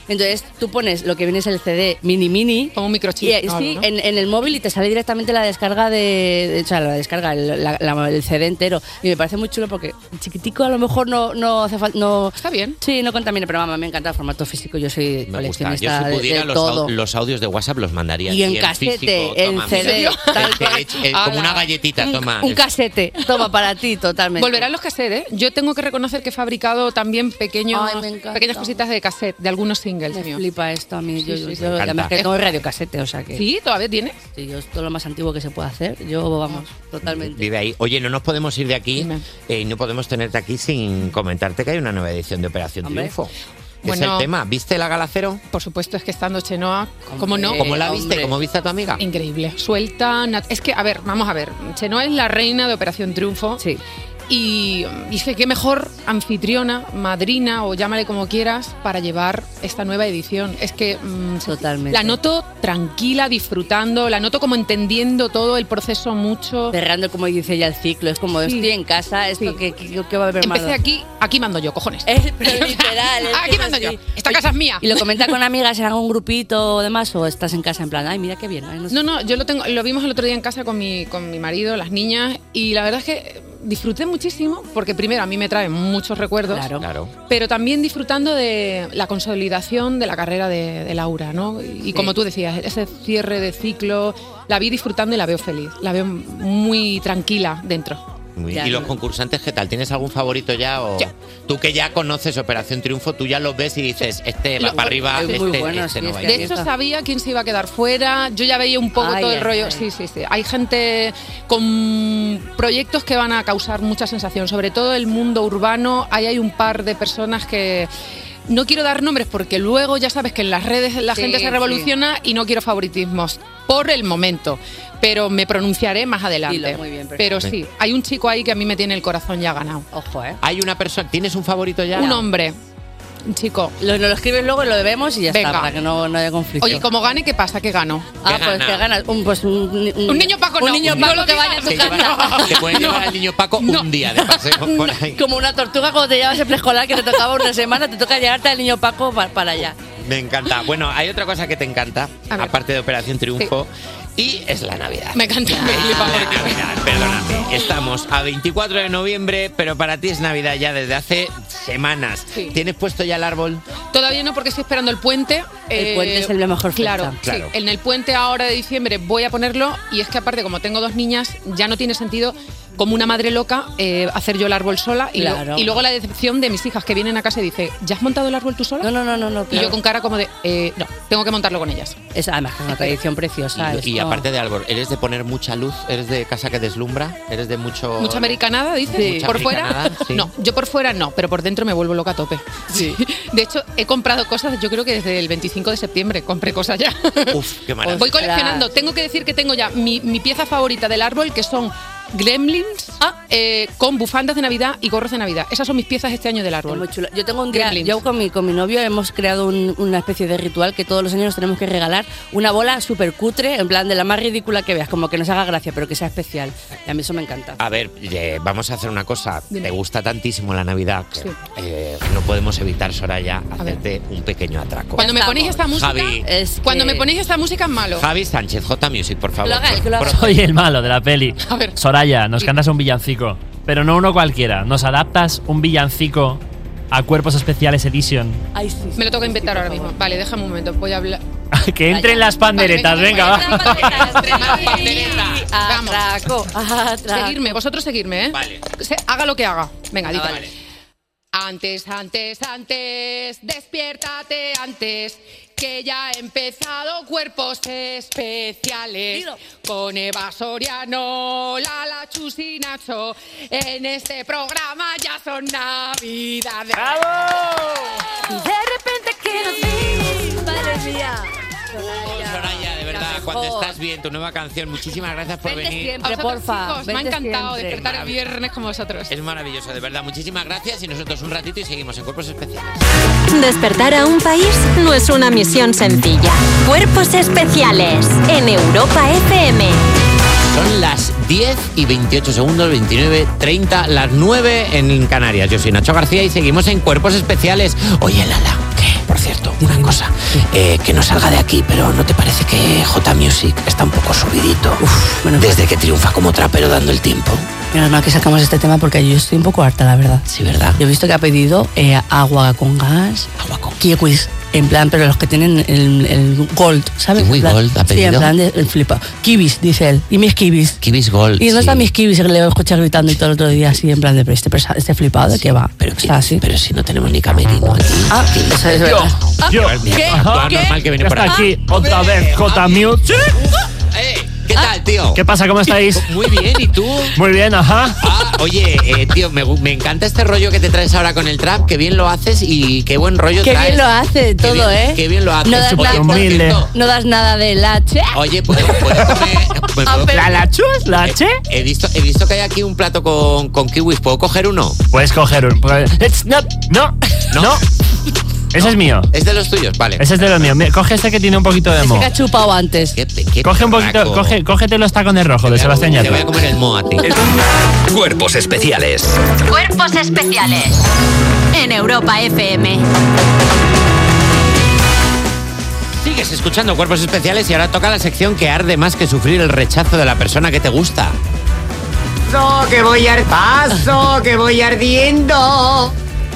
Entonces tú pones lo que viene es el CD mini mini.
Como un microchip.
Y, eh,
o algo,
sí,
¿no?
en, en el móvil y te sale directamente la descarga de, de- o sea, la descarga, el, la- la- el CD entero. Y me parece muy chulo porque chiquitico a lo mejor no, no hace falta. No,
Está bien.
Sí, no contamina, pero mamá, me encanta el formato físico. Yo soy
Me gusta.
coleccionista
Ah, Yo si
de-
pudiera
de
los,
todo.
au- los audios de WhatsApp los mandaría.
Y en
físico,
casete, en
toma,
CD,
mira.
tal
El que eche- el-
Ala.
eh, como una galletita, toma.
Un casete, toma para ti, totalmente.
Volverán los cassettes, ¿eh? Yo tengo que reconocer que he fabricado también pequeños,
Ay, me encanta.
pequeñas cositas de cassette, de algunos singles
Me
míos.
flipa esto a mí. yo,
Sí, sí,
yo-
sí.
yo-
Me encanta.
además que tengo radiocasete, o sea que.
Sí, todavía tiene.
Sí, yo es todo lo más antiguo que se puede hacer. Yo, vamos, totalmente.
Vive ahí. Oye, no nos podemos ir de aquí eh, y no podemos tenerte aquí sin comentarte que hay una nueva edición de Operación
Hombre.
Triunfo. que es
Bueno.
el tema. ¿Viste la gala cero?
Por supuesto, es que estando Chenoa, ¿cómo no?
¿Cómo la viste? ¿Cómo viste a tu amiga?
Increíble. Suelta, nat- es que, a ver, vamos a ver. Chenoa es la reina de Operación Triunfo. Sí. Y dije, qué mejor anfitriona, madrina o llámale como quieras para llevar esta nueva edición. Es que mm,
Totalmente.
la noto tranquila, disfrutando, la noto como entendiendo todo el proceso mucho.
Cerrando, como dice ella, el ciclo. Es como, estoy en casa, esto que, que- que va a haber más.
Empecé aquí, aquí mando yo, cojones.
pero literal.
aquí mando yo. Esta casa es mía.
¿Y lo comenta con amigas en algún grupito o demás? ¿O estás en casa en plan, ay, mira qué bien? ay, no sé.
No, no, yo lo tengo, lo vimos el otro día en casa con mi, con mi marido, las niñas, y la verdad es que disfruté muchísimo, porque primero a mí me trae muchos recuerdos,
Claro.
pero también disfrutando de la consolidación de la carrera de, de Laura, ¿no? Y como tú decías, ese cierre de ciclo, la vi disfrutando y la veo feliz, la veo muy tranquila dentro.
Muy-
Ya,
¿Y
no.
los concursantes qué tal? ¿Tienes algún favorito ya? O...
Ya.
Tú que ya conoces Operación Triunfo, tú ya los ves y dices, este va
Lo-
para arriba,
es muy
este,
bueno,
este
sí,
no va a
De
ir.
hecho, sabía quién se iba a quedar fuera. Yo ya veía un poco
Ay,
todo el
ay,
rollo.
ay.
Sí, sí, sí. Hay gente con proyectos que van a causar mucha sensación, sobre todo el mundo urbano. Ahí hay un par de personas que. No quiero dar nombres porque luego ya sabes que en las redes la
Sí,
gente se
sí.
revoluciona y no quiero favoritismos por el momento, pero me pronunciaré más adelante.
Dilo, muy bien, perfecto.
pero sí, hay un chico ahí que a mí me tiene el corazón ya ganado.
Ojo, ¿eh?
Hay una persona, ¿tienes un favorito ya?
Un hombre, un chico.
Lo, nos lo escribes luego, lo debemos y ya
Venga.
está, para que no, no haya conflicto.
Oye, como gane, ¿qué pasa? ¿Qué gano?
Ah,
¿Qué
pues
gana?
que ganas. Un, pues un,
Un niño Paco
Un
no,
niño
no
Paco
lo
que
digas.
vaya a tu
Se
casa.
Te pueden llevar al niño Paco un día de paseo por ahí.
Como una tortuga cuando te llevas el preescolar que te tocaba una semana, te toca llevarte al niño Paco pa- para allá.
Me encanta. Bueno, hay otra cosa que te encanta,
A ver.
aparte de Operación Triunfo, y es la Navidad.
Me encanta.
Navidad, perdóname. Estamos a 24 de noviembre, pero para ti es Navidad ya desde hace semanas.
Sí.
¿Tienes puesto ya el árbol?
Todavía no, porque estoy esperando el puente. eh,
El puente es el- la mejor fecha.
Claro,
Claro.
sí. en el puente ahora de diciembre voy a ponerlo y es que aparte como tengo dos niñas ya no tiene sentido como una madre loca eh, hacer yo el árbol sola y, lo-
Claro.
y luego la decepción de mis hijas que vienen a casa y dicen ¿ya has montado el árbol tú sola? No,
no, no, no.
y
claro.
yo con cara como de eh, no, tengo que montarlo con ellas.
Es además que es una tradición preciosa.
Y, y
esto.
aparte de árbol, ¿eres de poner mucha luz? ¿Eres de casa que deslumbra? ¿Eres de mucho...
¿Mucha americanada, dices?
Sí. Mucha
¿Por fuera?
americanada, sí.
No, yo por fuera no, pero por dentro me vuelvo loca a tope. Sí. De hecho, he comprado cosas, yo creo que desde el 25 de septiembre compré cosas ya.
Uf, qué maravilla.
Voy coleccionando. Tengo que decir que tengo ya mi, mi pieza favorita del árbol, que son gremlins
Ah.
eh, con bufandas de Navidad y gorros de Navidad. Esas son mis piezas este año del árbol.
Muy chulo. Yo tengo un día- yo con mi, con mi novio hemos creado un- una especie de ritual que todos los años nos tenemos que regalar una bola súper cutre, en plan de la más ridícula que veas, como que nos haga gracia, pero que sea especial. Y a mí eso me encanta.
A ver, eh, vamos a hacer una cosa.
Dime.
Te gusta tantísimo la Navidad que
Sí.
eh, no podemos evitar, Soraya, hacerte un pequeño atraco.
Cuando me ponéis esta música,
Javi,
cuando me ponéis esta música es malo.
Javi Sánchez, J Music, por favor.
Lo haga él, que lo haga.
Pro-
Soy el malo de la peli.
A ver.
Soraya, nos cantas un villancico. Pero no uno cualquiera. Nos adaptas un villancico a Cuerpos Especiales Edition.
Me lo tengo que inventar ahora mismo. Vale, déjame un momento. Voy a hablar.
que entren las panderetas, venga, va.
Vamos.
Atraco, atraco.
Seguirme, vosotros seguirme, ¿eh? Vale. haga lo que haga. Venga,
Ah,
dite.
vale.
Antes, antes, antes, despiértate antes, que ya ha empezado cuerpos especiales. Con Eva Soriano, Lala Chus y Nacho, en este programa ya son Navidades. ¡Bravo!
Y de repente que nos vimos, madre mía.
Soraya, de verdad, cuando estás bien, tu nueva canción. Muchísimas gracias por
Vente
venir.
siempre, A vosotros, porfa, chicos, me ha vente encantado siempre. despertar el
Maravilloso.
viernes con vosotros.
Es maravilloso, de verdad. Muchísimas gracias y nosotros un ratito y seguimos en Cuerpos Especiales.
Despertar a un país no es una misión sencilla. Cuerpos especiales en Europa FM.
Son las 10 y 28 segundos, 29, 30, las 9 en Canarias. Yo soy Nacho García y seguimos en Cuerpos Especiales. Oye, Lala, que, por cierto, una cosa, eh, que no salga de aquí, pero ¿no te parece que J Music está un poco subidito? desde que triunfa como trapero dando el tiempo.
Menos mal que sacamos este tema porque yo estoy un poco harta, la verdad.
Sí, ¿verdad?
Yo he visto que ha pedido eh, agua con gas, agua con kiwis, en plan, pero los que tienen el, el gold, ¿sabes? En plan-
Gold ha
Sí,
pedido.
en plan de el flipa. Kiwis, dice él. Y mis kiwis.
Kiwis Gold.
Y no
sí.
están mis kiwis que le escuché gritando y todo el otro día así, en plan de, pero este, persa- este flipado, ¿de qué va? Pero, está así.
pero si no tenemos ni camerino aquí.
Ah, eso es verdad.
Yo, Ah,
¿Qué?
Ajá.
¿Qué?
Normal que viene por
Ya está
aquí otra vez J Mute.
Ah.
Eh, ¿Qué tal, tío?
¿Qué pasa? ¿Cómo estáis?
Muy bien, ¿y tú?
Muy bien, ajá.
Oye, eh, tío, me, gu- me encanta este rollo que te traes ahora con el trap. Qué bien lo haces y qué buen rollo
Qué
traes.
bien lo hace todo,
bien-
¿eh?
qué bien lo hace.
No das,
Oye,
nada-
por cierto,
no das nada de la che.
Oye, ¿puedo, puedo comer? ¿Me puedo-
pero- ¿La
lachus? ¿La che?
Eh, He, he visto, he visto que hay aquí un plato con, con kiwis. ¿Puedo coger uno?
Puedes coger un. It's not- no, no. Ese es mío.
Es de los tuyos, vale.
Ese es de los míos. Mira, Coge este que tiene un poquito de
Ese
mo.
que ha chupado antes.
Coge un poquito,
perraco.
coge, cógete los tacones rojos de Sebastián Yatra.
el
Cuerpos especiales.
Cuerpos especiales en Europa FM.
Sigues escuchando Cuerpos Especiales y ahora toca la sección que arde más que sufrir el rechazo de la persona que te gusta.
Paso, que voy ar... paso, que voy ardiendo.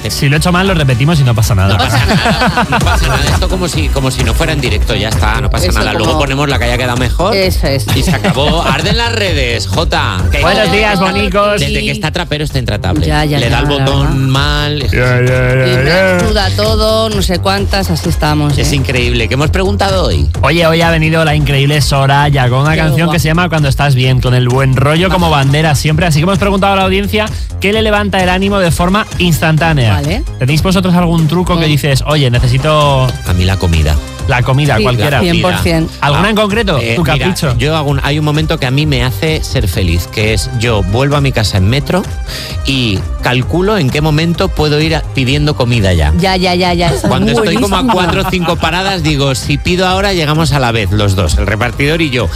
Si lo he hecho mal, lo repetimos y no pasa nada.
No pasa nada, esto como si, como si no fuera en directo, ya está, no pasa
Esto
nada.
como-
Luego ponemos la que haya quedado mejor.
Eso es.
Y se acabó. Arden las redes, Jota. Que-
Buenos días, bonicos.
Desde que está trapero está intratable.
Ya, ya, ya,
Le da el
la
botón mal.
Duda todo, no sé cuántas, así estamos. ¿eh?
Es increíble. ¿Qué hemos preguntado hoy?
Oye, hoy ha venido la increíble Soraya con una
Qué
canción
guapa.
que se llama Cuando estás bien, con el buen rollo como bandera siempre. Así que hemos preguntado a la audiencia qué le levanta el ánimo de forma instantánea.
Vale. Oh.
¿Tenéis vosotros algún truco que dices, oye, necesito.
A mí la comida.
La comida, cualquiera. ¿Alguna en concreto?
Eh,
tu
mira,
capricho.
yo hago un- hay un momento que a mí me hace ser feliz, que es yo vuelvo a mi casa en metro y calculo en qué momento puedo ir a- pidiendo comida ya.
Ya, ya, ya, ya. esa es
Cuando estoy como a
buenísima.
cuatro o cinco paradas, digo, si pido ahora, llegamos a la vez los dos, el repartidor y yo.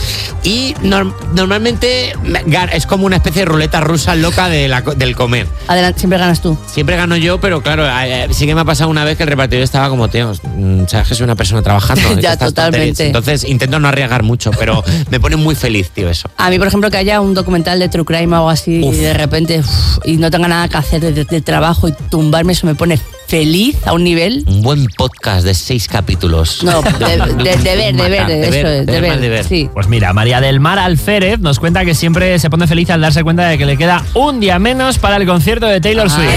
Y norm- normalmente me- ga- es como una especie de ruleta rusa loca de la co- del comer.
Adelante, siempre ganas tú.
Siempre gano yo, pero claro, eh, eh, sí que me ha pasado una vez que el repartidor estaba como, tío, mm, sabes que soy una persona trabajando.
Ya,
que estas
totalmente.
tonterías". Entonces intento no arriesgar mucho, pero me pone muy feliz, tío, eso.
A mí, por ejemplo, que haya un documental de True Crime o algo así y de repente uf, y no tenga nada que hacer de, de trabajo y tumbarme, eso me pone feliz a un nivel.
Un buen podcast de seis capítulos.
No, de- de- de ver, de ver,
De
eso es, de
de más
ver,
de ver.
sí.
Pues mira, María del Mar Alférez nos cuenta que siempre se pone feliz al darse cuenta de que le queda un día menos para el concierto de Taylor Swift.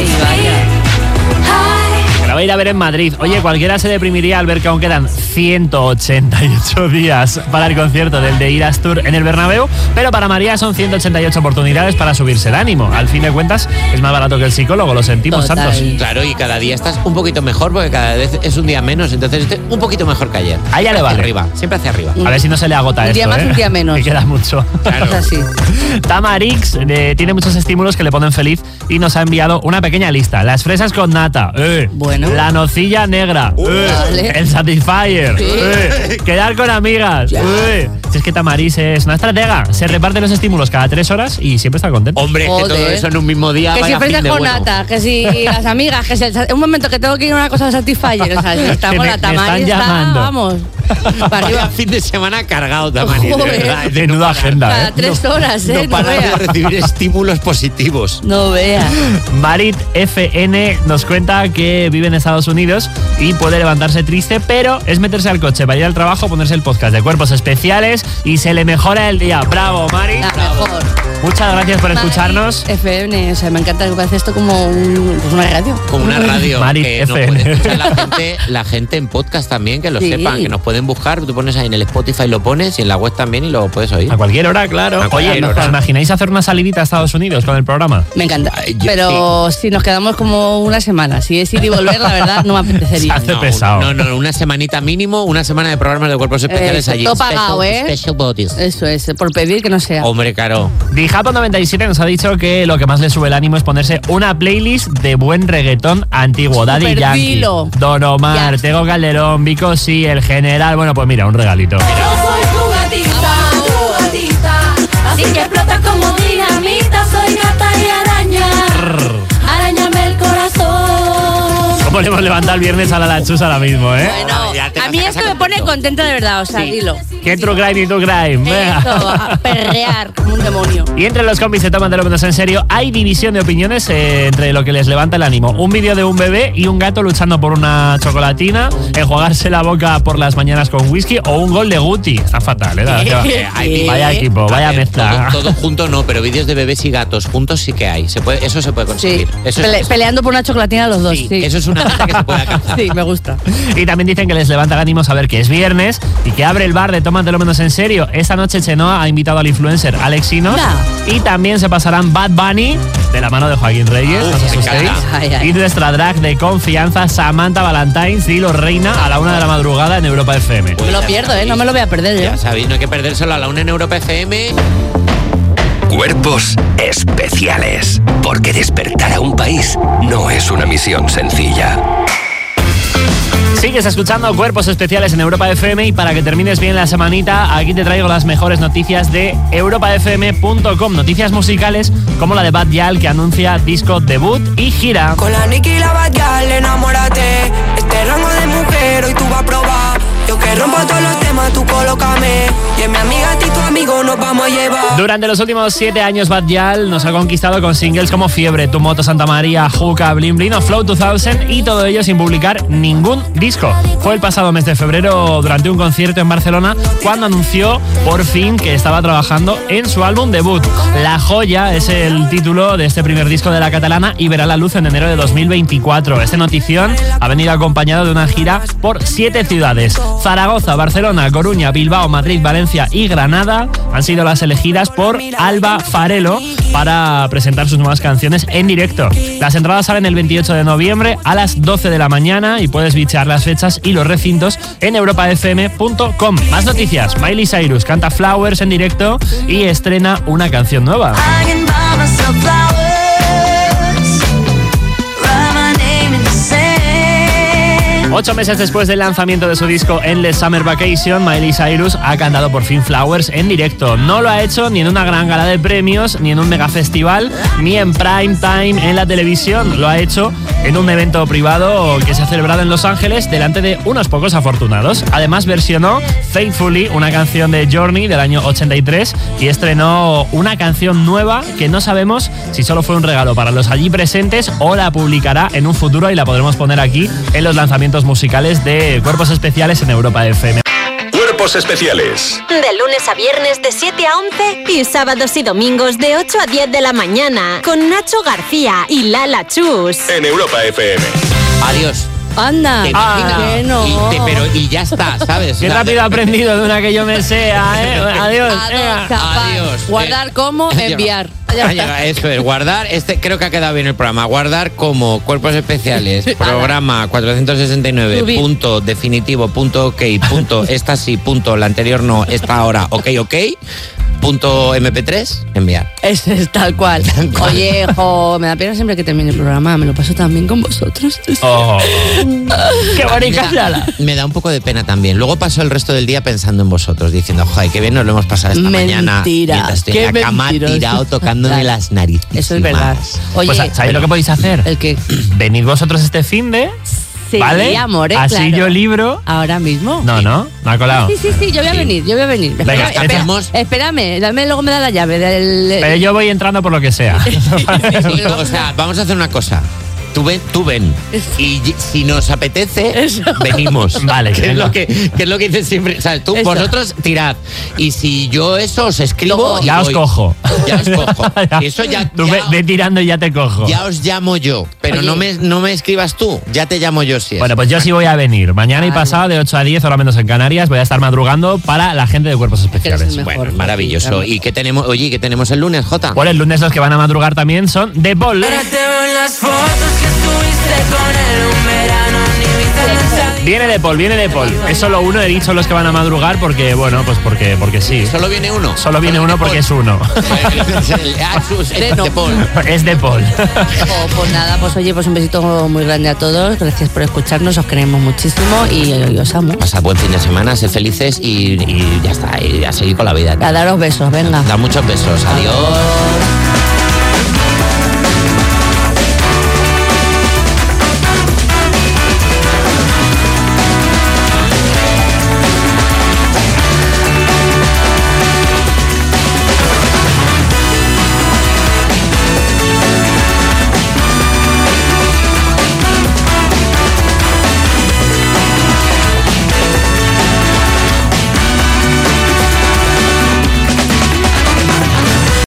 Que la va a ir a ver en Madrid. Oye, cualquiera se deprimiría al ver que aún quedan 188 días para el concierto del de Iras Tour en el Bernabéu, pero para María son 188 oportunidades para subirse el ánimo. Al fin de cuentas, es más barato que el psicólogo, lo sentimos santos.
Claro, y cada día estás un poquito mejor porque cada vez es un día menos, entonces este- un poquito mejor que ayer.
A ella le
Hacia
vale.
arriba, siempre hacia arriba.
A ver si no se le agota
Un
esto,
día más,
¿eh?
un día menos.
Que queda mucho.
Es así.
Tamarix eh, tiene muchos estímulos que le ponen feliz y nos ha enviado una pequeña lista. Las fresas con nata. eh. La nocilla negra. eh.
Uh, Vale.
El Satisfyer.
Sí.
eh. Quedar con amigas. eh. Si es que Tamarix es una estratega. Se reparte los estímulos cada tres horas y siempre está contento.
Hombre,
que todo Joder. eso
en un mismo día
Que si ofreces con nata, que si las amigas, que si el sa- un momento que tengo que ir a una cosa de Satisfyer, o sea, si
Que
estamos
me-
la
me
Tamari
están
está,
llamando.
vamos, para
Vaya
arriba.
fin de semana cargado, Tamari.
Joder.
¿eh?
Menuda agenda. ¿eh?
Cada tres horas, ¿eh? No
para de
veas.
recibir estímulos positivos.
No veas.
Marit FN nos cuenta que vive en Estados Unidos y puede levantarse triste, pero es meterse al coche para ir al trabajo, ponerse el podcast de cuerpos especiales y se le mejora el día. Bravo, Marit.
La mejor.
Muchas gracias por escucharnos.
FM, o sea, me encanta que parece esto como un- pues una radio.
Como una radio
Marit
que nos
FN.
puede escuchar la gente, la gente en podcast también, que lo
Sí.
sepan, que nos pueden buscar. Tú pones ahí en el Spotify, lo pones y en la web también y lo puedes oír.
A cualquier hora, claro.
A cualquier
Oye, ¿os
hora.
imagináis hacer una salidita a Estados Unidos con el programa?
Me encanta. Pero si nos quedamos como una semana, si es ir y volver, la verdad, no me apetecería.
No, No, no, una semanita mínimo, una semana de programas de cuerpos especiales
Eso,
allí.
todo pagado,
Special-
¿eh?
special bodies.
Eso es, eh, por pedir que no sea.
Hombre, caro.
Dijapo97 nos ha dicho que lo que más le sube el ánimo es ponerse una playlist de buen reggaetón antiguo. Daddy Yankee,
Superdilo.
Don Omar, Tego Calderón, Vico Sí, El General. Bueno, pues mira, un regalito.
soy tu gatita, tu gatita. Así que explota como dinamita. Soy gata y araña. Arañame el corazón.
¿Cómo le hemos levantado el viernes a la lanchus ahora mismo, eh?
A mí esto me pone contenta de verdad, o sea, dilo.
¿Qué true crime y true crime? Venga.
Esto, a perrear como un demonio.
Y entre los combis se toman de lo menos en serio, hay división de opiniones eh, entre lo que les levanta el ánimo. Un vídeo de un bebé y un gato luchando por una chocolatina, enjuagarse la boca por las mañanas con whisky o un gol de Guti. Está fatal, ¿eh?
Eh, hay-
Vaya equipo, vaya
A ver,
mezcla.
Todo, todo junto no, pero vídeos de bebés y gatos juntos sí que hay. Se puede, eso se puede conseguir. Eso, es-
Pele- peleando por una chocolatina los dos, sí.
eso es una meta que se puede alcanzar.
Sí, me gusta.
Y también dicen que les levanta el ánimo saber que es viernes y que abre el bar de Tómatelo Menos en Serio. Esta noche Chenoa ha invitado al influencer Alexinos y también se pasarán Bad Bunny de la mano de Joaquín Reyes,
Uf,
no os
me
asustéis.
encanta. Ay,
Y nuestra drag de confianza, Samantha Valentine, Dilo Reina, a la una de la madrugada en Europa FM.
Me lo pierdo, ¿eh? No me lo voy a perder yo.
Pues Ya sabéis, no hay que perdérselo a la una en Europa FM.
Cuerpos especiales. Porque despertar a un país no es una misión sencilla.
Sigues escuchando Cuerpos Especiales en Europa FM y para que termines bien la semanita, aquí te traigo las mejores noticias de europafm.com. Noticias musicales como la de Bad Yal que anuncia disco debut y gira.
Con la Nicky y la Badial, enamórate. Este rango de mujer hoy tú vas a probar. Yo que rompo todos los temas, tú colócame. Y es mi amiga, a ti tu amigo nos vamos a llevar.
Durante los últimos siete años, Bad Yal nos ha conquistado con singles como Fiebre, Tu Moto Santa María, Juca, Blin Blin o Flow 2000 y todo ello sin publicar ningún disco. Fue el pasado mes de febrero, durante un concierto en Barcelona, cuando anunció por fin que estaba trabajando en su álbum debut. La joya es el título de este primer disco de la catalana y verá la luz en enero de 2024. Este notición ha venido acompañado de una gira por siete ciudades. Zaragoza, Barcelona, Coruña, Bilbao, Madrid, Valencia y Granada han sido las elegidas por Alba Farelo para presentar sus nuevas canciones en directo. Las entradas salen el 28 de noviembre a las 12 de la mañana y puedes bichear las fechas y los recintos en europafm.com. Más noticias, Miley Cyrus canta Flowers en directo y estrena una canción nueva.
I can buy myself flowers. Write my name in the sand.
Ocho meses después del lanzamiento de su disco Endless Summer Vacation, Miley Cyrus ha cantado por fin Flowers en directo. No lo ha hecho ni en una gran gala de premios, ni en un mega festival, ni en prime time en la televisión. Lo ha hecho en un evento privado que se ha celebrado en Los Ángeles delante de unos pocos afortunados. Además, versionó Faithfully, una canción de Journey del año 83, y estrenó una canción nueva que no sabemos si solo fue un regalo para los allí presentes o la publicará en un futuro y la podremos poner aquí en los lanzamientos musicales de Cuerpos Especiales en Europa FM.
Cuerpos especiales
De lunes a viernes de 7 a 11 y sábados y domingos de 8 a 10 de la mañana con Nacho García y Lala Chus.
en Europa FM.
Adiós.
Anda,
¿Te imaginas?
que no.
Ah, Y te- pero, y ya está, ¿sabes?
Qué
O sea,
rápido he
de repente-
aprendido de una que yo me sea, ¿eh? Adiós.
Adopt, capaz.
Adiós.
Guardar como, enviar. Ya
Ah,
está.
ya, Eso es, guardar, este creo que ha quedado bien el programa, guardar como cuerpos especiales, programa 469,
Subir.
punto definitivo, punto ok, punto esta sí, punto la anterior no, esta ahora, ok, ok, punto mp3, enviar.
Ese es tal cual. Oye, jo, me da pena siempre que termine el programa. Me lo paso también con vosotros.
Oh.
Qué bonita
Me da-
Lala.
Me da un poco de pena también. Luego paso el resto del día pensando en vosotros, diciendo, joder, qué bien nos lo hemos pasado esta mañana.
Mentira,
mientras estoy
qué
en la cama
mentiroso.
tirado tocándome
Claro.
las narices.
Eso es verdad. Oye,
Pues, ¿sabéis lo que podéis hacer?
El que
Venid vosotros este fin de.
Sí,
¿Vale?
amor, ¿eh?
Así
Claro.
yo libro.
Ahora mismo.
No, no, me ha colado.
Sí, sí, Ah. sí, yo voy a venir, yo voy a venir.
Venga,
Espera- espera-
empezamos.
espérame, dame, luego me da la llave del...
Pero yo voy entrando por lo que sea.
o sea, vamos a hacer una cosa. Tú ven, tú ven. Y y- si nos apetece, venimos.
Vale,
que es,
venga.
lo que, que es lo que dicen siempre. O sea, tú,
Eso.
vosotros tirad. Y si yo eso os escribo. y
ya os
voy.
cojo.
Ya os cojo. Y eso ya.
Tú ve,
ya-
ve tirando y ya te cojo.
ya os llamo yo, pero no me, no me escribas tú, ya te llamo yo si es.
Bueno, pues yo sí voy a venir. Mañana y pasado, de 8 a 10, hora menos en Canarias, voy a estar madrugando para la gente de cuerpos especiales.
Bueno, maravilloso. ¿Y qué tenemos? Oye, ¿y ¿qué tenemos el lunes, Jota?
Por el lunes los que van a madrugar también son The Ball.
Ahora te veo en las fotos que estuviste con él un verano. Ni viste
Viene De Paul, viene De Paul. Es solo uno, he dicho los que van a madrugar porque, bueno, pues porque, porque sí.
¿Solo viene uno?
Solo viene uno porque es uno.
Ah, sus- es de Paul.
es De Paul.
Oh, pues nada, pues oye, pues un besito muy grande a todos. Gracias por escucharnos, os queremos muchísimo y, y os amo.
Pasad buen fin de semana, sed felices y, y ya está, y a seguir con la vida.
A daros besos, venga.
Da muchos besos. Adiós.